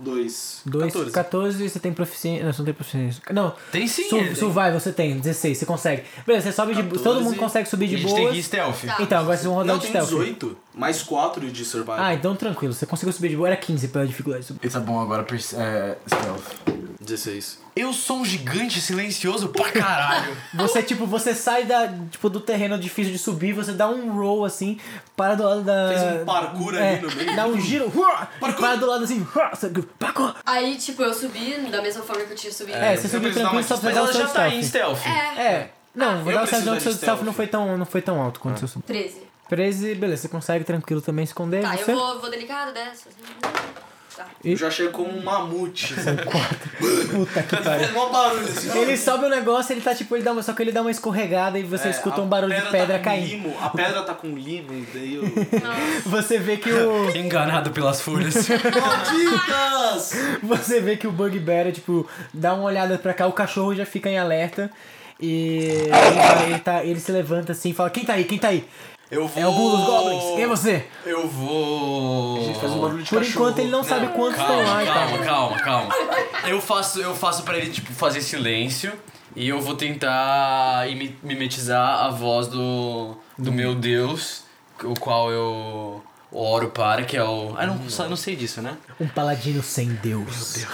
Speaker 9: 2.
Speaker 2: 2, 14.
Speaker 9: 14.
Speaker 2: você tem proficiência. Não, você não tem proficiência. Não.
Speaker 4: Tem sim,
Speaker 2: Su-
Speaker 4: ele-
Speaker 2: survival, você tem, 16, você consegue. Beleza, você sobe de. Todo mundo
Speaker 9: 14.
Speaker 2: consegue subir
Speaker 4: E a
Speaker 2: de
Speaker 4: gente tem que ir
Speaker 2: boas.
Speaker 4: stealth.
Speaker 3: Tá.
Speaker 2: Então, agora vocês vão rodar
Speaker 9: Não,
Speaker 2: de
Speaker 9: tem
Speaker 2: stealth.
Speaker 9: 18. Mais 4 de survival.
Speaker 2: Ah, então tranquilo, você conseguiu subir de boa. Era 15 pela dificuldade de subir.
Speaker 4: Tá bom, agora perce- é, stealth.
Speaker 9: 16.
Speaker 4: Eu sou um gigante silencioso pra caralho.
Speaker 2: Você, tipo, você sai da, tipo, do terreno difícil de subir, você dá um roll assim, para do lado da.
Speaker 9: Fez um parkour ali
Speaker 2: é,
Speaker 9: no meio.
Speaker 2: Dá um giro, hua, e para do lado assim, hua, você- parkour.
Speaker 3: Aí, tipo, eu subi da mesma forma que eu tinha subido.
Speaker 2: É, você subiu
Speaker 9: preciso dar
Speaker 2: tranquilo
Speaker 9: uma
Speaker 2: só pra
Speaker 4: Mas
Speaker 2: dar o
Speaker 4: ela
Speaker 2: seu
Speaker 4: já tá em
Speaker 2: stealth.
Speaker 4: stealth.
Speaker 3: É.
Speaker 2: É. Não, vou
Speaker 9: Ah, eu
Speaker 2: dar o seu
Speaker 9: preciso
Speaker 2: stealth,
Speaker 9: dar
Speaker 2: seu stealth não
Speaker 9: stealth. Ah.
Speaker 2: foi tão, não foi tão alto quanto seu subiu.
Speaker 3: 13.
Speaker 2: 13, beleza, você consegue tranquilo também esconder.
Speaker 3: Tá, eu
Speaker 2: você?
Speaker 3: vou, vou delicado dessa. assim. Tá.
Speaker 9: Eu já chego como um mamute. sabe?
Speaker 2: Puta que pariu.
Speaker 9: Mó barulho assim.
Speaker 2: Ele sobe o negócio, ele tá tipo, ele dá uma, só que ele dá uma escorregada e você
Speaker 9: É,
Speaker 2: escuta
Speaker 9: a
Speaker 2: um barulho de pedra
Speaker 9: tá com
Speaker 2: caindo.
Speaker 9: limo, a pedra tá com limo e daí eu...
Speaker 2: Você vê que o.
Speaker 4: Enganado pelas folhas.
Speaker 9: Malditas!
Speaker 2: Você vê que o Bugbear, tipo, dá uma olhada pra cá, o cachorro já fica em alerta. E ele, tá- ele tá- ele se levanta assim e fala: Quem tá aí? Quem tá aí?
Speaker 4: Eu vou.
Speaker 2: É o Bull dos Goblins. Quem é você?
Speaker 4: Eu vou.
Speaker 9: A gente faz um barulho de
Speaker 2: Por
Speaker 9: cachorro.
Speaker 2: enquanto ele não sabe quantos estão lá e
Speaker 4: calma,
Speaker 2: tal.
Speaker 4: calma, calma. Eu faço, eu faço pra ele, tipo, fazer silêncio. E eu vou tentar imi- mimetizar a voz do, do meu Deus, o qual eu oro para, que é o... Ah, não, só- não sei disso, né?
Speaker 2: Um paladino sem Deus.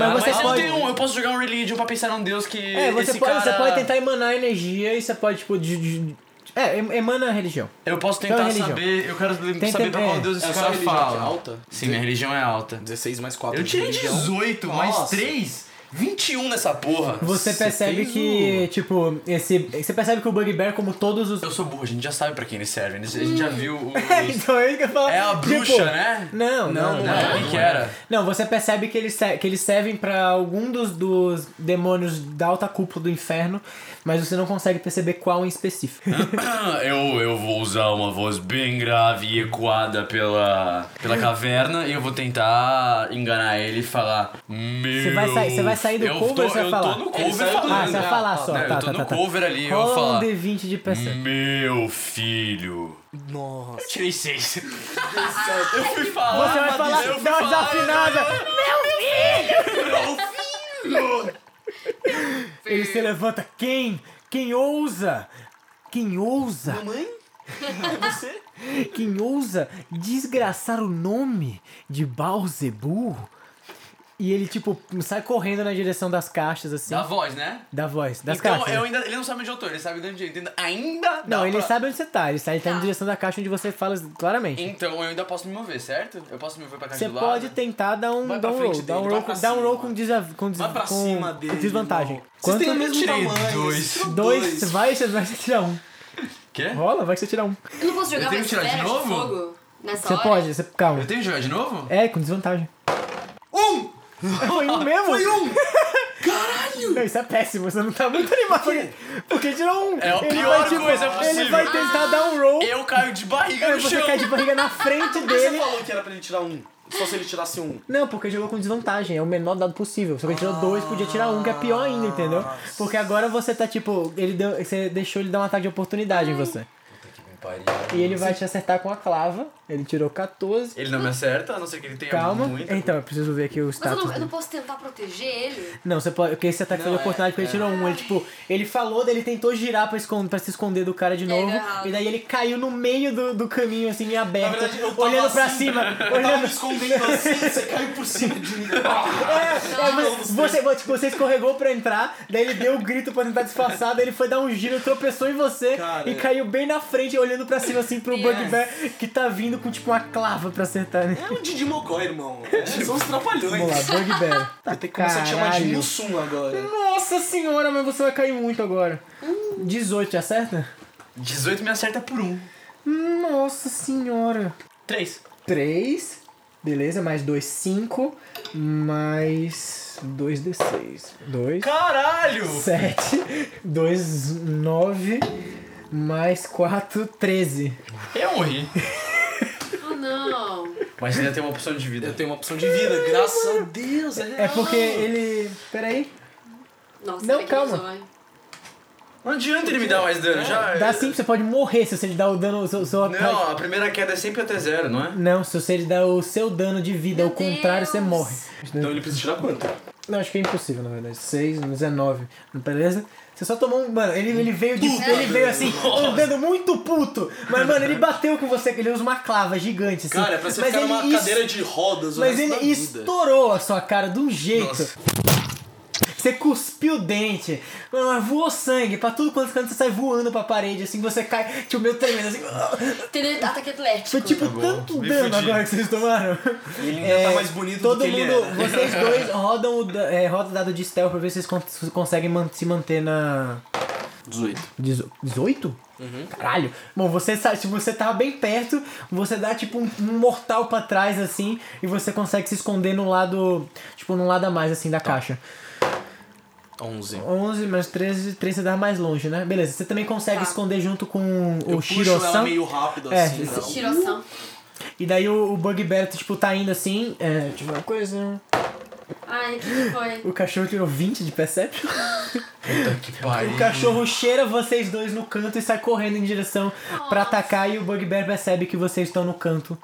Speaker 4: Ah,
Speaker 2: Mas você
Speaker 4: eu
Speaker 2: pode-
Speaker 4: tenho um, eu posso jogar um religion pra pensar num Deus que
Speaker 2: É, você
Speaker 4: esse
Speaker 2: pode,
Speaker 4: cara...
Speaker 2: você pode tentar emanar energia e você pode, tipo, de, de- é, em- emana a religião.
Speaker 4: Eu posso
Speaker 2: Então é
Speaker 4: tentar
Speaker 2: religião.
Speaker 4: saber, eu quero
Speaker 2: Tenta-
Speaker 4: saber pra
Speaker 2: é.
Speaker 4: qual Deus esse
Speaker 9: É só
Speaker 4: cara
Speaker 9: religião
Speaker 4: fala.
Speaker 9: alta?
Speaker 4: Sim, minha religião é alta.
Speaker 9: 16 mais 4.
Speaker 4: Eu tirei 18, mais
Speaker 9: Nossa.
Speaker 4: 3, 21 nessa porra.
Speaker 2: Você percebe
Speaker 4: fez
Speaker 2: que, tipo, esse. Você percebe que o Bugbear, como todos os.
Speaker 4: Eu sou burro, a gente já sabe pra quem eles servem. eles- A gente já viu o.
Speaker 2: então é isso que eu falo.
Speaker 4: Hum. É a bruxa,
Speaker 2: Tipo,
Speaker 4: né?
Speaker 2: Não, não, é. não.
Speaker 4: Não, quem que era?
Speaker 2: Não, você percebe que eles, se- que eles servem pra algum dos, dos demônios da alta cúpula do inferno, mas você não consegue perceber qual em específico.
Speaker 4: Eu, eu vou usar uma voz bem grave e ecoada pela, pela caverna e eu vou tentar enganar ele e falar. Meu.
Speaker 2: Você vai sair- você vai sair do
Speaker 4: eu
Speaker 2: cover
Speaker 4: tô,
Speaker 2: ou você vai
Speaker 4: eu
Speaker 2: falar?
Speaker 4: tô no
Speaker 9: Ele
Speaker 4: cover
Speaker 9: saiu do-
Speaker 4: falando.
Speaker 2: ah, você vai falar
Speaker 4: Não,
Speaker 2: só. tá,
Speaker 4: É, eu tô
Speaker 2: tá,
Speaker 4: no
Speaker 2: tá, tá.
Speaker 4: cover ali, eu vou
Speaker 2: Rola um
Speaker 4: falar.
Speaker 2: D20 de percepção.
Speaker 4: Meu filho. Nossa. Eu tirei 6. eu fui falar.
Speaker 2: Você vai
Speaker 4: mas
Speaker 2: falar,
Speaker 4: eu fui
Speaker 2: dá um uma
Speaker 4: falar,
Speaker 2: desafinada.
Speaker 4: Meu filho.
Speaker 2: Ele se levanta. Quem? Quem ousa? Quem ousa? Mamãe? Você? Quem ousa desgraçar o nome de Bauzebu? E ele, tipo, sai correndo na direção das caixas, assim.
Speaker 11: Da voz, né?
Speaker 2: Da voz, das
Speaker 11: então,
Speaker 2: caixas.
Speaker 11: eu ainda, ele não sabe onde eu tô, ele sabe de onde eu
Speaker 4: então
Speaker 11: tô. Ainda
Speaker 2: Não,
Speaker 11: dá
Speaker 2: ele
Speaker 11: pra-
Speaker 2: sabe onde você tá. Ele sai ele tá na direção da caixa onde você fala claramente.
Speaker 11: Então eu ainda posso me mover, certo? Eu posso me mover pra cá
Speaker 4: Tá
Speaker 2: Você
Speaker 11: do lado?
Speaker 2: pode
Speaker 4: né?
Speaker 2: tentar dar um, dar um
Speaker 11: frente
Speaker 2: roll. Dar um
Speaker 11: dele,
Speaker 2: roll,
Speaker 11: vai pra
Speaker 2: dar um roll com, desa, com, des,
Speaker 11: Vai pra
Speaker 2: com-
Speaker 11: cima
Speaker 2: com
Speaker 11: dele,
Speaker 2: desvantagem.
Speaker 11: irmão. Vocês
Speaker 2: é
Speaker 11: têm o mesmo Tirei tamanho, dois. vocês tiram
Speaker 2: Dois.
Speaker 9: Ah,
Speaker 11: dois.
Speaker 2: Vai, você vai tirar um.
Speaker 11: Quê?
Speaker 2: Rola, vai que você tira um.
Speaker 3: Eu não posso jogar
Speaker 11: Eu tenho
Speaker 3: mais
Speaker 11: que tirar de
Speaker 3: esfera
Speaker 11: novo?
Speaker 3: fogo nessa
Speaker 2: Você
Speaker 3: hora?
Speaker 2: pode, você, calma.
Speaker 11: Eu tenho que jogar de novo?
Speaker 2: É, com desvantagem.
Speaker 11: Um!
Speaker 2: Foi um mesmo? Foi
Speaker 11: um!
Speaker 2: Caralho! Não, isso é péssimo, você não tá muito animado. Porque, porque tirou um.
Speaker 11: É a
Speaker 2: Ele
Speaker 11: pior
Speaker 2: vai, tipo,
Speaker 11: coisa possível.
Speaker 2: Ele vai tentar dar um roll.
Speaker 11: Eu caio de barriga
Speaker 2: Aí
Speaker 11: no
Speaker 2: você
Speaker 11: chão.
Speaker 2: cai de barriga na frente
Speaker 9: Por que
Speaker 2: dele.
Speaker 9: você falou que era pra ele tirar um? Só se ele tirasse um.
Speaker 2: Não, porque jogou com desvantagem, é o menor dado possível. Só que ele tirou dois, podia tirar um, que é pior ainda, entendeu? Porque agora você tá tipo. Ele deu- você deixou ele dar um ataque de oportunidade em você. E ele vai te acertar com a clava. Ele tirou 14.
Speaker 11: Ele não me acerta, a não ser que ele tenha
Speaker 2: Calma.
Speaker 11: muito.
Speaker 2: Então, eu preciso ver aqui o
Speaker 3: Mas eu
Speaker 2: status.
Speaker 3: não, eu
Speaker 2: dele.
Speaker 3: não posso tentar proteger ele?
Speaker 2: Não, você pode. Porque esse ataque foi de
Speaker 3: Não,
Speaker 2: oportunidade
Speaker 3: é,
Speaker 2: porque ele tirou um. Ele, tipo, ele falou, daí ele tentou girar pra, esconder, pra se esconder do cara de novo.
Speaker 3: errado.
Speaker 2: e daí ele caiu no meio do, do caminho, assim, em aberto.
Speaker 9: verdade, eu tava
Speaker 2: olhando pra
Speaker 9: assim,
Speaker 2: cima.
Speaker 9: eu tava
Speaker 2: olhando
Speaker 9: me escondendo assim, você caiu por cima de um. mim.
Speaker 2: É, é, você, você, tipo, você escorregou pra entrar, daí ele deu o grito pra tentar disfarçar, daí ele foi dar um giro, tropeçou em você e caiu bem na frente, olhando pra cima assim pro Bugbear que tá vindo com tipo uma clava pra acertar. Né?
Speaker 9: É um Didi Mocó, irmão. É, são os trapalhões.
Speaker 2: Vamos lá, Bugbear. Vai ter que
Speaker 9: Começa a te chamar de Mussum agora.
Speaker 2: Nossa senhora, mas você vai cair muito agora. 18, te acerta?
Speaker 11: 18 me acerta por um.
Speaker 2: Nossa senhora.
Speaker 11: 3.
Speaker 2: 3. Beleza, mais 2, 5. Mais 2d6. 2.
Speaker 11: Caralho!
Speaker 2: 7. 2, 9. Mais 4, 13.
Speaker 11: Eu morri.
Speaker 3: Ah, não.
Speaker 11: Mas ainda tem uma opção de vida. Eu
Speaker 9: tenho uma opção de vida, graças a Deus.
Speaker 2: É porque ele. Peraí.
Speaker 3: Nossa,
Speaker 2: Não,
Speaker 3: bem que
Speaker 2: calma.
Speaker 3: ele usou, hein?
Speaker 11: Não adianta ele me dar mais dano, já.
Speaker 2: Dá sim, você pode morrer se você lhe dá o dano. Seu, seu
Speaker 11: É. Não, a primeira queda é sempre até zero, não é?
Speaker 2: Não, se você lhe dá o seu dano de vida, ao contrário, você morre.
Speaker 11: Então ele precisa tirar quanto?
Speaker 2: Não, acho que é impossível, na verdade. 6, 19. Beleza? Você só tomou um. Mano, ele, ele veio de.
Speaker 11: Puta
Speaker 2: ele veio
Speaker 11: merda.
Speaker 2: assim,
Speaker 11: Nossa.
Speaker 2: andando muito puto. Mas, mano, ele bateu com você, que ele usa uma clava gigante, assim.
Speaker 9: Cara, é pra você
Speaker 2: mas
Speaker 9: ficar
Speaker 2: ele
Speaker 9: numa
Speaker 2: es-
Speaker 9: cadeira de rodas o
Speaker 2: Mas
Speaker 9: resto
Speaker 2: ele
Speaker 9: da vida.
Speaker 2: estourou a sua cara de um jeito. Você cuspiu o dente, mano, mas voou sangue pra tudo quanto é canto, você sai voando pra parede, assim, você cai, tipo, meio tremendo, assim.
Speaker 3: Teve ataque atlético.
Speaker 2: Foi tipo tanto
Speaker 3: Tá me
Speaker 2: dano
Speaker 3: fudi.
Speaker 2: agora que vocês tomaram. Ele
Speaker 9: ainda tá mais bonito do
Speaker 2: todo
Speaker 9: que
Speaker 2: mundo,
Speaker 9: ele é. era.
Speaker 2: Vocês dois rodam o, da- é, roda o dado de stealth pra ver se vocês con- se conseguem man- se manter na...
Speaker 9: 18.
Speaker 2: 18?
Speaker 9: Uhum.
Speaker 2: Caralho. Bom, você sabe, tipo, você tava bem perto, você dá tipo um, um mortal pra trás assim, e você consegue se esconder no lado, tipo, num lado a mais assim da
Speaker 9: Tá.
Speaker 2: caixa.
Speaker 6: 11.
Speaker 2: 11 mais 13, 13 você dá mais longe, né? Beleza, você também consegue esconder junto com
Speaker 9: Tá. Eu
Speaker 2: o
Speaker 9: puxo
Speaker 2: Shiro-san.
Speaker 9: ela meio rápido,
Speaker 2: É,
Speaker 9: assim,
Speaker 2: esse-
Speaker 9: não.
Speaker 3: Tiração.
Speaker 2: E daí o, o Bugbear, tipo, tá indo assim, é, deixa eu ver uma coisa.
Speaker 3: Ai, que foi?
Speaker 2: O cachorro tirou 20 de Perception.
Speaker 11: Que pariu.
Speaker 2: O cachorro cheira vocês dois no canto e sai correndo em direção pra atacar e o Bugbear percebe que vocês estão no canto.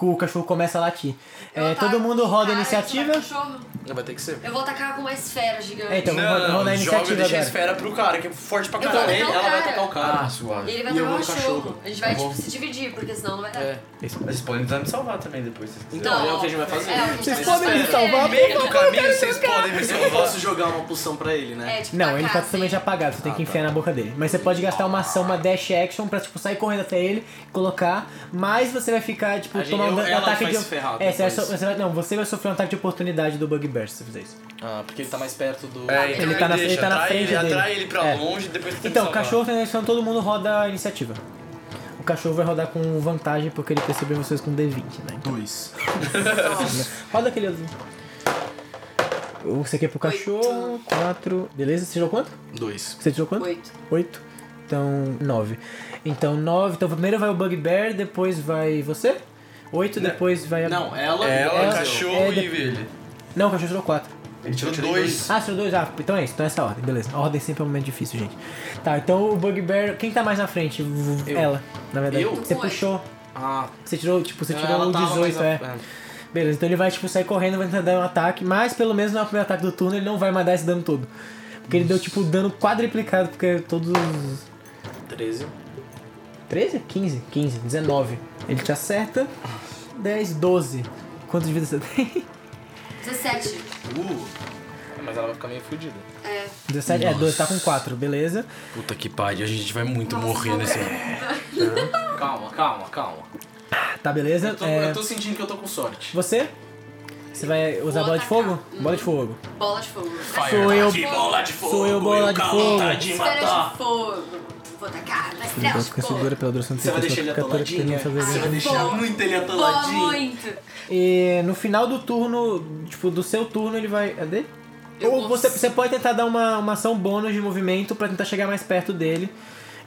Speaker 2: O cachorro começa a latir. É, todo mundo roda a iniciativa.
Speaker 3: Cachorro.
Speaker 11: Vai ter que ser.
Speaker 3: Eu vou atacar com uma esfera gigante.
Speaker 2: É, então,
Speaker 11: não,
Speaker 2: vamos-
Speaker 11: não,
Speaker 2: vamos
Speaker 11: não,
Speaker 2: na
Speaker 11: joga
Speaker 2: iniciativa
Speaker 11: e deixa a
Speaker 2: agora.
Speaker 11: esfera pro cara, que é forte pra
Speaker 3: Eu vou
Speaker 11: caralho.
Speaker 3: atacar o cara.
Speaker 11: Ah, suave.
Speaker 3: E ele vai
Speaker 11: E eu
Speaker 3: atacar o
Speaker 11: vou Tá no
Speaker 3: cachorro.
Speaker 11: cachorro.
Speaker 3: A gente vai,
Speaker 11: Eu vou-
Speaker 3: tipo, se dividir, porque senão não vai dar.
Speaker 11: É. Vocês podem tentar me salvar também depois, se vocês quiserem.
Speaker 3: Então, é o que a gente vai fazer. é, a gente Vocês vai podem me esperar. salvar,
Speaker 11: No meio do
Speaker 3: porque eu não
Speaker 11: caminho,
Speaker 3: quero
Speaker 11: vocês
Speaker 3: jogar.
Speaker 11: podem me
Speaker 9: Mas eu não
Speaker 11: salvar.
Speaker 9: posso jogar uma poção pra ele, né?
Speaker 3: É, tipo,
Speaker 2: Não, ele tá totalmente apagado, você tem
Speaker 9: Ah, tá.
Speaker 2: que enfiar na boca dele. Mas você pode gastar uma ação, uma dash action pra tipo, sair correndo até ele, colocar, mas você vai ficar, tipo,
Speaker 9: A gente-
Speaker 2: tomar um
Speaker 9: eu-
Speaker 2: da-
Speaker 9: ela
Speaker 2: ataque
Speaker 9: vai
Speaker 2: de.
Speaker 9: se ferrar
Speaker 2: é, você vai,
Speaker 9: depois.
Speaker 2: so- você vai- Não, você vai sofrer um ataque de oportunidade do Bugbear se você fizer isso.
Speaker 9: Ah, porque ele tá mais perto do...
Speaker 2: É, ele tá na, ele tá na frente dele.
Speaker 11: Atrai ele pra
Speaker 2: É.
Speaker 11: longe, depois tenta me
Speaker 2: Então, o
Speaker 11: salvar.
Speaker 2: cachorro tá iniciando, todo mundo roda a iniciativa. O cachorro vai rodar com vantagem porque ele percebeu vocês com D20, né? Dois. roda aquele outro. Você quer é pro cachorro? Quatro. Beleza? Você tirou quanto?
Speaker 9: Dois.
Speaker 2: Você tirou quanto?
Speaker 3: Oito.
Speaker 2: Oito. Então, nove. Então, nove. Então, primeiro vai o Bugbear, depois vai você. Oito, depois vai a...
Speaker 10: Não, é- ela,
Speaker 11: Ela,
Speaker 2: é,
Speaker 11: o cachorro
Speaker 2: é,
Speaker 11: e
Speaker 2: de-
Speaker 11: ele.
Speaker 2: Não, o cachorro tirou quatro.
Speaker 11: Ele tirou dois.
Speaker 2: Ah, tirou dois. Ah, então é isso. Então é essa a ordem. Beleza. A ordem sempre é um momento difícil, gente. Tá, então o Bugbear... Quem tá mais na frente? V- Ela, na verdade.
Speaker 9: Eu?
Speaker 2: Você
Speaker 9: Oi.
Speaker 2: puxou...
Speaker 9: Ah,
Speaker 2: Você tirou, tipo, você
Speaker 9: É,
Speaker 2: tirou
Speaker 9: ela
Speaker 2: o
Speaker 9: tava
Speaker 2: 18,
Speaker 9: mais a-
Speaker 2: é.
Speaker 9: é.
Speaker 2: Beleza, então ele vai, tipo, sair correndo, vai tentar dar um ataque, mas pelo menos no primeiro ataque do turno ele não vai mais dar esse dano todo. Porque ele deu, tipo, dano quadriplicado, porque todos os...
Speaker 9: 13.
Speaker 2: 13? 15? 15, 19. Ele te acerta. 10, 12. Quanto de vida você tem?
Speaker 3: 17.
Speaker 6: Uh, mas ela vai ficar meio fodida.
Speaker 3: É.
Speaker 2: 17? É,
Speaker 4: Nossa.
Speaker 2: 12, tá com 4, beleza.
Speaker 4: Puta que pariu, a gente vai muito morrer nesse.
Speaker 10: Calma, calma, calma.
Speaker 2: Tá, beleza?
Speaker 10: Eu tô,
Speaker 2: É,
Speaker 10: eu tô sentindo que eu tô com sorte.
Speaker 2: Você? Você vai usar bola de fogo? Bola de fogo.
Speaker 3: Hum. Bola de fogo.
Speaker 2: Sou eu.
Speaker 9: Tipo,
Speaker 3: Bola de
Speaker 2: Bola de fogo, sou eu, bola de fogo.
Speaker 3: Esfera de fogo. Vou tacar na estrela de fogo.
Speaker 2: pela duração de
Speaker 9: Você vai deixar ele atoladinho? Você vai deixar muito ele
Speaker 3: Boa
Speaker 9: atoladinho?
Speaker 3: muito.
Speaker 2: E no final do turno, tipo, do seu turno, ele vai. É dele? Ou você, você pode tentar dar uma, uma ação bônus de movimento pra tentar chegar mais perto dele.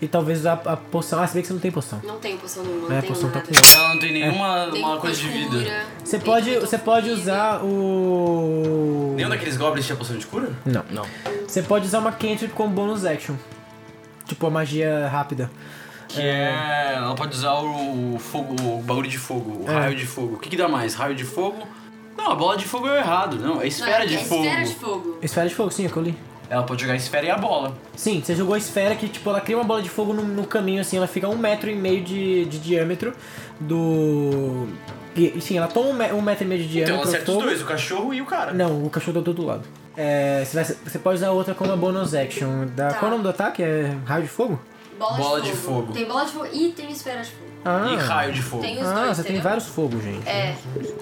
Speaker 2: E talvez usar a poção. Ah, se bem que você não tem poção.
Speaker 3: Não tem poção
Speaker 2: É,
Speaker 3: nenhuma, não tem
Speaker 2: poção
Speaker 3: nada.
Speaker 2: tá com- Ela não tem nenhuma-
Speaker 3: Tem
Speaker 11: uma coisa de vida.
Speaker 3: cura.
Speaker 2: Você pode, você pode usar o.
Speaker 11: Nenhum daqueles goblins tinha poção de cura?
Speaker 2: Não. Não. Você pode usar uma cantrip com bônus action. Tipo, a magia rápida.
Speaker 11: Que é. Ela pode usar o fogo, o bagulho de fogo, o
Speaker 2: É.
Speaker 11: raio de fogo. O que, que dá mais? Raio de fogo? Não, a bola de fogo é errado, não. É esfera
Speaker 3: Não,
Speaker 11: de
Speaker 3: é
Speaker 11: fogo.
Speaker 3: Esfera de fogo.
Speaker 2: Esfera de fogo, sim, é o que eu li.
Speaker 11: Ela pode jogar a esfera e a bola.
Speaker 2: Sim, você jogou a esfera que, tipo, ela cria uma bola de fogo no, no caminho, assim, ela fica a um metro e meio de, de diâmetro do. E, sim, ela toma um, me- um metro e meio de diâmetro.
Speaker 11: Então ela acerta
Speaker 2: do
Speaker 11: os
Speaker 2: fogo.
Speaker 11: dois, o cachorro e o cara.
Speaker 2: Não, o cachorro tá do outro lado. É, você, vai- você pode usar outra como a bonus action. Da,
Speaker 3: Tá.
Speaker 2: Qual é o nome do ataque? É raio de fogo?
Speaker 3: Bola,
Speaker 2: Bola de
Speaker 3: de, um fogo.
Speaker 2: fogo.
Speaker 3: Tem bola de fogo e tem esfera de fogo.
Speaker 2: Ah.
Speaker 3: Tem os
Speaker 2: ah,
Speaker 3: dois,
Speaker 2: você tem
Speaker 3: entendeu?
Speaker 2: vários fogos, gente.
Speaker 3: É.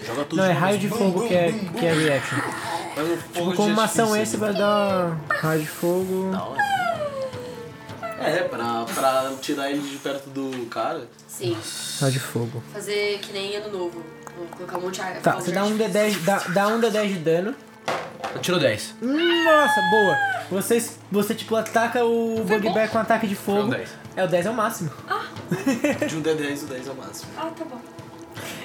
Speaker 9: Joga
Speaker 2: Não, é raio de fogo que é, que é reaction.
Speaker 9: um
Speaker 2: Tipo, como uma ação esse vai dar raio de fogo.
Speaker 9: É, pra, pra tirar ele de perto do cara.
Speaker 3: Sim.
Speaker 2: Raio de fogo.
Speaker 3: Fazer que nem ano novo. Vou colocar um monte de ar.
Speaker 2: Tá, você dá um D10, dá, dá um D10 de dano.
Speaker 3: um
Speaker 11: Eu tiro 10.
Speaker 2: Hum, Nossa, boa! Você, você tipo, ataca o Bugbear com ataque de
Speaker 9: um
Speaker 2: fogo. É, o 10 é o máximo.
Speaker 9: De um D10, o 10 é o máximo.
Speaker 3: Ah, tá bom.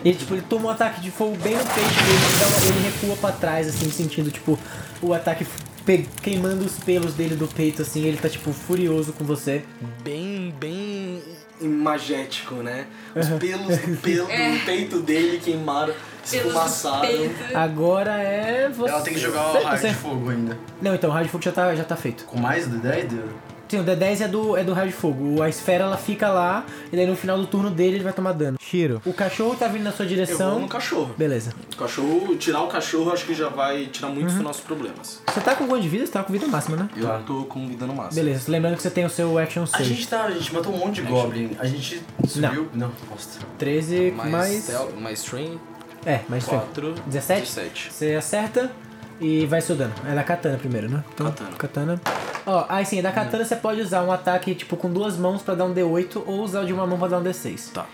Speaker 2: Ele, tipo, ele toma um ataque de fogo bem no peito dele, então ele recua pra trás, assim, sentindo, tipo, o ataque pe- queimando os pelos dele do peito, assim, ele tá, tipo, furioso com você.
Speaker 9: Bem, bem imagético, né? Os
Speaker 2: Aham.
Speaker 9: pelos do pelo,
Speaker 2: É.
Speaker 9: do peito dele queimaram, esfumaçaram.
Speaker 2: Agora é você.
Speaker 9: Ela tem que jogar o
Speaker 2: Você-
Speaker 9: raio de
Speaker 2: você-
Speaker 11: Fogo ainda.
Speaker 2: Não, então, o raio de fogo já tá, já tá feito.
Speaker 11: Com mais do 10 deu?
Speaker 2: Sim, o D10 é do, é do raio de fogo. O- A esfera, ela fica lá, e daí no final do turno dele ele vai tomar dano. Shiro. O cachorro tá vindo na sua direção.
Speaker 9: Eu vou no cachorro.
Speaker 2: Beleza.
Speaker 9: O cachorro, tirar o cachorro acho que já vai tirar muitos dos nossos problemas.
Speaker 2: Você tá com quanto de vida? Você Uhum. tá com vida máxima, né?
Speaker 9: Eu tô com vida no máximo.
Speaker 2: Beleza, lembrando que você tem o seu action
Speaker 11: A
Speaker 2: 6.
Speaker 11: gente tá. A gente matou um monte de goblin. A gente subiu. Não, posta.
Speaker 2: 13 mais...
Speaker 11: stealth, tá mais string.
Speaker 2: É, mais
Speaker 11: Quatro,
Speaker 2: 17?
Speaker 11: 17.
Speaker 2: Você acerta e vai seu dano. É da katana primeiro, né? Então, katana. Ó, aí sim, da
Speaker 11: Hum.
Speaker 2: katana você pode usar um ataque, tipo, com duas mãos pra dar um D8 ou usar o de uma mão pra dar um D6.
Speaker 11: Tá.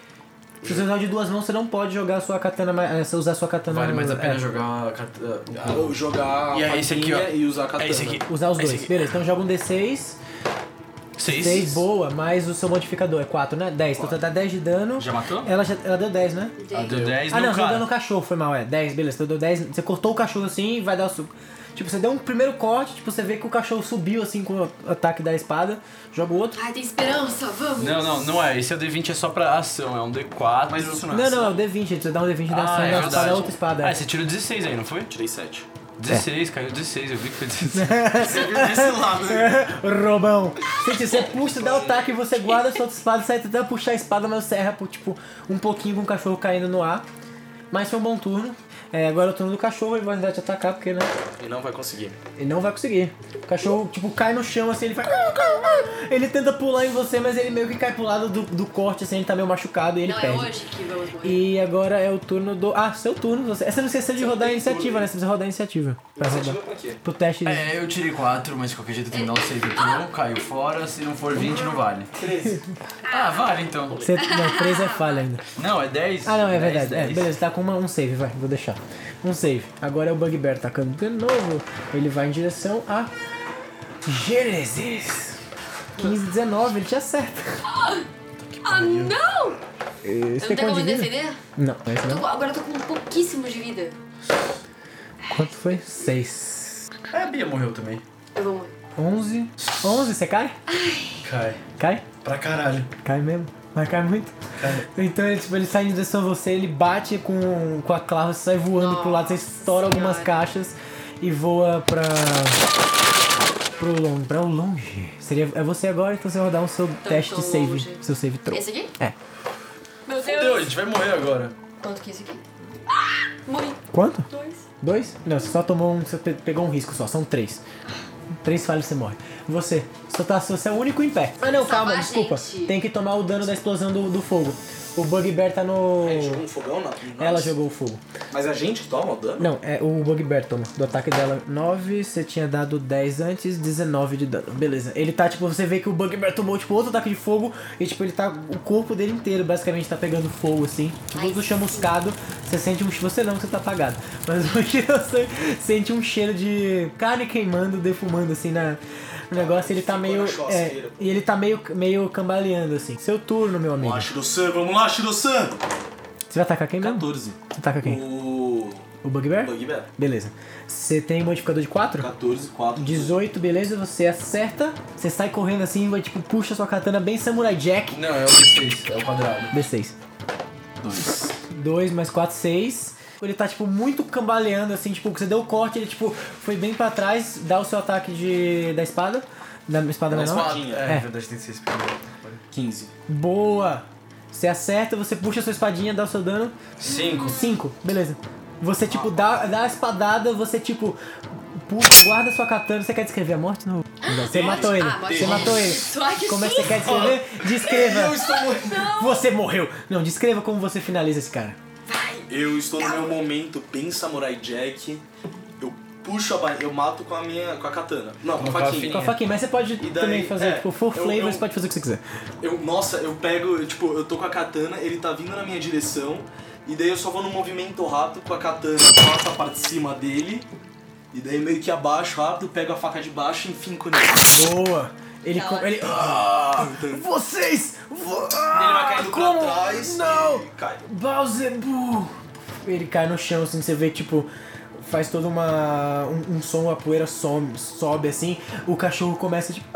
Speaker 2: Se você usar o de duas mãos, você não pode jogar a sua katana, ma- eh, usar a sua katana...
Speaker 11: Vale mais a pena
Speaker 2: é.
Speaker 11: jogar. a cat- a-
Speaker 9: Ou jogar a
Speaker 11: E é esse aqui, ó.
Speaker 9: faquinha e usar a katana.
Speaker 11: É esse aqui.
Speaker 2: Usar os
Speaker 11: É esse
Speaker 2: dois.
Speaker 11: aqui.
Speaker 2: Beleza, então joga um D6.
Speaker 11: Seis.
Speaker 2: 6, boa, mais o seu modificador. É 4, né? 10. Então você dá 10 de dano.
Speaker 11: Já matou?
Speaker 2: Ela, já, ela deu 10, né?
Speaker 11: Ela
Speaker 3: um.
Speaker 11: deu 10
Speaker 2: Ah,
Speaker 11: no
Speaker 2: não, você
Speaker 11: cara.
Speaker 2: deu no cachorro, foi mal, é. 10, beleza. Você deu 10, você cortou o cachorro assim e vai dar o suco. Tipo, você deu um primeiro corte, tipo, você vê que o cachorro subiu assim com o ataque da espada, joga o outro.
Speaker 3: Ai, tem esperança, vamos.
Speaker 11: Não, não, não é. Esse é o D20 é só pra ação, é um D4. Mas isso
Speaker 2: Não, não, é o D20, gente. você dá um D20 da ação, da espada, outra espada.
Speaker 11: é
Speaker 2: é.
Speaker 11: Ah, você tirou 16 aí, não foi? Tirei 7. 16, caiu 16, eu vi que foi 16.
Speaker 2: Você
Speaker 11: viu desse lado, né?
Speaker 2: Robão. Você, você puxa, dá o ataque, você guarda a sua outra espada, sai tentando puxar a espada, mas você erra por, tipo, um pouquinho com o cachorro caindo no ar. Mas foi um bom turno. É, agora é o turno do cachorro, ele vai tentar te atacar, porque, né?
Speaker 9: E não vai conseguir.
Speaker 2: Ele não vai conseguir. O cachorro, tipo, cai no chão, assim, ele faz... ah." Ele tenta pular em você, mas ele meio que cai pro lado do, do corte, assim, ele tá meio machucado e ele
Speaker 3: Não, é
Speaker 2: perde.
Speaker 3: hoje que vamos morrer.
Speaker 2: E agora é o turno do... Ah, seu turno. Você, você não esqueceu de rodar a iniciativa, né? Você precisa rodar a iniciativa. Pra rodar.
Speaker 11: Iniciativa pra quê?
Speaker 2: Pro teste de...
Speaker 11: É, eu tirei 4, mas de qualquer jeito tem que dar um save aqui, não caiu fora, se não for 20 não vale. 13. Ah, vale então.
Speaker 2: Você, não, 3 é falha ainda.
Speaker 11: Não, é 10.
Speaker 2: Ah, não, é
Speaker 4: Né?
Speaker 11: 10,
Speaker 2: verdade.
Speaker 11: 10.
Speaker 2: É, beleza, tá com uma- um save, vai, vou deixar. Um save. Agora é o Bugbear tacando de novo. Ele vai em direção a. Gênesis! 15, 19, ele te acerta.
Speaker 3: Ah, não!
Speaker 2: Você
Speaker 3: Eu
Speaker 2: tem
Speaker 3: não tenho
Speaker 2: quanto
Speaker 3: como
Speaker 2: de
Speaker 3: me
Speaker 2: vida?
Speaker 3: defender?
Speaker 2: Não, esse
Speaker 3: Eu tô-
Speaker 2: não.
Speaker 3: agora eu tô com pouquíssimo de vida.
Speaker 2: Quanto foi? 6.
Speaker 11: É, a Bia morreu também.
Speaker 3: Eu vou morrer.
Speaker 2: 11. 11, você cai?
Speaker 11: Cai.
Speaker 2: Cai?
Speaker 11: Pra caralho.
Speaker 2: Cai mesmo. Mas cai muito. Então ele, tipo, ele sai em direção a você, ele bate com, com a clava, você sai voando pro lado, você estoura algumas caixas e voa pra. pro longe. Pra o longe. Seria, é você agora, então você vai rodar o seu teste de
Speaker 3: tô
Speaker 2: save.
Speaker 3: longe.
Speaker 2: Seu save throw.
Speaker 3: Esse aqui?
Speaker 2: É.
Speaker 3: Meu
Speaker 10: Deu, a
Speaker 3: Deus.
Speaker 10: gente vai morrer agora.
Speaker 3: Quanto que é esse aqui? Ah, morri.
Speaker 2: Quanto?
Speaker 3: Dois.
Speaker 2: Dois? Não, você só tomou um. Você pe- pegou um risco só, são três. Três falhas você morre. Você. Só tá, você é o único em pé. Ah não, calma, desculpa. Tem que tomar o dano da explosão do, do fogo. O Bugbear tá no.
Speaker 9: Jogou um fogão na.
Speaker 2: Ela jogou o fogo.
Speaker 9: Mas a gente que toma o dano?
Speaker 2: Não, é o Bugbear toma. Do ataque dela 9, você tinha dado 10 antes, 19 de dano. Beleza. Ele tá, tipo, você vê que o Bugbear tomou, tipo, outro ataque de fogo e, tipo, ele tá. O corpo dele inteiro basicamente tá pegando fogo, assim. Tipo, tudo chamuscado. Você sente um. Você não, que você tá apagado. Mas você sente um cheiro de carne queimando, defumando, assim, na. O negócio ele tá meio. É,
Speaker 9: churrasqueira,
Speaker 2: e ele tá meio, meio cambaleando, assim. Seu turno, meu amigo.
Speaker 9: Vamos lá, Shiro-san, vamos lá, Shiro-san!
Speaker 2: Você vai atacar quem mesmo?
Speaker 9: 14.
Speaker 2: Você ataca quem?
Speaker 9: O.
Speaker 2: O Bugbear?
Speaker 9: Bugbear.
Speaker 2: Beleza. Você tem modificador de 4?
Speaker 9: 14, 4.
Speaker 2: 18, beleza, você acerta, você sai correndo assim, vai tipo, puxa sua katana bem Samurai Jack.
Speaker 10: Não, é o D6, é o quadrado.
Speaker 2: D6.
Speaker 10: 2.
Speaker 2: 2 mais 4, 6. Ele tá, tipo, muito cambaleando, assim, tipo, você deu o corte, ele, tipo, foi bem pra trás, dá o seu ataque de da espada. Da espada
Speaker 10: Mais
Speaker 2: menor.
Speaker 10: quatro. É, na verdade tem 6
Speaker 9: 15.
Speaker 2: Boa! Você acerta, você puxa a sua espadinha, dá o seu dano.
Speaker 10: Cinco.
Speaker 2: 5, beleza. Você, tipo, dá, dá a espadada, você, tipo, puxa, guarda sua katana. Você quer descrever a morte? Não. Você matou ele.
Speaker 3: Ah, mas-
Speaker 2: Você matou
Speaker 3: Só
Speaker 2: ele.
Speaker 3: que
Speaker 2: Como é que você quer
Speaker 3: susto!
Speaker 2: descrever? Descreva.
Speaker 9: Eu estou morrendo.
Speaker 3: Não.
Speaker 2: Você morreu. Não, descreva como você finaliza esse cara.
Speaker 9: Eu estou no meu momento bem Samurai Jack. Eu puxo a barriga, eu mato com a minha. com a katana. Não, com, a faquinha.
Speaker 2: Com a faquinha. Mas você pode
Speaker 9: E daí,
Speaker 2: também fazer,
Speaker 9: é,
Speaker 2: tipo, full
Speaker 9: eu-
Speaker 2: flavors,
Speaker 9: eu-
Speaker 2: pode fazer o que você quiser.
Speaker 9: Eu, nossa, eu pego, eu, tipo, eu tô com a katana, ele tá vindo na minha direção, e daí eu só vou num movimento rápido com a katana, corto a parte de cima dele, e daí meio que abaixo rápido, pego a faca de baixo e finco nele.
Speaker 2: Boa! Ele. co- ele Ah, vocês! vo- ah,
Speaker 9: Ele vai caindo pra
Speaker 2: como?
Speaker 9: trás
Speaker 2: Não!
Speaker 9: e cai.
Speaker 2: Bowsebu! Ele cai no chão, assim, você vê, tipo, faz toda uma. um, um som, a poeira some, sobe assim, o cachorro começa, tipo.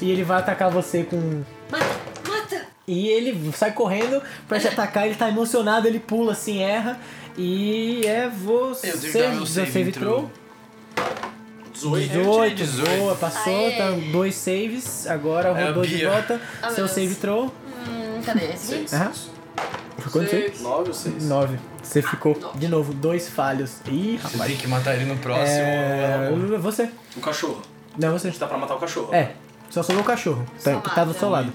Speaker 2: E ele vai atacar você com. um
Speaker 3: Mata, mata.
Speaker 2: E ele sai correndo pra te atacar, ele tá emocionado, ele pula assim, erra. E é você.
Speaker 11: Eu tenho que dar meu
Speaker 2: Você
Speaker 11: save
Speaker 2: save
Speaker 11: throw.
Speaker 9: 18.
Speaker 11: Eu tirei
Speaker 2: 18,
Speaker 11: 18.
Speaker 2: boa, passou,
Speaker 3: Aê.
Speaker 2: tá dois saves, agora
Speaker 11: É a
Speaker 2: rodou de
Speaker 11: Bia.
Speaker 2: volta.
Speaker 3: Ah, meu
Speaker 2: seu
Speaker 3: Deus.
Speaker 2: save throw.
Speaker 3: Hum, cadê esse aqui?
Speaker 2: Aham. Foi quanto foi?
Speaker 9: 9 ou 6?
Speaker 2: 9. Você ficou, de novo, dois falhos. Ih,
Speaker 11: Você
Speaker 2: rapaz.
Speaker 11: tem que matar ele no próximo.
Speaker 2: É, Você.
Speaker 9: O cachorro.
Speaker 2: Não, você.
Speaker 9: Dá pra matar o cachorro.
Speaker 2: É, só sobrou o cachorro, tá, que tá do
Speaker 9: um
Speaker 2: seu lado.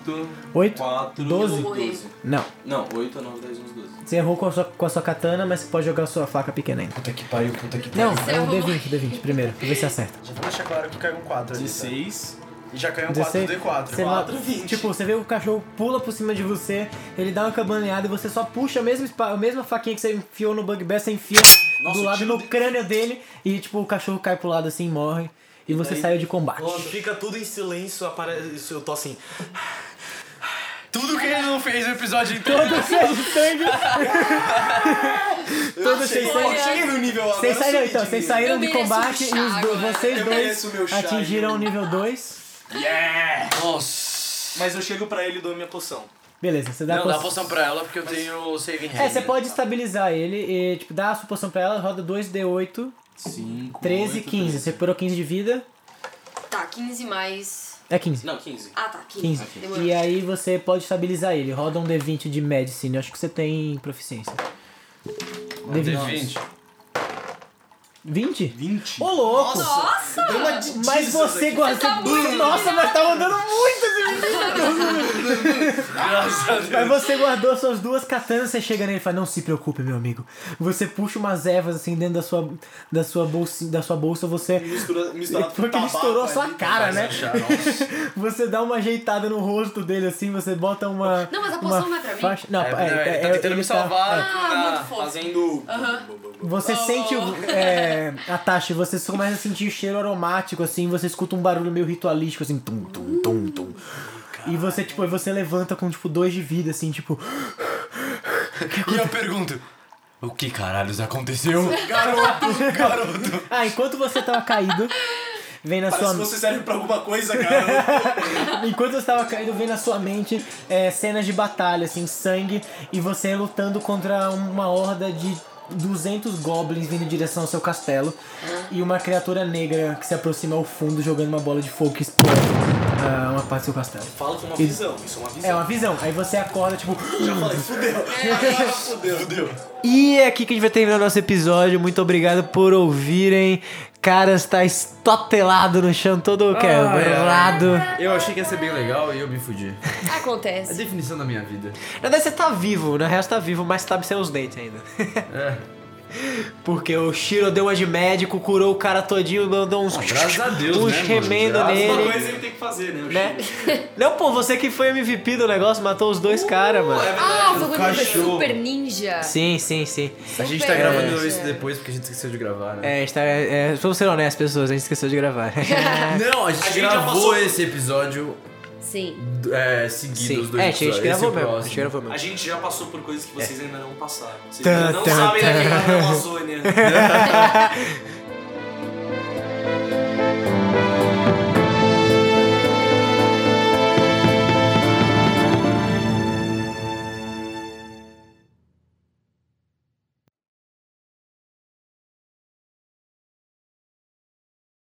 Speaker 2: 8,
Speaker 9: 4,
Speaker 2: 12. Não.
Speaker 9: Não, 8, 9, 10, 11, 12.
Speaker 2: Você errou com a sua, com a sua katana, mas você pode jogar a sua faca pequena ainda.
Speaker 10: Puta que pariu, puta que
Speaker 2: Não, é um D20, D20 primeiro, pra ver se acerta.
Speaker 10: Já vou deixar claro que caiu um 4 ali.
Speaker 9: 16.
Speaker 10: E já caiu um
Speaker 2: 16,
Speaker 10: 4 do
Speaker 2: você
Speaker 10: D4.
Speaker 2: mata- Tipo, você vê o cachorro pula por cima de você, ele dá uma cabaneada e você só puxa a mesma, espa- a mesma faquinha que você enfiou no Bugbear, você enfia
Speaker 9: Nossa,
Speaker 2: do
Speaker 9: o
Speaker 2: lado
Speaker 9: tiro
Speaker 2: no
Speaker 9: dele-
Speaker 2: crânio dele e, tipo, o cachorro cai pro lado assim, morre. E você
Speaker 5: daí-
Speaker 2: saiu de combate.
Speaker 5: Nossa, fica tudo em silêncio, aparece, eu tô assim.
Speaker 11: Tudo que ele não fez no episódio inteiro.
Speaker 2: Todo cheio de sangue. Todo
Speaker 9: achei-
Speaker 2: cheio de
Speaker 9: eu
Speaker 2: sangue.
Speaker 9: cheguei no nível agora,
Speaker 2: Vocês
Speaker 9: eu
Speaker 2: saíram,
Speaker 9: subi
Speaker 2: então,
Speaker 9: de
Speaker 2: vocês
Speaker 9: nível.
Speaker 2: saíram
Speaker 3: Eu
Speaker 2: de
Speaker 3: mereço
Speaker 2: combate
Speaker 3: um
Speaker 2: e
Speaker 3: chá
Speaker 2: os dois,
Speaker 3: agora.
Speaker 2: vocês
Speaker 9: Eu mereço o meu
Speaker 2: dois
Speaker 9: chá,
Speaker 2: atingiram o nível 2.
Speaker 9: Yeah!
Speaker 11: Nossa.
Speaker 9: Mas eu chego pra ele e dou minha poção.
Speaker 2: Beleza, você dá
Speaker 11: Não,
Speaker 2: a
Speaker 11: dá a
Speaker 2: poção-
Speaker 11: poção pra ela porque eu tenho saving
Speaker 2: É, você
Speaker 3: tá.
Speaker 11: hand.
Speaker 2: pode estabilizar ele e, tipo, dá a sua poção pra ela, roda 2d8,
Speaker 9: 5,
Speaker 2: 13 e 15. Você recuperou 15 de vida,
Speaker 3: Tá, 15 mais...
Speaker 2: é 15.
Speaker 9: Não, 15.
Speaker 3: Ah, tá, 15.
Speaker 2: 15.
Speaker 3: Demorou.
Speaker 2: E aí você pode estabilizar ele. Roda um D20 de Medicine. Eu acho que você tem proficiência.
Speaker 9: Um
Speaker 11: D20.
Speaker 2: 20?
Speaker 9: 20?
Speaker 2: Ô, louco!
Speaker 3: Nossa!
Speaker 2: Mas você tá gosta.
Speaker 3: muito
Speaker 2: Nossa, mas tá mandando muito esse
Speaker 9: Ah,
Speaker 2: vídeo! Mas você guardou suas duas katanas, você chega nele e fala: Não se preocupe, meu amigo. Você puxa umas ervas assim dentro da sua, da sua, bolsa, da sua bolsa, você.
Speaker 9: Mistura, mistura
Speaker 2: Porque ele
Speaker 9: tabaco
Speaker 2: estourou a sua
Speaker 9: ali,
Speaker 2: cara, né?
Speaker 11: Achar, nossa.
Speaker 2: Você dá uma ajeitada no rosto dele assim, você bota uma.
Speaker 3: Não, mas a
Speaker 2: uma
Speaker 3: poção não é pra mim?
Speaker 2: faixa- Não,
Speaker 11: É,
Speaker 2: é,
Speaker 11: não, ele
Speaker 2: é,
Speaker 11: tá
Speaker 2: é,
Speaker 11: tentando me
Speaker 2: tá-
Speaker 11: salvar.
Speaker 2: é.
Speaker 3: Ah, muito fofo.
Speaker 9: Tá Fazendo.
Speaker 3: Aham.
Speaker 2: Você sente o, é, a taxa, você só começa a sentir o cheiro aromático, assim, você escuta um barulho meio ritualístico, assim, tum, tum, tum, tum. E você, tipo, aí você levanta com, tipo, dois de vida, assim, tipo,
Speaker 11: E eu pergunto: O que caralhos aconteceu?
Speaker 2: ah, enquanto você tava caído, vem na
Speaker 9: Parece
Speaker 2: sua
Speaker 9: que você serve pra alguma coisa, cara.
Speaker 2: Enquanto você estava caindo, vem na sua mente é, cenas de batalha, assim, sangue, e você lutando contra uma horda de
Speaker 16: 200 goblins vindo em direção ao seu castelo e uma criatura negra que se aproxima ao fundo jogando uma bola de fogo que explode ah, uma parte do seu castelo.
Speaker 9: Fala que é uma
Speaker 16: E-
Speaker 9: visão, isso é uma visão. É,
Speaker 16: É uma visão. Aí você acorda, tipo.
Speaker 9: Já falei, fudeu. Agora fudeu. Fudeu.
Speaker 2: E é aqui que a gente vai terminar nosso episódio. Muito obrigado por ouvirem. Caras tá estatelado no chão, todo quebrado.
Speaker 4: Eu achei que ia ser bem legal e eu me fudi.
Speaker 11: É
Speaker 17: Acontece.
Speaker 4: A definição da minha vida.
Speaker 2: Na verdade, você tá vivo, na real você tá vivo, mas tá sem os dentes ainda.
Speaker 9: É.
Speaker 2: Porque o Shiro deu uma de médico, curou o cara todinho e mandou uns,
Speaker 9: graças a Deus,
Speaker 2: uns
Speaker 9: né, mano?
Speaker 2: remendo
Speaker 9: Graças a
Speaker 2: nele.
Speaker 9: Uma coisa ele tem que fazer, né? O
Speaker 2: Né? Não, pô, você que foi MVP do negócio, matou os
Speaker 9: Uh,
Speaker 2: dois caras, mano.
Speaker 9: é
Speaker 3: Ah, foi quando foi
Speaker 2: Cachorro.
Speaker 3: super ninja.
Speaker 2: Sim, sim, sim.
Speaker 3: A gente tá gravando
Speaker 4: isso depois porque a gente esqueceu de gravar, né?
Speaker 2: É, a gente tá, é, vamos ser honestos, pessoas, a gente esqueceu de gravar. É.
Speaker 4: Não, a gente, gravou esse episódio
Speaker 3: Sim.
Speaker 4: é, seguido,
Speaker 2: Sim.
Speaker 4: os dois
Speaker 2: É, a gente gravou
Speaker 4: episódios. esse é o
Speaker 2: mesmo, a gente
Speaker 4: próximo.
Speaker 2: gravou
Speaker 9: A gente já passou por coisas que vocês ainda não passaram. Vocês
Speaker 2: É. Tã,
Speaker 9: ainda não
Speaker 2: tã,
Speaker 9: sabem
Speaker 2: tã.
Speaker 9: daquela da Amazônia.